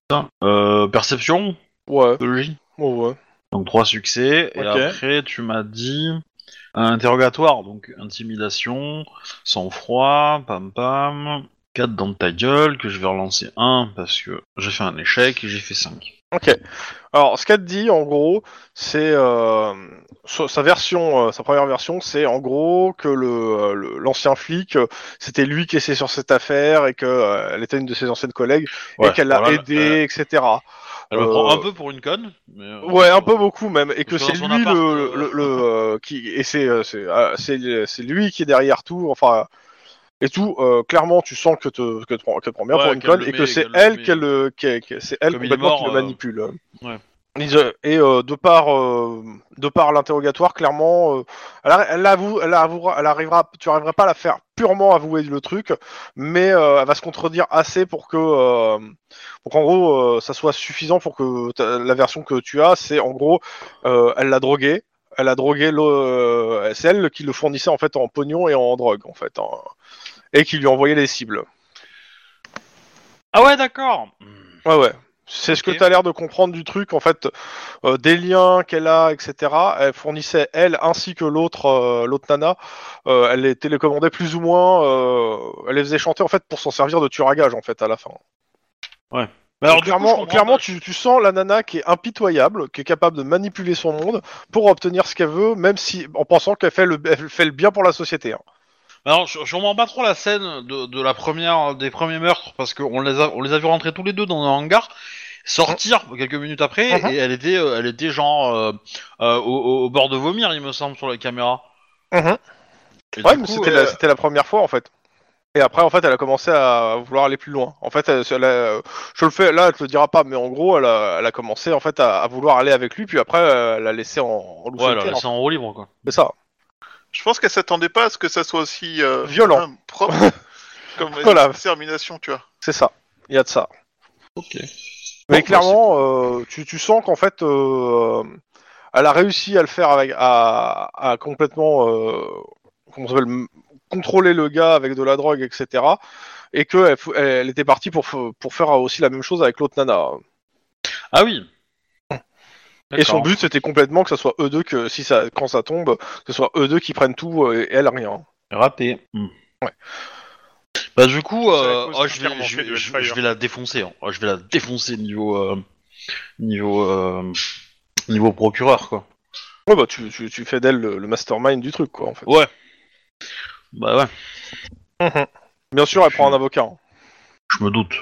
Putain, euh, perception, Ouais, psychologie. bon, ouais. Donc trois succès. Et Ok. après, tu m'as dit un interrogatoire, donc intimidation, sang-froid, pam pam. 4 dans ta gueule, que je vais relancer 1 parce que j'ai fait un échec et j'ai fait 5. Ok. Alors, ce qu'elle te dit, en gros, c'est. euh, sa sa version, euh, sa première version, c'est en gros que le, euh, le- l'ancien flic, euh, c'était lui qui était sur cette affaire et que euh, elle était une de ses anciennes collègues et qu'elle l'a aidé, etc. Euh, Elle me Euh, prend un peu pour une conne. mais, euh, Ouais, un peu beaucoup même, et que Parce que c'est dans son lui appart, le, euh, le, le, euh, qui et c'est euh, c'est euh, c'est c'est lui qui est derrière tout, enfin et tout. euh, clairement, tu sens que te que te prend que te prend bien Ouais, pour une qu'elle conne le et met, que c'est qu'elle le elle met. qu'elle le- qu'elle- qu'elle- c'est elle Comme il est complètement qui mort, le euh, manipule. ouais. Ils, euh, Et euh, de par euh, de par l'interrogatoire, clairement, euh, elle, arri- elle avoue, elle avouera- elle arrivera, tu arriveras pas à la faire purement avouer le truc, mais euh, elle va se contredire assez pour que euh, pour qu'en gros euh, ça soit suffisant pour que ta- la version que tu as, c'est en gros euh, elle l'a drogué, elle a drogué le, euh, c'est elle qui le fournissait en fait en pognon et en drogue en fait, hein, et qui lui envoyait les cibles. Ah ouais, d'accord. Ouais, ouais. C'est ce que Ok. tu as l'air de comprendre du truc, en fait, euh, des liens qu'elle a, etc. Elle fournissait, elle, ainsi que l'autre euh, l'autre nana, euh, elle les télécommandait plus ou moins, euh, elle les faisait chanter, en fait, pour s'en servir de tueur à gage, en fait, à la fin. Bah alors, Donc, du coup, clairement, je comprends clairement pas. tu, tu sens la nana qui est impitoyable, qui est capable de manipuler son monde pour obtenir ce qu'elle veut, même si, en pensant qu'elle fait le, elle fait le bien pour la société. hein. Alors, je, je comprends pas trop la scène de, de la première, des premiers meurtres parce qu'on les a, on les a vu rentrer tous les deux dans un hangar, sortir quelques minutes après Mhm. et elle était, euh, elle était genre euh, euh, au, au- au bord de vomir, il me semble, sur la caméra. Mhm. Et Ouais, du mais coup, c'était euh, la, c'était la première fois en fait. Et après, en fait, elle a commencé à vouloir aller plus loin. En fait, elle, elle a- je le fais, là, elle te le dira pas, mais en gros, elle a, elle a commencé en fait à, à vouloir aller avec lui, puis après, euh, elle l'a laissé en, en loose Ouais, là, solitaire, c'est en roue libre quoi. C'est ça. Je pense qu'elle s'attendait pas à ce que ça soit aussi euh, Violent. hein, propre comme (laughs) Voilà. (laughs) détermination, tu vois. C'est ça. Il y a de ça. Ok. Mais Bon, clairement, euh, tu, tu sens qu'en fait, euh, elle a réussi à le faire avec, à, à complètement, euh, comment ça s'appelle, m- contrôler le gars avec de la drogue, etc. Et qu'elle elle était partie pour, f- pour faire aussi la même chose avec l'autre nana. Ah oui. Et son D'accord. but c'était complètement que ce soit eux deux que si ça quand ça tombe, que ce soit eux deux qui prennent tout euh, et elle rien. Raté. Bah du coup, Hmm. C'est à euh, cause oh, je, vais, clairement je, fait vais, de je- Hellfire. je vais la défoncer. hein. Oh, je vais la défoncer niveau euh, niveau euh, niveau procureur quoi. Ouais bah tu, tu, tu fais d'elle le, le mastermind du truc quoi en fait. Ouais. Bah ouais. Bien sûr elle prend un avocat. hein. Je me doute.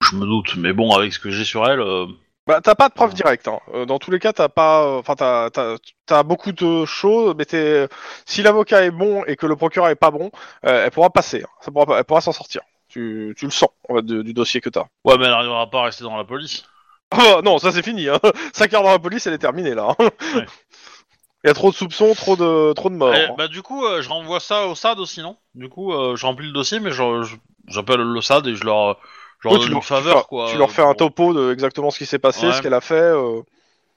Je me doute. Mais bon, avec ce que j'ai sur elle, euh, Bah t'as pas de preuve directe. hein. Euh, Dans tous les cas t'as pas, euh, enfin t'as t'as t'as beaucoup de choses, mais t'es si l'avocat est bon et que le procureur est pas bon, euh, elle pourra passer. hein. Ça pourra pas- elle pourra s'en sortir. Tu, tu le sens en fait, de- du dossier que t'as. (laughs) ouais, mais elle n'arrivera pas à rester dans la police. Ah, non, ça c'est fini. Hein. (laughs) Sa carte dans la police, elle est terminée là. hein. Ouais. (laughs) Il y a trop de soupçons, trop de, trop de morts. hein. Eh, bah du coup, euh, je renvoie ça au SAD aussi, non Du coup, euh, je remplis le dossier, mais je- je- j'appelle le SAD et je leur, je leur Ouais, Oh, donne tu, une leur, faveur, tu leur- quoi. tu leur fais un pour- topo de exactement ce qui s'est passé, Ouais. ce qu'elle a fait, euh,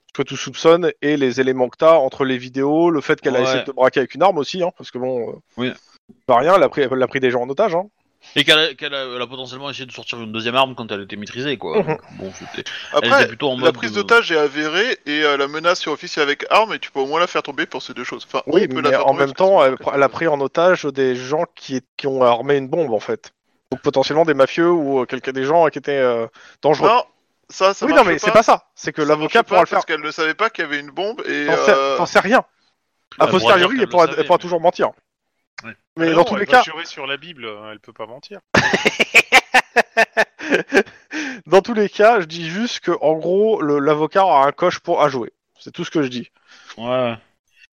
ce que tu soupçonnes et les éléments que t'as entre les vidéos, le fait qu'elle a Ouais. essayé de te braquer avec une arme aussi, hein, parce que bon, euh, Oui. c'est pas rien, elle a pris, elle a pris des gens en otage. Hein. Et qu'elle a, qu'elle a- elle a potentiellement essayé de sortir une deuxième arme quand elle était maîtrisée, quoi. Mhm. Donc, bon, c'était- elle était Après, plutôt en mode... la prise d'otage est avérée et euh, la menace sur officier avec arme, et tu peux au moins la faire tomber pour ces deux choses. Enfin, Oui, on peut mais la faire en tomber même parce que- temps, elle, elle a pris en otage des gens qui, est- qui ont armé une bombe en fait. Donc potentiellement des mafieux ou euh, quelqu'un des gens qui étaient euh, dangereux. Non, ça, ça oui, non, marche mais pas. c'est pas ça. C'est que Ça l'avocat marche pourra pas le faire. Parce qu'elle ne savait pas qu'il y avait une bombe et. T'en sais, euh, t'en sais rien. A pourra dire posteriori, qu'elle elle le pourra, elle savait, pourra mais- toujours mentir. Ouais. Mais Ah dans non, tous elle les va cas, jurer sur la Bible, hein, elle peut pas mentir. (laughs) dans tous les cas, je dis juste que en gros, le- l'avocat a un coche pour à jouer. C'est tout ce que je dis. Ouais.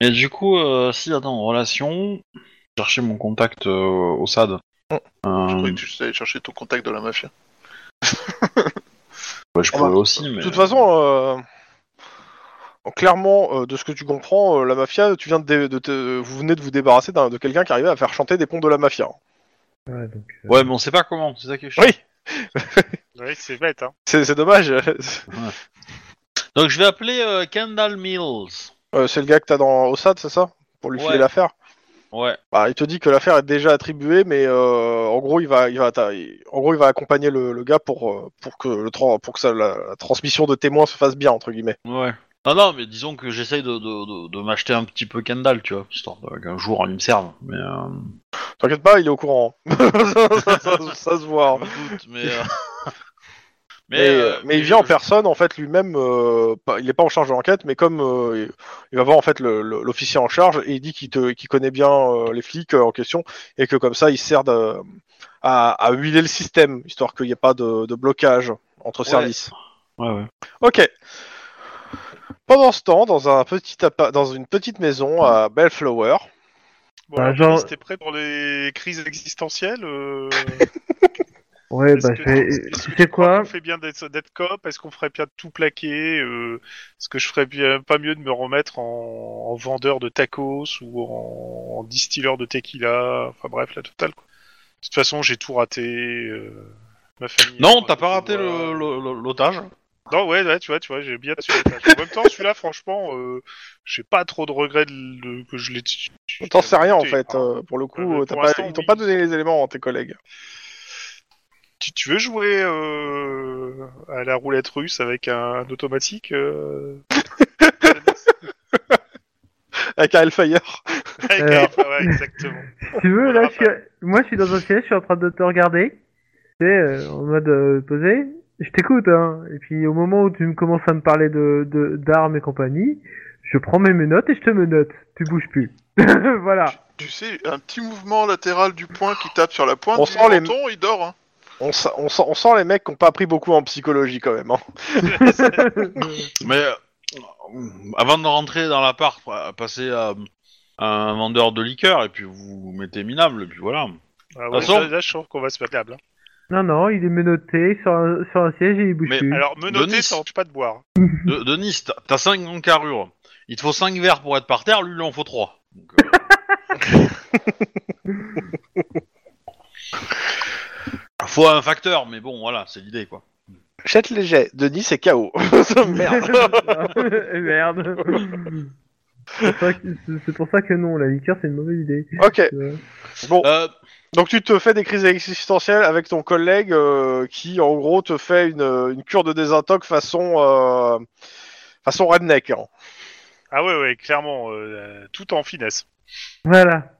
Et du coup, euh, si, attends, relation... Chercher mon contact euh, au SAD. Oh. Euh, Je croyais que tu savais chercher ton contact de la mafia. bah, je Ah pourrais bah, aussi, mais... De toute façon, euh, bon, clairement, euh, de ce que tu comprends, euh, la mafia, tu viens de, dé- de te- vous venez de vous débarrasser d'un- de quelqu'un qui arrivait à faire chanter des ponts de la mafia. Ouais, donc, euh, Ouais, mais on sait pas comment, c'est ça qui est chiant. Oui. Ouais, c'est bête, hein. C'est c'est dommage. (laughs) Donc je vais appeler euh, Kendall Mills. Euh, c'est le gars que t'as dans au SAD, c'est ça Pour lui filer Ouais. l'affaire. Ouais. Bah, il te dit que l'affaire est déjà attribuée, mais euh, en gros, il va, il va, atta- il- en gros, il va accompagner le, le gars pour euh, pour que le tran- pour que ça, la, la transmission de témoins se fasse bien entre guillemets. Ouais. Ah Non, non, mais disons que j'essaye de, de, de, de m'acheter un petit peu Kendall, tu vois, histoire de- qu'un jour il me serve. Mais, euh, T'inquiète pas, il est au courant. (laughs) ça, ça- ça se voit. hein. je me doute, (laughs) mais, euh, Mais, mais, euh, il vient en je- personne, en fait, lui-même, euh, pas- il n'est pas en charge de l'enquête, mais comme euh, il- il va voir en fait le- le- l'officier en charge et il dit qu'il te- qu'il connaît bien euh, les flics euh, en question et que comme ça, il sert de- à, à huiler le système, histoire qu'il n'y ait pas de, de blocage entre Ouais. services. Ouais, ouais. Ok. Pendant ce temps, dans, un petit appa- dans une petite maison à Bellflower, Bon, Bah, alors, genre- Chris, t'es prêt pour les crises existentielles euh, ouais, est-ce bah, je que- vais. est-ce que Tu sais (laughs) quoi On fait bien d'être d'être cop, est-ce qu'on ferait bien de tout plaquer euh, Est-ce que je ferais bien, pas mieux de me remettre en, en vendeur de tacos ou en, en distilleur de tequila Enfin bref, la totale. Quoi. De toute façon, j'ai tout raté. euh, ma famille. Non, t'as pas euh, raté le- Moi, le- le- l'otage. Non, ouais, ouais, tu vois, tu vois, j'ai bien assuré la tâche. En même temps, celui-là, (laughs) franchement, euh, j'ai pas trop de regrets de, de- que je l'ai. t'en sais rien en Écoutez, fait, hein, euh, pour le Euh, coup, pour t'as pas- l'instant, ils t'ont oui. pas donné les éléments, hein, tes collègues. Tu, tu veux jouer euh, à la roulette russe avec un, un automatique euh, Avec un Hellfire. avec un- Alors. ouais, exactement. Si tu veux, On là, verra je suis... moi, je suis dans un siège, je suis en train de te regarder. Tu sais, euh, en mode euh, posé. Je t'écoute, hein. Et puis, au moment où tu me commences à me parler de de- d'armes et compagnie, je prends mes menottes et je te menotte. Tu bouges plus. (laughs) voilà. Tu sais, un petit mouvement latéral du poing qui tape sur la pointe. On du sent les- menton, il dort. hein. On, sa- on sent, on sent les mecs qui n'ont pas appris beaucoup en psychologie quand même. hein. Mais euh, avant de rentrer dans l'appart, euh, passez à, à un vendeur de liqueur et puis vous vous mettez minable, et puis voilà. Ah ouais, façon- là, là, je trouve qu'on va se mettre câble. hein. Non, non, il est menotté sur un, sur un siège et il bouge Mais plus. Alors, me noter, Denis. ça empêche pas de boire. De, Denis, t'as- t'as 5 en carrure. Il te faut 5 verres pour être par terre, lui il en faut euh. 3. faut un facteur, mais bon, voilà, c'est l'idée quoi. Jette les jets. Denis, c'est (laughs) KO. (laughs) Merde. Merde. C'est pour ça que- C'est pour ça que non, la liqueur c'est une mauvaise idée. ok, tu vois. bon. Euh, Donc tu te fais des crises existentielles avec ton collègue euh, qui, en gros, te fait une, une cure de désintox façon, euh, façon redneck. hein. Ah ouais, ouais, clairement, euh, tout en finesse. Voilà.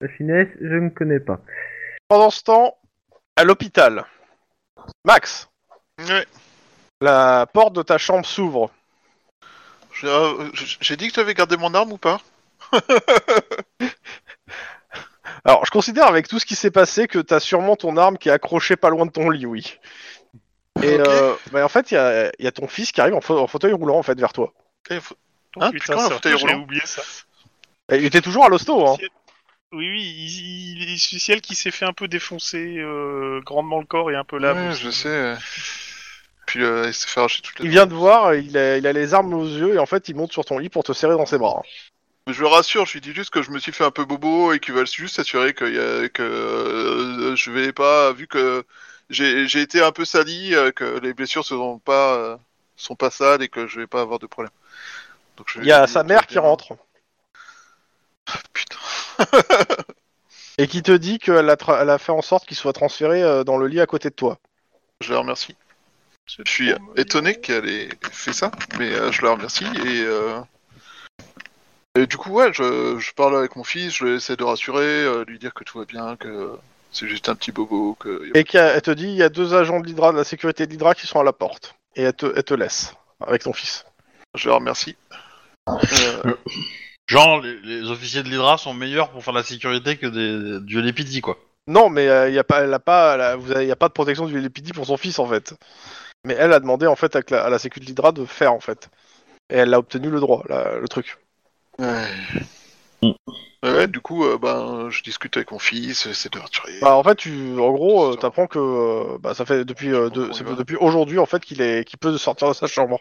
La finesse, je ne connais pas. Pendant ce temps, à l'hôpital, Max, Ouais. la porte de ta chambre s'ouvre. J'ai euh, j- j'ai dit que j'avais gardé mon arme ou pas Alors, je considère avec tout ce qui s'est passé que t'as sûrement ton arme qui est accrochée pas loin de ton lit, oui. Et Ok. euh, bah, en fait, il y a, il y a ton fils qui arrive en, fa- en fauteuil roulant en fait vers toi. Eh, faut- Oh, Hein, putain, putain, c'est fauteuil vrai, j'avais roulant. oublié ça. Et il était toujours à l'hosto, hein. Oui, oui, il, il, il- c'est celle qui s'est fait un peu défoncer euh, grandement le corps et un peu là. Ouais, je sais. puis euh, il s'est fait arracher toutes les. Il vient de voir, il a, il a les armes aux yeux et en fait il monte sur ton lit pour te serrer dans ses bras. Mais Je le rassure, je lui dis juste que je me suis fait un peu bobo et qu'ils veulent juste s'assurer que, y a- que euh, je vais pas, vu que j'ai j'ai été un peu sali, euh, que les blessures seront pas, euh, sont pas sales et que je vais pas avoir de problème. Donc, je- Il y a je- sa je- mère qui je- rentre Putain. et qui te dit qu'elle a, tra- elle a fait en sorte qu'il soit transféré euh, dans le lit à côté de toi. Je la remercie. Je suis étonné qu'elle ait fait ça, mais euh, je la remercie et, euh, et du coup ouais, je, je parle avec mon fils, je vais essayer de le rassurer, euh, lui dire que tout va bien, que c'est juste un petit bobo, que y a- Et qu'elle te dit il y a deux agents de l'Hydra, de la sécurité de l'Hydra qui sont à la porte. Et elle te, elle te laisse avec ton fils. je la remercie. Euh, Genre, les, les officiers de l'Hydra sont meilleurs pour faire la sécurité que des, du LAPD, quoi. Non, mais euh, il y a pas, elle a pas, elle a- vous avez- il y a pas de protection du LPD pour son fils en fait. Mais elle a demandé en fait à, que la- à la sécurité de l'Hydra de faire en fait. Et elle a obtenu le droit, la- le truc. ouais. Mm. Ouais, du coup, euh, ben, je discute avec mon fils, j'essaie de le rassurer. Bah, en fait, tu, en gros, euh, t'apprends que euh, bah, ça fait depuis euh, deux- On y c'est va. depuis aujourd'hui en fait qu'il est, qu'il peut sortir de sa chambre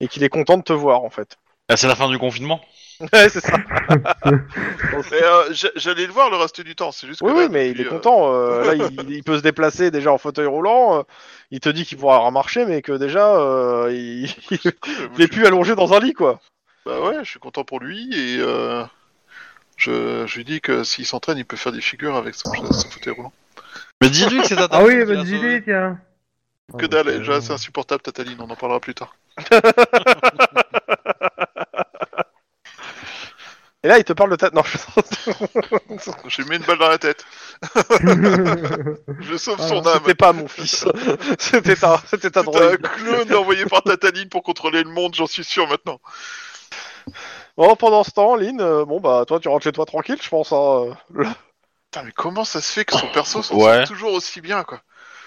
et qu'il est content de te voir en fait. Ah, c'est la fin du confinement (laughs) Ouais, c'est ça. Mais, euh, j'a- J'allais le voir le reste du temps, c'est juste (laughs) que Oui, là, oui, mais il depuis, est euh, (laughs) content. (laughs) euh, là, il, il peut se déplacer déjà en fauteuil roulant. euh, il te dit qu'il pourra remarcher, mais que déjà, euh, il, (laughs) il cool, moi, est je- plus allongé dans un lit, quoi. Bah ouais, je suis content pour lui et euh, je, je lui dis que s'il s'entraîne, il peut faire des figures avec son, son fauteuil roulant. Mais dis-lui que (laughs) c'est ta Ah oui, tante qui l'a bonne sauvé. idée, tiens. Que (laughs) dalle, euh, déjà c'est insupportable Tataline, on en parlera plus tard. Et là, il te parle de ta... Non, (laughs) je... J'ai mis une balle dans la tête, Ah, je sauve son âme. Ah, c'était pas mon (laughs) fils. c'était ta, c'était ta C'est un drogue. clone envoyé par Tataline pour contrôler le monde, j'en suis sûr maintenant. Bon, pendant ce temps, Lynn, euh, bon, bah, toi, tu rentres chez toi tranquille, je pense. Hein. euh, le- Putain, mais comment ça se fait que son perso s'en Ouais. sort toujours aussi bien, quoi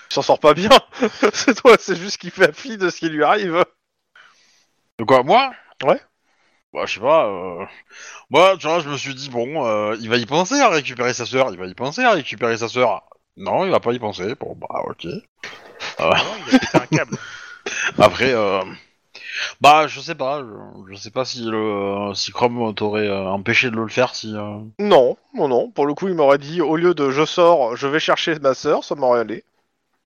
Il s'en sort pas bien. (laughs) c'est toi, c'est juste qu'il fait fi de ce qui lui arrive. De quoi, moi Ouais. Bah, je sais pas. euh, Moi, tu vois, je me suis dit, bon, euh, il va y penser à récupérer sa sœur, il va y penser à récupérer sa sœur. Non, il va pas y penser. Bon, bah, ok. Non, il a pété (laughs) un câble. Après, euh, bah, je sais pas. Je, je sais pas si le si Chrome t'aurait euh, empêché de le faire si. euh, Non, non, non. Pour le coup, il m'aurait dit, au lieu de je sors, je vais chercher ma sœur, ça m'aurait allé.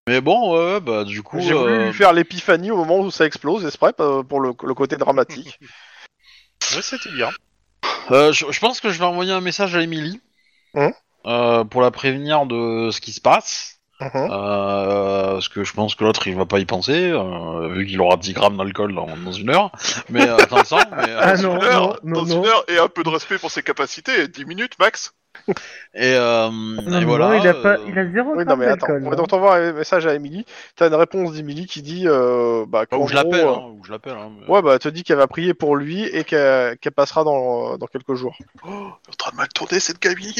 Mais bon, ouais, ouais, bah, du coup. J'ai voulu euh, lui faire l'épiphanie au moment où ça explose, exprès, euh, pour le, le côté (laughs) dramatique. Ouais, c'était bien. Euh, je, je pense que je vais envoyer un message à Emily Hein euh, pour la prévenir de ce qui se passe. Mhm. Euh, parce que je pense que l'autre il va pas y penser, euh, vu qu'il aura 10 grammes d'alcool dans, dans une heure. Mais euh, dans (laughs) le sang, mais, euh, Ah non, Une heure, non, non, dans non. une heure, et un peu de respect pour ses capacités, 10 minutes max. et, euh, Non, et non, voilà. il a pas, euh, il a zéro Oui, gramme non, mais attends. d'alcool, Ouais, hein. donc, t'envoies un message à Emily. T'as une réponse d'Emily qui dit. Euh, bah, bah, qu'en ou je l'appelle, gros, euh, hein, ou je l'appelle. hein, mais- Ouais, bah, elle te dit qu'elle va prier pour lui et qu'elle qu'elle passera dans, dans quelques jours. Elle est en train de mal tourner cette gamine.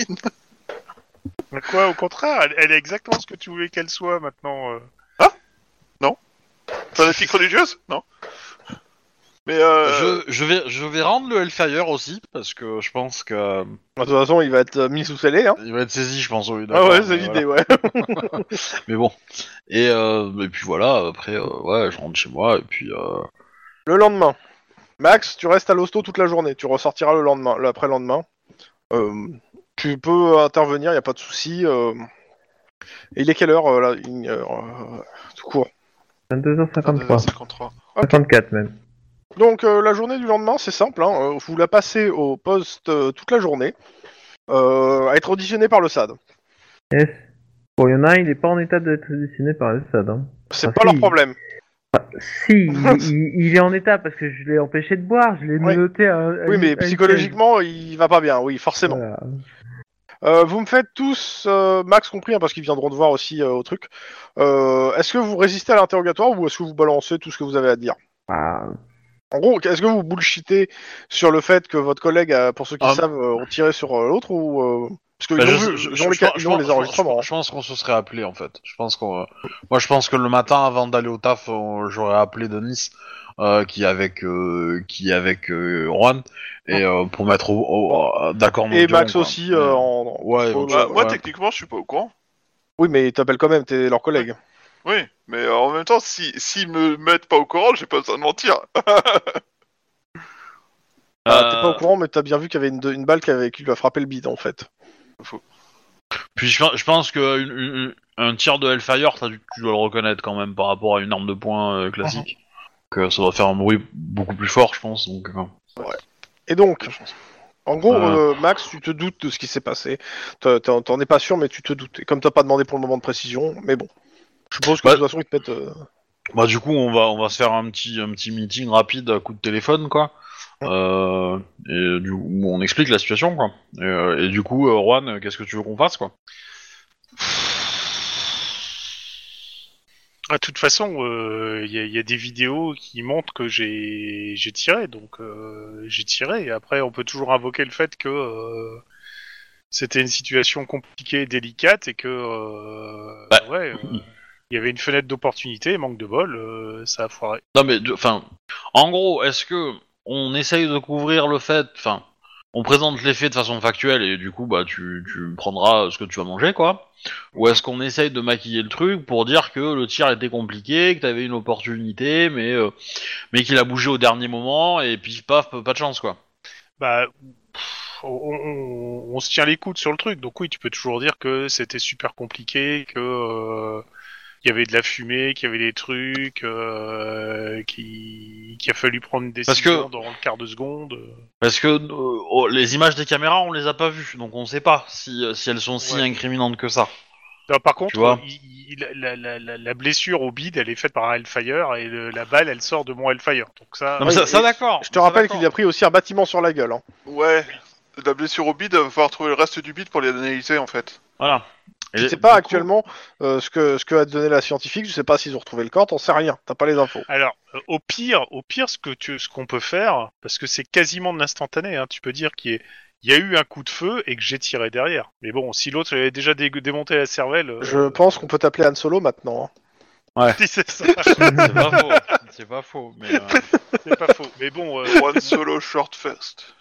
Mais Quoi, au contraire, elle, elle est exactement ce que tu voulais qu'elle soit maintenant. euh. Fanatique religieuse Non Mais euh, Je, je vais, je vais rendre le Hellfire aussi, parce que je pense que euh, De toute façon, il va être euh, mis sous scellé, hein. il va être saisi, je pense. au lieu Ah d'accord, ouais, c'est mais l'idée, voilà. ouais. Mais bon. Et, euh, et puis voilà, après, euh, ouais, je rentre chez moi, et puis. euh, Le lendemain. Max, tu restes à l'hosto toute la journée. Tu ressortiras le lendemain, l'après-lendemain. Euh, tu peux intervenir, il a pas de souci. euh. Et il est quelle heure, euh, là Il- euh, euh, Tout court. 22h53. 53. 54 même. Donc euh, la journée du lendemain, c'est simple, hein, euh, vous la passez au poste euh, toute la journée, euh, à être auditionné par le SAD. Yes. Bon, il y en a un, il est pas en état d'être auditionné par le SAD. Hein. C'est Ah, pas si. leur problème. Si, il, (laughs) il- il est en état parce que je l'ai empêché de boire, je l'ai Ouais. menotté à, à Ah Oui, une- à mais une psychologiquement, il va pas bien, oui, chaise. forcément. Voilà. Euh, vous me faites tous, euh, Max compris, hein, parce qu'ils viendront de voir aussi euh, au truc, euh, est-ce que vous résistez à l'interrogatoire ou est-ce que vous balancez tout ce que vous avez à dire Ah, En gros, est-ce que vous bullshitez sur le fait que votre collègue, a- pour ceux qui Ah. savent, euh, ont tiré sur euh, l'autre ou... euh, Parce qu'ils Bah, ont, je- vu- je- ils je- ont les je ca- pense- ils ont les je pense- enregistrements. hein. Je pense qu'on se serait appelé en fait. Je pense qu'on. euh, Moi, je pense que le matin, avant d'aller au taf, on- j'aurais appelé Denis, euh, qui est avec euh, qui est avec euh, Juan, et euh, pour mettre au, au- euh, d'accord. nos hein. Et gueules, Max quoi. Mm. aussi, euh, en- Ouais. Bah, donc, Bah, ouais. Moi, techniquement, je suis pas au courant. Oui, mais ils t'appellent quand même, t'es leur collègue. Oui, mais euh, en même temps, si s'ils me mettent pas au courant, j'ai pas besoin de mentir. Ah, T'es Euh, pas au courant, mais t'as bien vu qu'il y avait une, une balle qui, avait, qui lui a frappé le bide en fait. Puis je, je pense que une- une- un tir de Hellfire, t'as dû- tu dois le reconnaître quand même par rapport à une arme de poing euh, Mhm. classique. Que ça doit faire un bruit beaucoup plus fort, je pense. Donc, euh, Et donc, en gros, Ah. euh, Max, tu te doutes de ce qui s'est passé. T'en- T'en t'en es pas sûr, mais tu te doutes. Et comme t'as pas demandé pour le moment de précision, mais bon. Je suppose que Bah- de toute façon, ils te mettent. euh, Bah du coup on va on va se faire un petit un petit meeting rapide à coup de téléphone quoi. Euh, et du coup, on explique la situation quoi. Et, euh, et du coup euh, Juan euh, qu'est-ce que tu veux qu'on fasse quoi De Ah, toute façon, il y, a- y a des vidéos qui montrent que j'ai j'ai tiré, donc euh, j'ai tiré. Et après, on peut toujours invoquer le fait que euh, c'était une situation compliquée et délicate et que euh, Bah. ouais, euh, il y avait une fenêtre d'opportunité, manque de bol, euh, ça a foiré. Non mais de- enfin en gros est-ce que on essaye de couvrir le fait enfin on présente les faits de façon factuelle et du coup bah tu tu prendras ce que tu vas manger quoi ou est-ce qu'on essaye de maquiller le truc pour dire que le tir était compliqué que t'avais une opportunité mais euh, mais qu'il a bougé au dernier moment et puis paf pas de chance quoi. Bah, pff, on, on- on se tient les coudes sur le truc, donc oui, tu peux toujours dire que c'était super compliqué, que euh, il y avait de la fumée, qu'il y avait des trucs, euh, qui- qu'il a fallu prendre une Parce que- décision dans le quart de seconde. Parce que euh, oh, les images des caméras, on les a pas vues, donc on sait pas si, euh, si elles sont si Ouais. incriminantes que ça. Non, par contre, Tu vois. il- il- la, la- la- la blessure au bide, elle est faite par un Hellfire et le- la balle, elle sort de mon Hellfire. Donc ça, Non, mais Oui, ça, et ça, d'accord. Je te ça, rappelle d'accord. qu'il a pris aussi un bâtiment sur la gueule. hein. ouais, la blessure au bide, va falloir trouver le reste du bide pour les analyser en fait. Voilà. Je Et- sais pas du coup, actuellement euh, ce que ce que a donné la scientifique. Je sais pas s'ils ont retrouvé le corps. T'en sais rien. T'as pas les infos. alors euh, au pire, au pire, ce que tu, ce qu'on peut faire, parce que c'est quasiment de l'instantané, hein, tu peux dire qu'il y, a- il y a eu un coup de feu et que j'ai tiré derrière. Mais bon, si l'autre avait déjà dé- démonté la cervelle, euh, (laughs) Je pense qu'on peut t'appeler Han Solo maintenant. hein. si c'est ça, C'est pas faux. C'est pas faux. Mais, euh, c'est pas faux. Mais bon, euh, (laughs) One Solo Short Fest.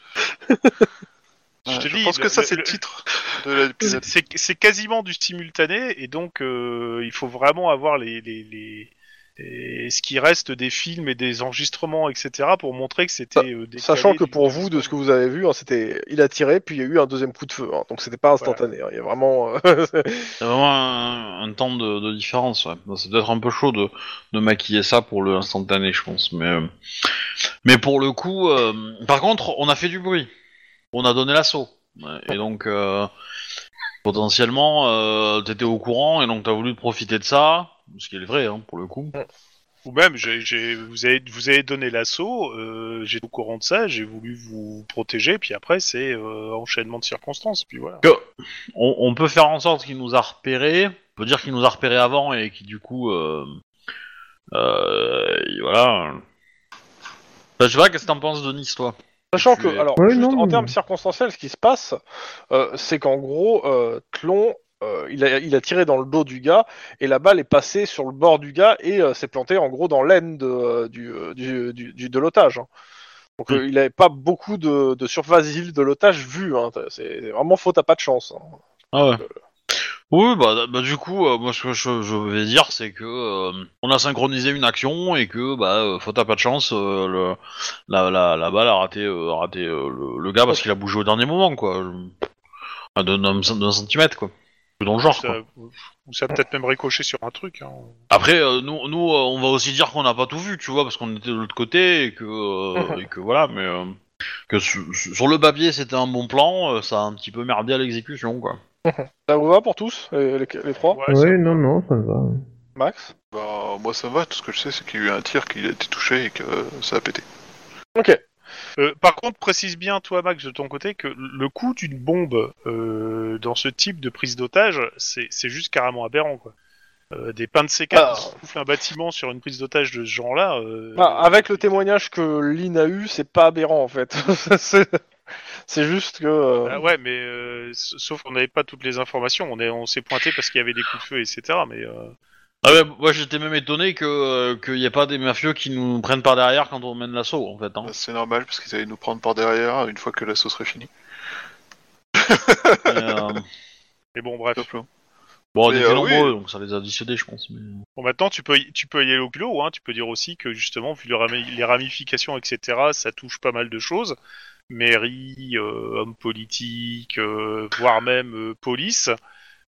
je te je dis, pense que le- ça le- c'est le le- titre de l'épisode. C'est- C'est c'est quasiment du simultané et donc euh, il faut vraiment avoir les, les, les- les- ce qui reste des films et des enregistrements, etc. pour montrer que c'était euh, décalé Sachant que du- pour vous, de ce que vous avez vu, hein, c'était il a tiré, puis il y a eu un deuxième coup de feu. hein. donc c'était pas instantané. hein. Il y a vraiment. euh, (laughs) c'est vraiment un, un temps de, de différence. ouais. Bon, C'est peut-être un peu chaud de, de maquiller ça pour le instantané, je pense. Mais, euh, mais pour le coup, euh, par contre, on a fait du bruit. On a donné l'assaut. Ouais, Et donc, euh, potentiellement, euh, t'étais au courant et donc t'as voulu profiter de ça. Ce qui est vrai, hein, pour le coup. ou même j'ai j'ai- vous avez vous avez donné l'assaut, euh, j'étais au courant de ça, j'ai voulu vous protéger, puis après c'est euh, enchaînement de circonstances, puis voilà. on, on peut faire en sorte qu'il nous a repérés. On peut dire qu'il nous a repérés avant et qui du coup, euh, euh, et voilà. Bah, je sais pas, qu'est-ce que t'en penses, Denis, toi Sachant Tu que, es- alors, Ouais, juste non, en mais- termes circonstanciels, ce qui se passe, euh, c'est qu'en gros, euh, Tlon, euh, il, a, il a tiré dans le dos du gars, et la balle est passée sur le bord du gars et euh, s'est plantée en gros dans l'aine de, euh, du, euh, du- du- du- de l'otage. hein. Donc euh, il n'avait pas beaucoup de, de surface visible de l'otage vue. hein. C'est c'est vraiment faute à pas de chance. hein. Ah ouais. Oui, bah, bah, du coup, euh, moi ce que je, je vais dire, c'est que euh, on a synchronisé une action et que, bah, euh, faute à pas de chance, euh, le, la, la, la balle a raté, euh, a raté euh, le, le gars parce qu'il a bougé au dernier moment, quoi. Enfin, D'un d'un- d'un centimètre, quoi. Dans le genre, quoi. Ça- ou ça a peut-être même ricoché sur un truc. Hein. Après, euh, nous, nous euh, on va aussi dire qu'on n'a pas tout vu, tu vois, parce qu'on était de l'autre côté et que, Mhm. euh, et que voilà, mais euh, que su- su- sur le papier c'était un bon plan, euh, ça a un petit peu merdé à l'exécution, quoi. Ça vous va pour tous, les, les- les trois Ouais, ça- Ah, Ouais, non, non, ça va. Max Bah, moi ça va, tout ce que je sais c'est qu'il y a eu un tir, qu'il a été touché et que euh, ça a pété. Ok. Euh, par contre, précise bien, toi, Max, de ton côté, que le coût d'une bombe euh, dans ce type de prise d'otage, c'est c'est juste carrément aberrant, quoi. Euh, des pains de C4 Ah. qui soufflent un bâtiment sur une prise d'otage de ce genre-là. euh, Bah, avec le témoignage que Lynn a eu, c'est pas aberrant en fait. (laughs) c'est c'est juste que. euh, ah ouais, mais euh, s- sauf qu'on n'avait pas toutes les informations. On est, on s'est pointé parce qu'il y avait des coups de feu, etc. Mais euh, Ah ouais, moi j'étais même étonné que euh, qu'il n'y ait pas des mafieux qui nous prennent par derrière quand on mène l'assaut, en (laughs) fait. Hein. Bah, C'est normal parce qu'ils allaient nous prendre par derrière une fois que l'assaut serait finie. Mais, euh, mais bon, bref. Simplement. Bon, on Mais, était euh, nombreux, oui. donc ça les a additionnés, je pense. mais- Bon, maintenant, tu peux, y- tu peux y aller au culot, hein. Tu peux dire aussi que, justement, vu le rami- les ramifications, etc., ça touche pas mal de choses. Mairie, euh, hommes politiques, euh, voire même euh, police,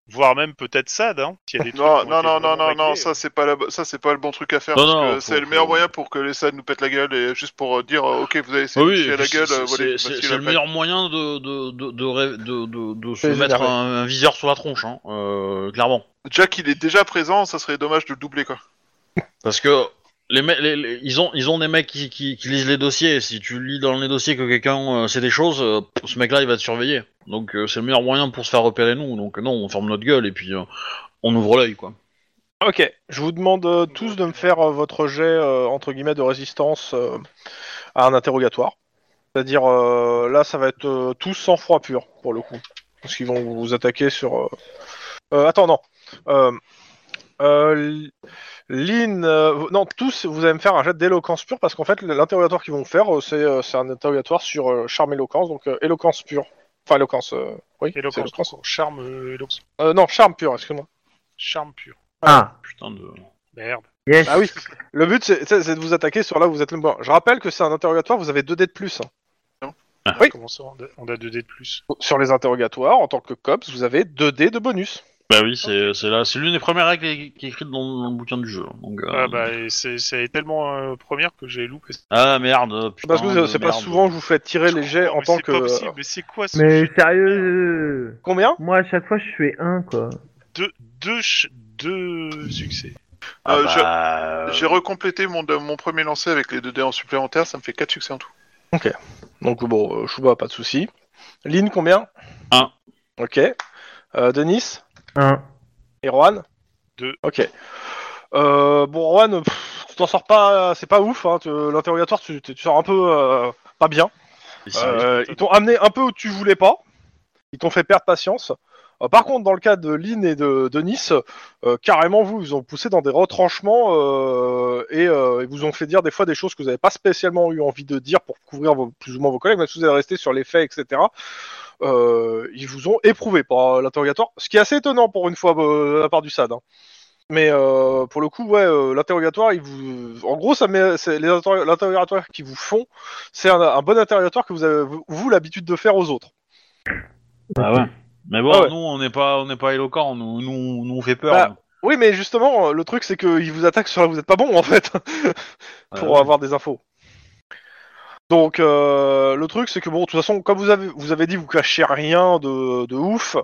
voire même peut-être SAD, hein. s'il y a des Non, trucs qui ont non, été non, non, vraiment non, non, réglés. ça c'est pas la, ça c'est pas le bon truc à faire. Non, parce non, que faut- c'est le meilleur faut- moyen pour que les SAD nous pètent la gueule et juste pour euh, dire euh, ok vous avez essayé de Oui, nous chier et à la puis gueule, c'est- euh, voilà, c'est- voici c'est la c'est le peine. meilleur moyen de, de, de, de, rêve- de, de, de se Les mettre énerver. un, un viseur sur la tronche, hein, euh, clairement. Jack il est déjà présent, ça serait dommage de le doubler quoi. Parce que les, mecs, les- les- ils ont ils ont des mecs qui, qui, qui lisent les dossiers. Si tu lis dans les dossiers que quelqu'un euh, sait des choses, euh, ce mec-là il va te surveiller. Donc euh, c'est le meilleur moyen pour se faire repérer nous. Donc non, on ferme notre gueule et puis euh, on ouvre l'œil quoi. Ok, je vous demande euh, tous de me faire euh, votre jet euh, entre guillemets de résistance euh, à un interrogatoire. C'est-à-dire euh, là, ça va être euh, tous sans froid pur pour le coup, parce qu'ils vont vous attaquer sur. euh, euh, attends non. Euh, euh, Lynn, euh, non tous, vous allez me faire un jet d'éloquence pure parce qu'en fait l'interrogatoire qu'ils vont faire, euh, c'est euh, c'est un interrogatoire sur euh, charme éloquence, donc euh, éloquence pure. Enfin éloquence, euh, oui. c'est (laughs) Éloquence, charme, euh, éloquence, Euh, non charme pur, excuse-moi. charme pur. Ah, Putain de. Merde. yes. Ah oui, le but c'est c'est- c'est de vous attaquer sur là où vous êtes le moins. Je rappelle que c'est un interrogatoire, vous avez 2 dés de plus. hein. Oui. Comment ça, on a- on a 2 dés de plus Sur les interrogatoires, en tant que cops, vous avez 2 dés de bonus. Bah oui, c'est c'est là, c'est l'une des premières règles qui qui est écrite dans, dans le bouquin du jeu. Donc, euh, Ah bah, et c'est c'est tellement euh, première que j'ai loupé. ah, merde. Putain, Parce que de Ah, vous- c'est pas merde. souvent que je vous fais tirer les jets en Mais tant c'est que. pas possible, mais c'est quoi ce Mais jeu sérieux, euh, Combien moi à chaque fois je fais un quoi. Deux, deux, ch- deux succès. Ah Euh, je- bah, J'ai recomplété mon, mon premier lancer avec les deux dés en supplémentaire, ça me fait 4 succès en tout. Donc bon, euh, Chouba, pas de souci. Lynn, combien Un. Ok. Euh, Denis Un. Et Rohan Deux. Ok. Euh, bon, Rohan, pff, tu t'en sors pas, c'est pas ouf. hein, tu- L'interrogatoire, tu, tu sors un peu euh, pas bien. Euh, ils t'ont amené un peu où tu voulais pas. Ils t'ont fait perdre patience. Euh, par contre, dans le cas de Lynn et de, de Nice, euh, carrément, vous, ils vous ont poussé dans des retranchements euh, et euh, ils vous ont fait dire des fois des choses que vous n'avez pas spécialement eu envie de dire pour couvrir vos- plus ou moins vos collègues, même si vous êtes resté sur les faits, etc. Euh, ils vous ont éprouvé par euh, l'interrogatoire, ce qui est assez étonnant pour une fois euh, de la part du SAD. hein. Mais euh, pour le coup, ouais, euh, l'interrogatoire, il vous... en gros, ça met... c'est les interro- l'interrogatoire qui vous font c'est un, un bon interrogatoire que vous avez, vous, vous, l'habitude de faire aux autres. Ah ouais. Mais bon, Ah ouais. nous on n'est pas, on n'est pas éloquent, nous, nous, nous on fait peur. Bah, Oui, mais justement, euh, le truc, c'est qu'ils vous attaquent sur là où vous êtes pas bon, en fait, (laughs) Euh, pour avoir des infos. Donc, euh, le truc, c'est que, bon, de toute façon, comme vous avez, vous avez dit, vous cachez rien de, de ouf.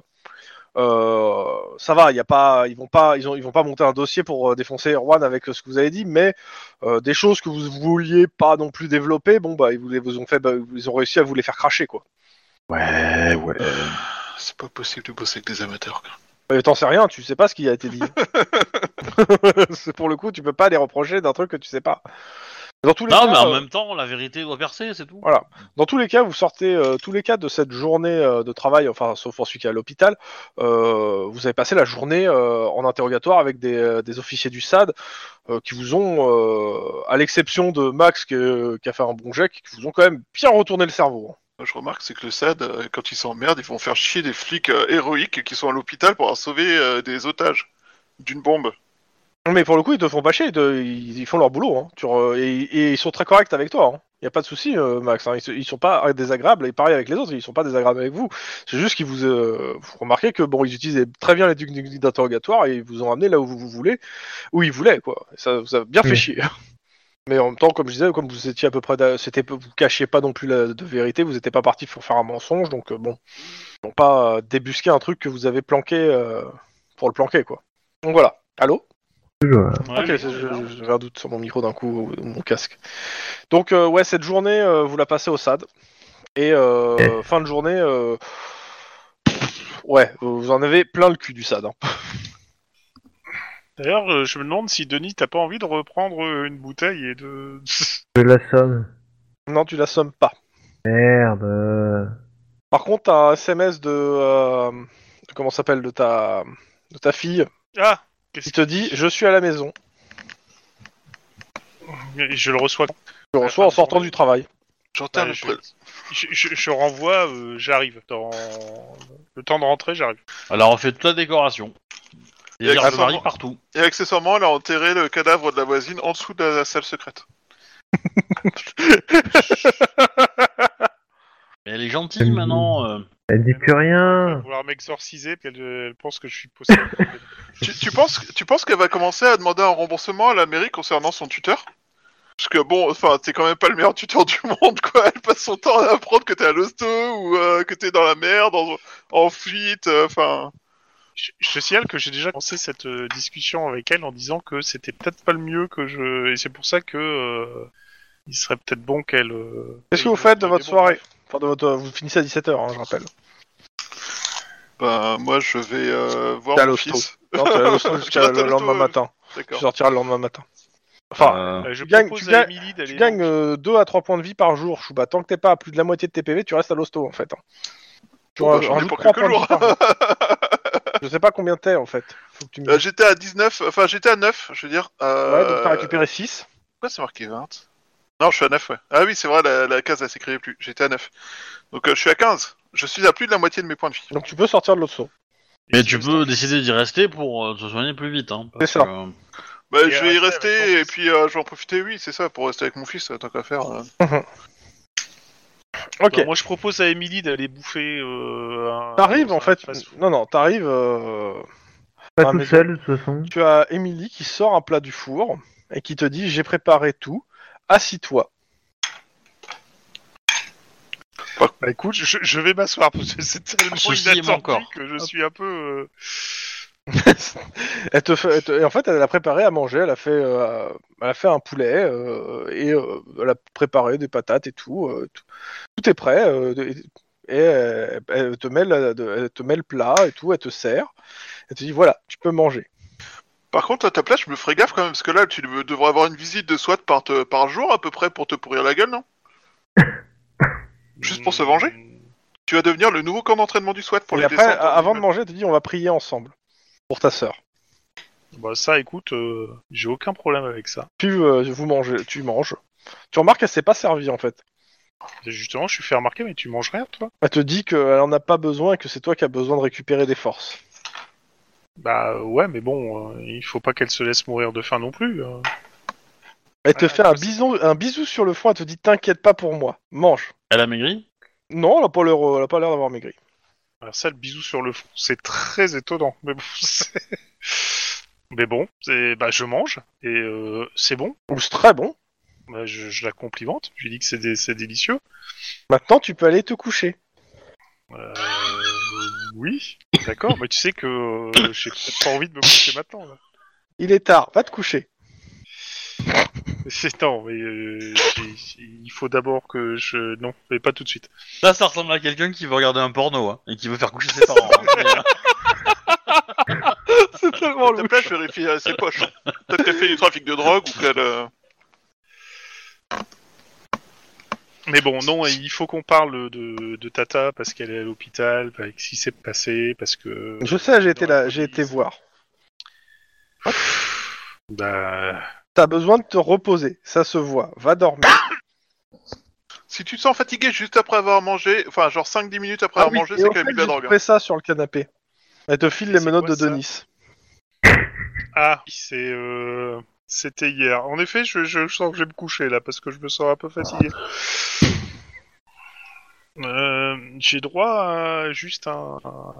euh, ça va, il y a pas, ils vont pas, ils, ont, ils vont pas monter un dossier pour euh, défoncer Erwan avec euh, ce que vous avez dit, mais euh, des choses que vous vouliez pas non plus développer, bon bah ils vous, les- vous ont fait, bah, ils ont réussi à vous les faire cracher quoi. Ouais, ouais. C'est pas possible de bosser avec des amateurs. quoi. Mais Euh, t'en sais rien, tu sais pas ce qui a été dit. (laughs) C'est pour le coup, tu peux pas les reprocher d'un truc que tu sais pas. Dans tous les, cas, Non, mais en euh, même temps, la vérité doit percer, c'est tout. Voilà. dans tous les cas, vous sortez euh, tous les cas de cette journée euh, de travail, enfin sauf pour celui qui est à l'hôpital, euh, vous avez passé la journée euh, en interrogatoire avec des, euh, des officiers du SAD euh, qui vous ont, euh, à l'exception de Max que- qui a fait un bon jet, qui vous ont quand même bien retourné le cerveau. hein. Moi, Je remarque, c'est que le SAD, euh, quand ils s'emmerdent, ils vont faire chier des flics euh, héroïques qui sont à l'hôpital pour avoir sauvé euh, des otages d'une bombe. Mais pour le coup, ils te font bâcher, ils, te- ils- ils font leur boulot. hein. Tu re- et, et ils sont très corrects avec toi. Il n'y a pas de souci, euh, Max. hein. Ils, se- ils sont pas désagréables. Et pareil avec les autres, ils sont pas désagréables avec vous. C'est juste qu'ils vous, euh, vous remarquez que bon, ils utilisaient très bien les techniques d'interrogatoire et ils vous ont amené là où vous, vous voulez, où ils voulaient quoi. Et ça vous a bien fait Oui. chier. (laughs) Mais en même temps, comme je disais, comme vous étiez à peu près, d'a- c'était, peu- vous cachiez pas non plus la de vérité, vous n'étiez pas parti pour faire un mensonge, donc euh, bon, ils n'ont pas euh, débusqué un truc que vous avez planqué euh, pour le planquer quoi. Donc voilà. Allô. hein. Ok, c'est- je- je- j'avais un doute sur mon micro d'un coup, ou- ou mon casque. Donc, euh, ouais, cette journée, euh, vous la passez au SAD. Et euh, Ok. fin de journée, euh, ouais, vous en avez plein le cul du SAD. hein. D'ailleurs, euh, je me demande si Denis, t'as pas envie de reprendre euh, une bouteille et de. (laughs) Je la somme. Non, tu la sommes pas. Merde. euh. Par contre, t'as un SMS de. euh, de comment ça s'appelle De ta, de ta fille Ah qui te dit Je suis à la maison. mais Je le reçois. Je reçois en sortant du travail. J'entends Ouais, le je- pré- Je, je- je renvoie, euh, j'arrive. Dans... Le temps de rentrer, j'arrive. Alors on fait toute la décoration. Il y a Et des accessoirement- armoiries partout. Et accessoirement, elle a enterré le cadavre de la voisine en dessous de la, la salle secrète. Mais elle est gentille maintenant. euh. Elle dit plus Elle va rien. vouloir m'exorciser, puis elle, euh, elle pense que je (laughs) suis possible. tu, tu penses, tu penses qu'elle va commencer à demander un remboursement à la mairie concernant son tuteur Parce que bon, enfin, t'es quand même pas le meilleur tuteur du monde, quoi. Elle passe son temps à apprendre que t'es à l'hosto ou euh, que t'es dans la merde, en, en fuite, euh, enfin. je, je te signale que j'ai déjà commencé cette euh, discussion avec elle en disant que c'était peut-être pas le mieux que je. Et c'est pour ça que. euh, il serait peut-être bon qu'elle. euh, Qu'est-ce que vous faites de votre soirée Enfin, de votre... Vous finissez à 17h, je rappelle. Ben, moi, je vais euh, voir T'es à mon l'hosto. fils. Non, t'es à l'hosto Tu jusqu'à restes à le lendemain l'hosto, matin. Tu D'accord. sortiras le lendemain matin. Enfin, Euh, Euh, je Tu gagnes- propose tu à gagnes- Emily d'aller. tu gagnes 2 à 3 points de vie par jour, Chouba. Tant que t'es pas à plus de la moitié de tes PV, tu restes à l'hosto, en fait. hein. Tu Bon, ra- bah, j'en ai rajoutes pour trois quelques points de vie jours. par jour. (laughs) Je sais pas combien t'es, en fait. Faut que tu me Euh, dises. j'étais à 19, enfin, j'étais à 9, je veux dire. Ouais, Euh, donc t'as récupéré 6. Pourquoi c'est marqué 20 Non, je suis à 9, ouais. Ah oui, c'est vrai, la, la case, elle s'écrivait plus. J'étais à 9. Donc, euh, je suis à 15. Je suis à plus de la moitié de mes points de vie. Donc tu peux sortir de l'hosto. mais tu peux décider d'y rester pour euh, te soigner plus vite. Hein, parce C'est ça. que- Bah, Et je vais y rester avec ton rester, et fils. puis euh, je vais en profiter, oui, c'est ça, pour rester avec mon fils, euh, tant qu'à faire. euh. Ok. moi, je propose à Emily d'aller bouffer. Euh, un- T'arrives, un en fait. fast-food. Non, non, t'arrives. euh, Pas Ah, tout mais- seul, de (laughs) toute façon. Tu as Émilie qui sort un plat du four et qui te dit J'ai préparé tout, assis-toi. Bah écoute, je, je vais m'asseoir parce que c'est tellement Ceci est mon inattendu corps. que Ah. je suis un peu. euh, (laughs) Elle te fait, elle te- et en fait, elle a préparé à manger. Elle a fait, euh, elle a fait un poulet euh, et euh, elle a préparé des patates et tout. euh, tout, tout est prêt. euh, de- et euh, elle te met, la- de- elle te met le plat et tout. Elle te sert. Elle te dit voilà, tu peux manger. Par contre, à ta place, je me ferai gaffe quand même, parce que là, tu dev- devrais avoir une visite de SWAT par, te- par jour, à peu près, pour te pourrir la gueule, non Juste pour se venger Mm, Tu vas devenir le nouveau camp d'entraînement du SWAT pour et les après, descentes. hein, a- avant de manger, elle te dit on va prier ensemble pour ta sœur. Bah ça, écoute, euh, j'ai aucun problème avec ça. Puis euh, vous mangez, tu manges. Tu remarques qu'elle s'est pas servie en fait. Justement, je suis fait remarquer, mais tu manges rien, toi Elle te dit qu'elle en a pas besoin et que c'est toi qui as besoin de récupérer des forces. Bah ouais, mais bon, euh, il faut pas qu'elle se laisse mourir de faim non plus. hein. Elle te Ouais, fait un bisou, un bisou sur le front. Elle te dit t'inquiète pas pour moi, mange. Elle a maigri Non, elle a pas l'air, euh, elle a pas l'air d'avoir maigri. Alors ça, le bisou sur le front, c'est très étonnant. Mais bon, (laughs) c'est... Mais bon, c'est- bah, je mange, et euh, c'est bon. Ou c'est très bon. Bah, je, je la complimente, je lui dis que c'est, dé- c'est délicieux. Maintenant, tu peux aller te coucher. Euh, oui, d'accord, mais tu sais que euh, j'ai peut-être pas envie de me coucher maintenant. Là. (laughs) Il est tard, va te coucher. C'est- Non, mais euh, j'ai- il faut d'abord que je... Non, mais pas tout de suite. Là, ça ressemble à quelqu'un qui veut regarder un porno hein, et qui veut faire coucher ses parents. (laughs) hein. Mais, euh, C'est tellement À ta place, je vérifie euh, ses poches. (laughs) Peut-être qu'elle fait du trafic de drogue, ou qu'elle... euh, Mais bon, non, il faut qu'on parle de, de Tata parce qu'elle est à l'hôpital, bah, avec ce qui s'est passé, parce que. (laughs) Je sais, j'ai été là, j'ai été voir. Bah. T'as besoin de te reposer, ça se voit. Va dormir. Ah, Si tu te sens fatigué juste après avoir mangé, enfin, genre 5-10 minutes après Ah avoir oui, mangé, et c'est au qu'elle a fait, mis de la j'ai drogue. hein. trouvé ça sur le canapé. Elle te file les hein. C'est menottes quoi de ça Denis. Ah, c'est. euh, C'était hier. En effet, je, je sens que je vais me coucher là parce que je me sens un peu fatigué. Euh, J'ai droit à juste un. un-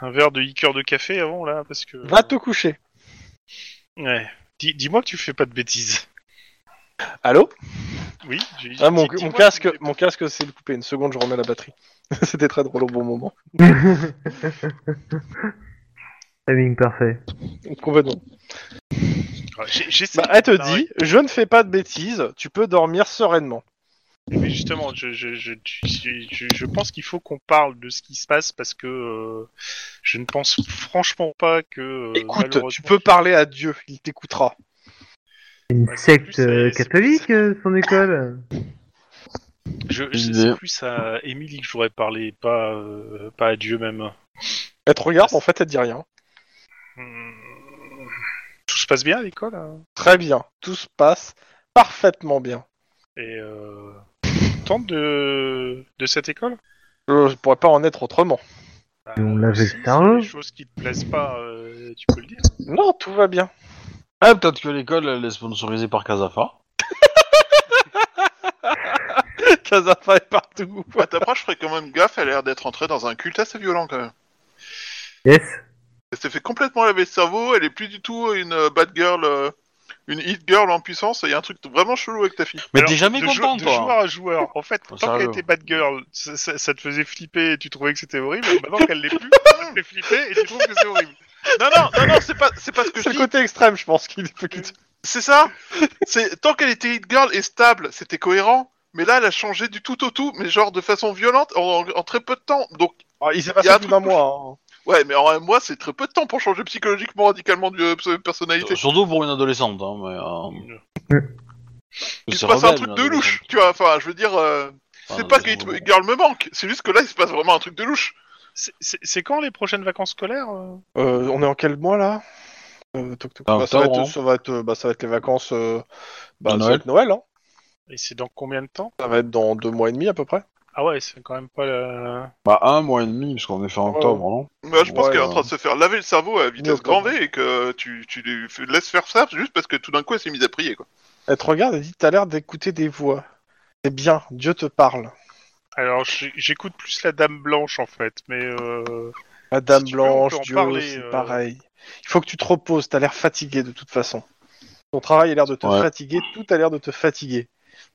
un verre de liqueur de café avant là parce que. Va te coucher. Ouais. Dis- Dis-moi que tu fais pas de bêtises. Allô Oui, j'ai- Ah, mon, mon dis- dis-moi que tu casque, fais pas- mon casque, c'est le coupé. Une seconde, je remets la batterie. (laughs) C'était très drôle au bon moment. Timing parfait. Complètement. Ouais, j'ai- j'essaie Bah, elle te de- Ah, dit, je ne fais pas de bêtises, tu peux dormir sereinement. Ah Mais justement, je, je, je, je, je- je pense qu'il faut qu'on parle de ce qui se passe parce que euh, je ne pense franchement pas que. euh, Écoute, malheureusement- tu peux parler à Dieu, il t'écoutera. Une Ouais, c'est secte plus, euh, c'est- c'est catholique, euh, son école. Je, je- c'est plus à Émilie que je voudrais parler, pas, euh, pas à Dieu même. Elle te regarde, en fait, elle te dit rien. Hmm. Tout se passe bien à l'école hein Très bien, tout se passe parfaitement bien. Et. Euh, contente de, de cette école Bah, Je, je pourrais pas en être autrement. Et on l'avait Si, sérieux si des choses qui te plaisent pas, euh, tu peux le dire. Non, tout va (laughs) bien. Ah, peut-être que l'école elle est sponsorisée par Casafa. Casafa est partout. À ta proche, je ferais quand même gaffe, elle a l'air d'être entrée dans un culte assez violent quand même. Yes. Elle s'est fait complètement laver le cerveau, elle est plus du tout une euh, bad girl, euh, une hit girl en puissance, il y a un truc vraiment chelou avec ta fille. Mais Alors, t'es jamais de content, jou- De joueur toi. à joueur. En fait, Oh, tant sérieux. qu'elle était bad girl, ça, ça- ça te faisait flipper et tu trouvais que c'était horrible. Bah, Maintenant qu'elle l'est (laughs) plus, ça te fait flipper et tu trouves que c'est horrible. Non, non, non, non, c'est pas, c'est pas ce que je C'est le dis. côté extrême, je pense, qu'il est C'est ça C'est Tant qu'elle était hit girl et stable, c'était cohérent, mais là, elle a changé du tout au tout, mais genre de façon violente en, en- en très peu de temps. Donc, Ah, il s'est Il y a passé un plus truc d'un que mois. hein. ouais, mais en un mois, c'est très peu de temps pour changer psychologiquement, radicalement de euh, de personnalité. Surtout pour une adolescente, hein, mais. euh, Il se c'est passe un rebelle, hein, truc une de louche, adolescente. tu vois, enfin, je veux dire... euh, Enfin, C'est pas que adolescente, Hit Ah, bon. Girl me manque, c'est juste que là il se passe vraiment un truc de louche. C'est- C'est c'est quand les prochaines vacances scolaires euh hein. Euh, on est en quel mois là Euh, toc, toc. Ah, Bah, ça, va octobre, être, hein. ça, va être, bah, ça va être les vacances euh, bah, De ça va Noël. être Noël hein. Et c'est dans combien de temps Ça va être dans deux mois et demi à peu près. Ah ouais, c'est quand même pas la... Bah, un mois et demi, parce qu'on est fait en Ouais. octobre, non Moi, je pense Ouais, qu'elle est en bah. train de se faire laver le cerveau à vitesse octobre. grand V et que tu, tu lui f- laisses faire ça juste parce que tout d'un coup elle s'est mise à prier. Quoi. Elle te regarde et dit T'as l'air d'écouter des voix. C'est bien, Dieu te parle. Alors, j'ai- j'écoute plus la Dame Blanche, en fait, mais... Euh... La dame Si tu veux, on blanche, peut en Dieu, parler, c'est euh. pareil. Il faut que tu te reposes, t'as l'air fatigué de toute façon. Ton travail a l'air de te Ouais. fatiguer, tout a l'air de te fatiguer.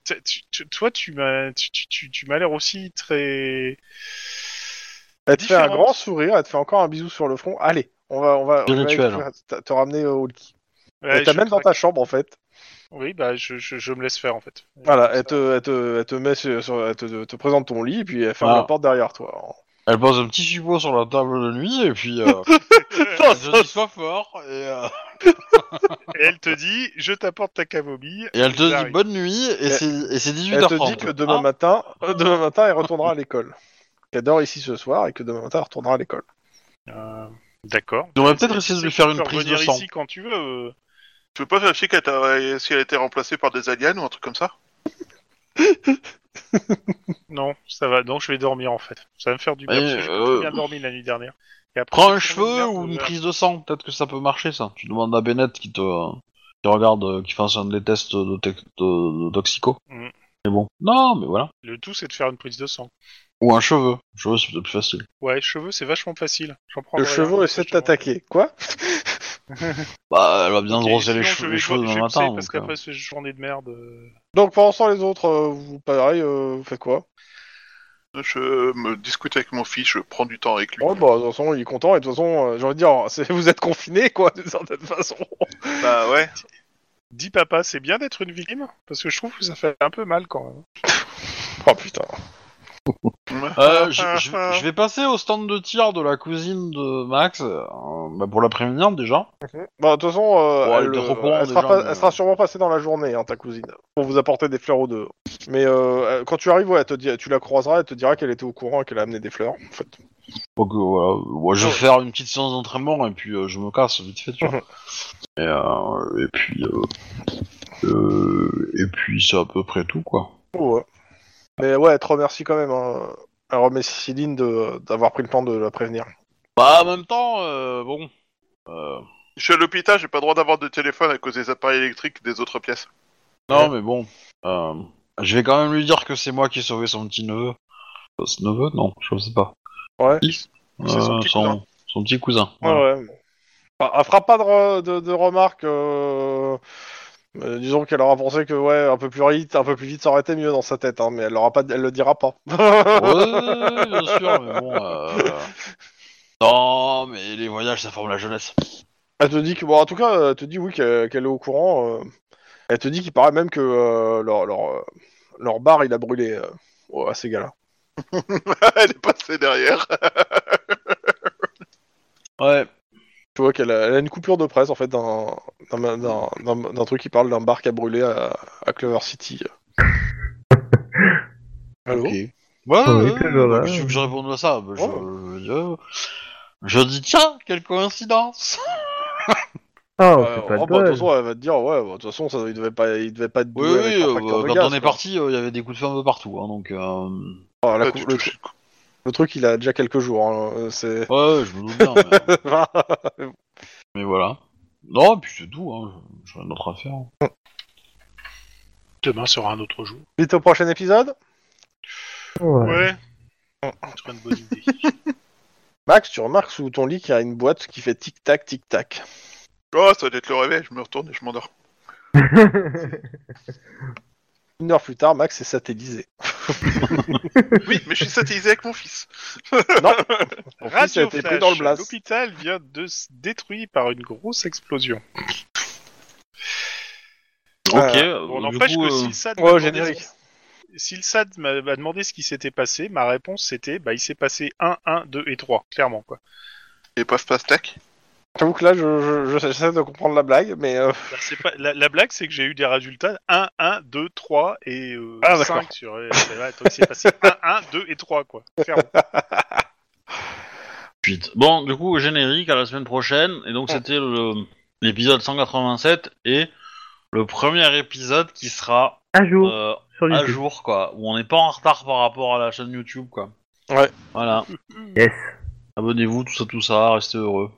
t- tu- tu- Toi, tu m'as tu, tu- tu- tu m'as l'air aussi très... Elle te fait un Différente. grand sourire, elle te fait encore un bisou sur le front. Allez, on va, on va, Bien on va rituel. te- te ramener au lit. Ouais, elle t'amène je- dans ta chambre en fait. Oui, bah, je, je, je me laisse faire, en fait. Voilà, elle te, elle te, elle te met sur, sur- elle te, te présente ton lit, puis elle ferme Ah. la porte derrière toi. Elle pose un petit suppôt sur la table de nuit, et puis. (laughs) Euh, elle te dit sois fort, et, euh, Et elle te dit, je t'apporte ta camomille. et elle te J'arrive. dit bonne nuit, et Elle- c'est et c'est 18h30. Elle te dit que demain Ah, matin, euh, demain matin, elle retournera à l'école. Qu'elle dort ici ce soir et que demain matin, elle retournera à l'école. Euh, D'accord. On devrait peut-être essayer de lui faire Tu une peux prise de revenir sang. ici quand tu veux. euh. Tu veux pas vérifier qu'elle t'a- si elle a été remplacée par des aliens ou un truc comme ça Non, ça va. Donc je vais dormir en fait. Ça va me faire du bien. Et, parce que j'ai pas euh, bien dormi la nuit dernière. Et après, Prends ça un me cheveu fait ou une bien, prise de sang, peut-être que ça peut marcher ça. Tu demandes à Bennett qui te euh, qui regarde, euh, qui fasse un des tests de, tec- de- de toxico. Mm. Mais bon. Non, mais voilà. Le tout, c'est de faire une prise de sang. Ou un cheveu. Un cheveu, c'est peut-être plus facile. Ouais, cheveux, c'est vachement facile. J'en prends. Le cheveu essaie de t'attaquer. Quoi Bah, elle va bien brosser les, cheveux les cheveux demain matin. Parce donc, euh, qu'après cette journée de merde. euh, Donc pendant ce temps, les autres, euh, vous pareil, euh, vous faites quoi Je me discute avec mon fils, je prends du temps avec lui. Ouais, bah, de toute façon, il est content et de toute façon, euh, j'ai envie de dire, c'est- (laughs) vous êtes confinés, quoi, d'une certaine façon. Bah ouais. Dis papa, c'est bien d'être une victime parce que je trouve que ça fait un peu mal quand même. Oh putain. Euh, je, je- je vais passer au stand de tir de la cousine de Max euh, bah, pour la prévenir déjà. Bah, de toute façon, euh, Bon, elle elle, était euh, au courant elle sera, déjà, pas- mais- elle sera sûrement passée dans la journée, hein, ta cousine, pour vous apporter des fleurs aux deux. Mais euh, euh, quand tu arrives, ouais, elle te dit- tu la croiseras, elle te dira qu'elle était au courant et qu'elle a amené des fleurs. En fait. Donc euh, voilà, moi je vais faire une petite séance d'entraînement et puis euh, je me casse vite fait, tu Mhm. vois. et, euh, et puis euh, euh, et puis c'est à peu près tout quoi. Ouais. Mais ouais, elle te remercie quand même. Hein. Elle remercie Céline de- d'avoir pris le temps de la prévenir. Bah en même temps, euh, bon, euh, Je suis à l'hôpital, j'ai pas le droit d'avoir de téléphone à cause des appareils électriques des autres pièces. (laughs) non mais bon, euh, je vais quand même lui dire que c'est moi qui ai sauvé son petit neveu. Son neveu non, je sais pas. Ouais. Fils C'est son Euh, petit son, cousin. son petit cousin. Ouais, voilà. Ah ouais. Enfin, elle fera pas de, re- de, de remarques. euh, euh, disons qu'elle aura pensé que ouais, un peu plus vite, un peu plus vite, ça aurait été mieux dans sa tête. hein, mais elle l'aura pas, elle le dira pas. (laughs) Ouais, bien sûr, mais bon. euh, Non, mais les voyages, ça forme la jeunesse. Elle te dit que, bon, en tout cas, elle te dit oui qu'elle qu'elle est au courant. euh. elle te dit qu'il paraît même que euh, leur, leur, euh, leur bar il a brûlé euh, au- à ces gars-là. elle est passée derrière. Ouais. Tu vois qu'elle a, elle a une coupure de presse en fait d'un d'un- d'un- d'un- d'un truc qui parle d'un bar qui a brûlé à, à Clover City. Allô Ok. Ouais, ouais, On est ouais, toujours là. bah, qu'est-ce que je réponds à ça Bah, je, Oh. Ouais. je- je dis tiens, quelle coïncidence Oh, Euh, c'est pas oh, bah, de toute bol. façon, elle va te dire ouais, bah, de toute façon, ça, il devait pas, il devait pas être Oui, doué oui, avec un euh, facteur de quand gaz, on quoi. est parti, euh, il y avait des coups de feu un peu partout. hein, donc, euh, Ah, la Ah, cou- tu le touches- Le truc, il a déjà quelques jours. hein, euh, C'est. (laughs) Ouais, ouais, je me doute bien. Mais, mais voilà. Non, puis c'est tout, hein. j'ai rien d'autre à faire. Demain sera un autre jour. Vite au prochain épisode. Ouais. Oh, C'est pas une bonne (laughs) idée. Max, tu remarques sous ton lit qu'il y a une boîte qui fait tic-tac, tic-tac. Oh, ça doit être le réveil, je me retourne et je m'endors. (laughs) Une heure plus tard, Max est satellisé. Oui, mais je suis satellisé avec mon fils. Non, ton fils a Radio été pris dans le Flash, blast. l'hôpital vient de se détruire par une grosse explosion. Ok, On du n'empêche coup, que euh, si le SAD ouais, m'a demandé Oh, générique. ce qui- si le SAD m'a m'a demandé ce qui s'était passé, ma réponse c'était bah, il s'est passé 1, 1, 2 et 3, clairement quoi. Et paf, paf, tac. J'avoue que là, je- je- je- j'essaie de comprendre la blague, mais euh, Bah, c'est pas... la, la blague c'est que j'ai eu des résultats 1, 1, 2, 3 et euh, Ah, d'accord. 5 sur. euh, ouais, donc, il s'est passé 1, 1, 2 et 3 quoi. Clairement. Suite. Bon, du coup, générique à la semaine prochaine. Et donc, c'était le- l'épisode 187 et le premier épisode qui sera Un jour, euh, sur à YouTube. jour, quoi. Où on n'est pas en retard par rapport à la chaîne YouTube, quoi. Ouais. Voilà. Yes. Abonnez-vous, tout ça, tout ça. Restez heureux.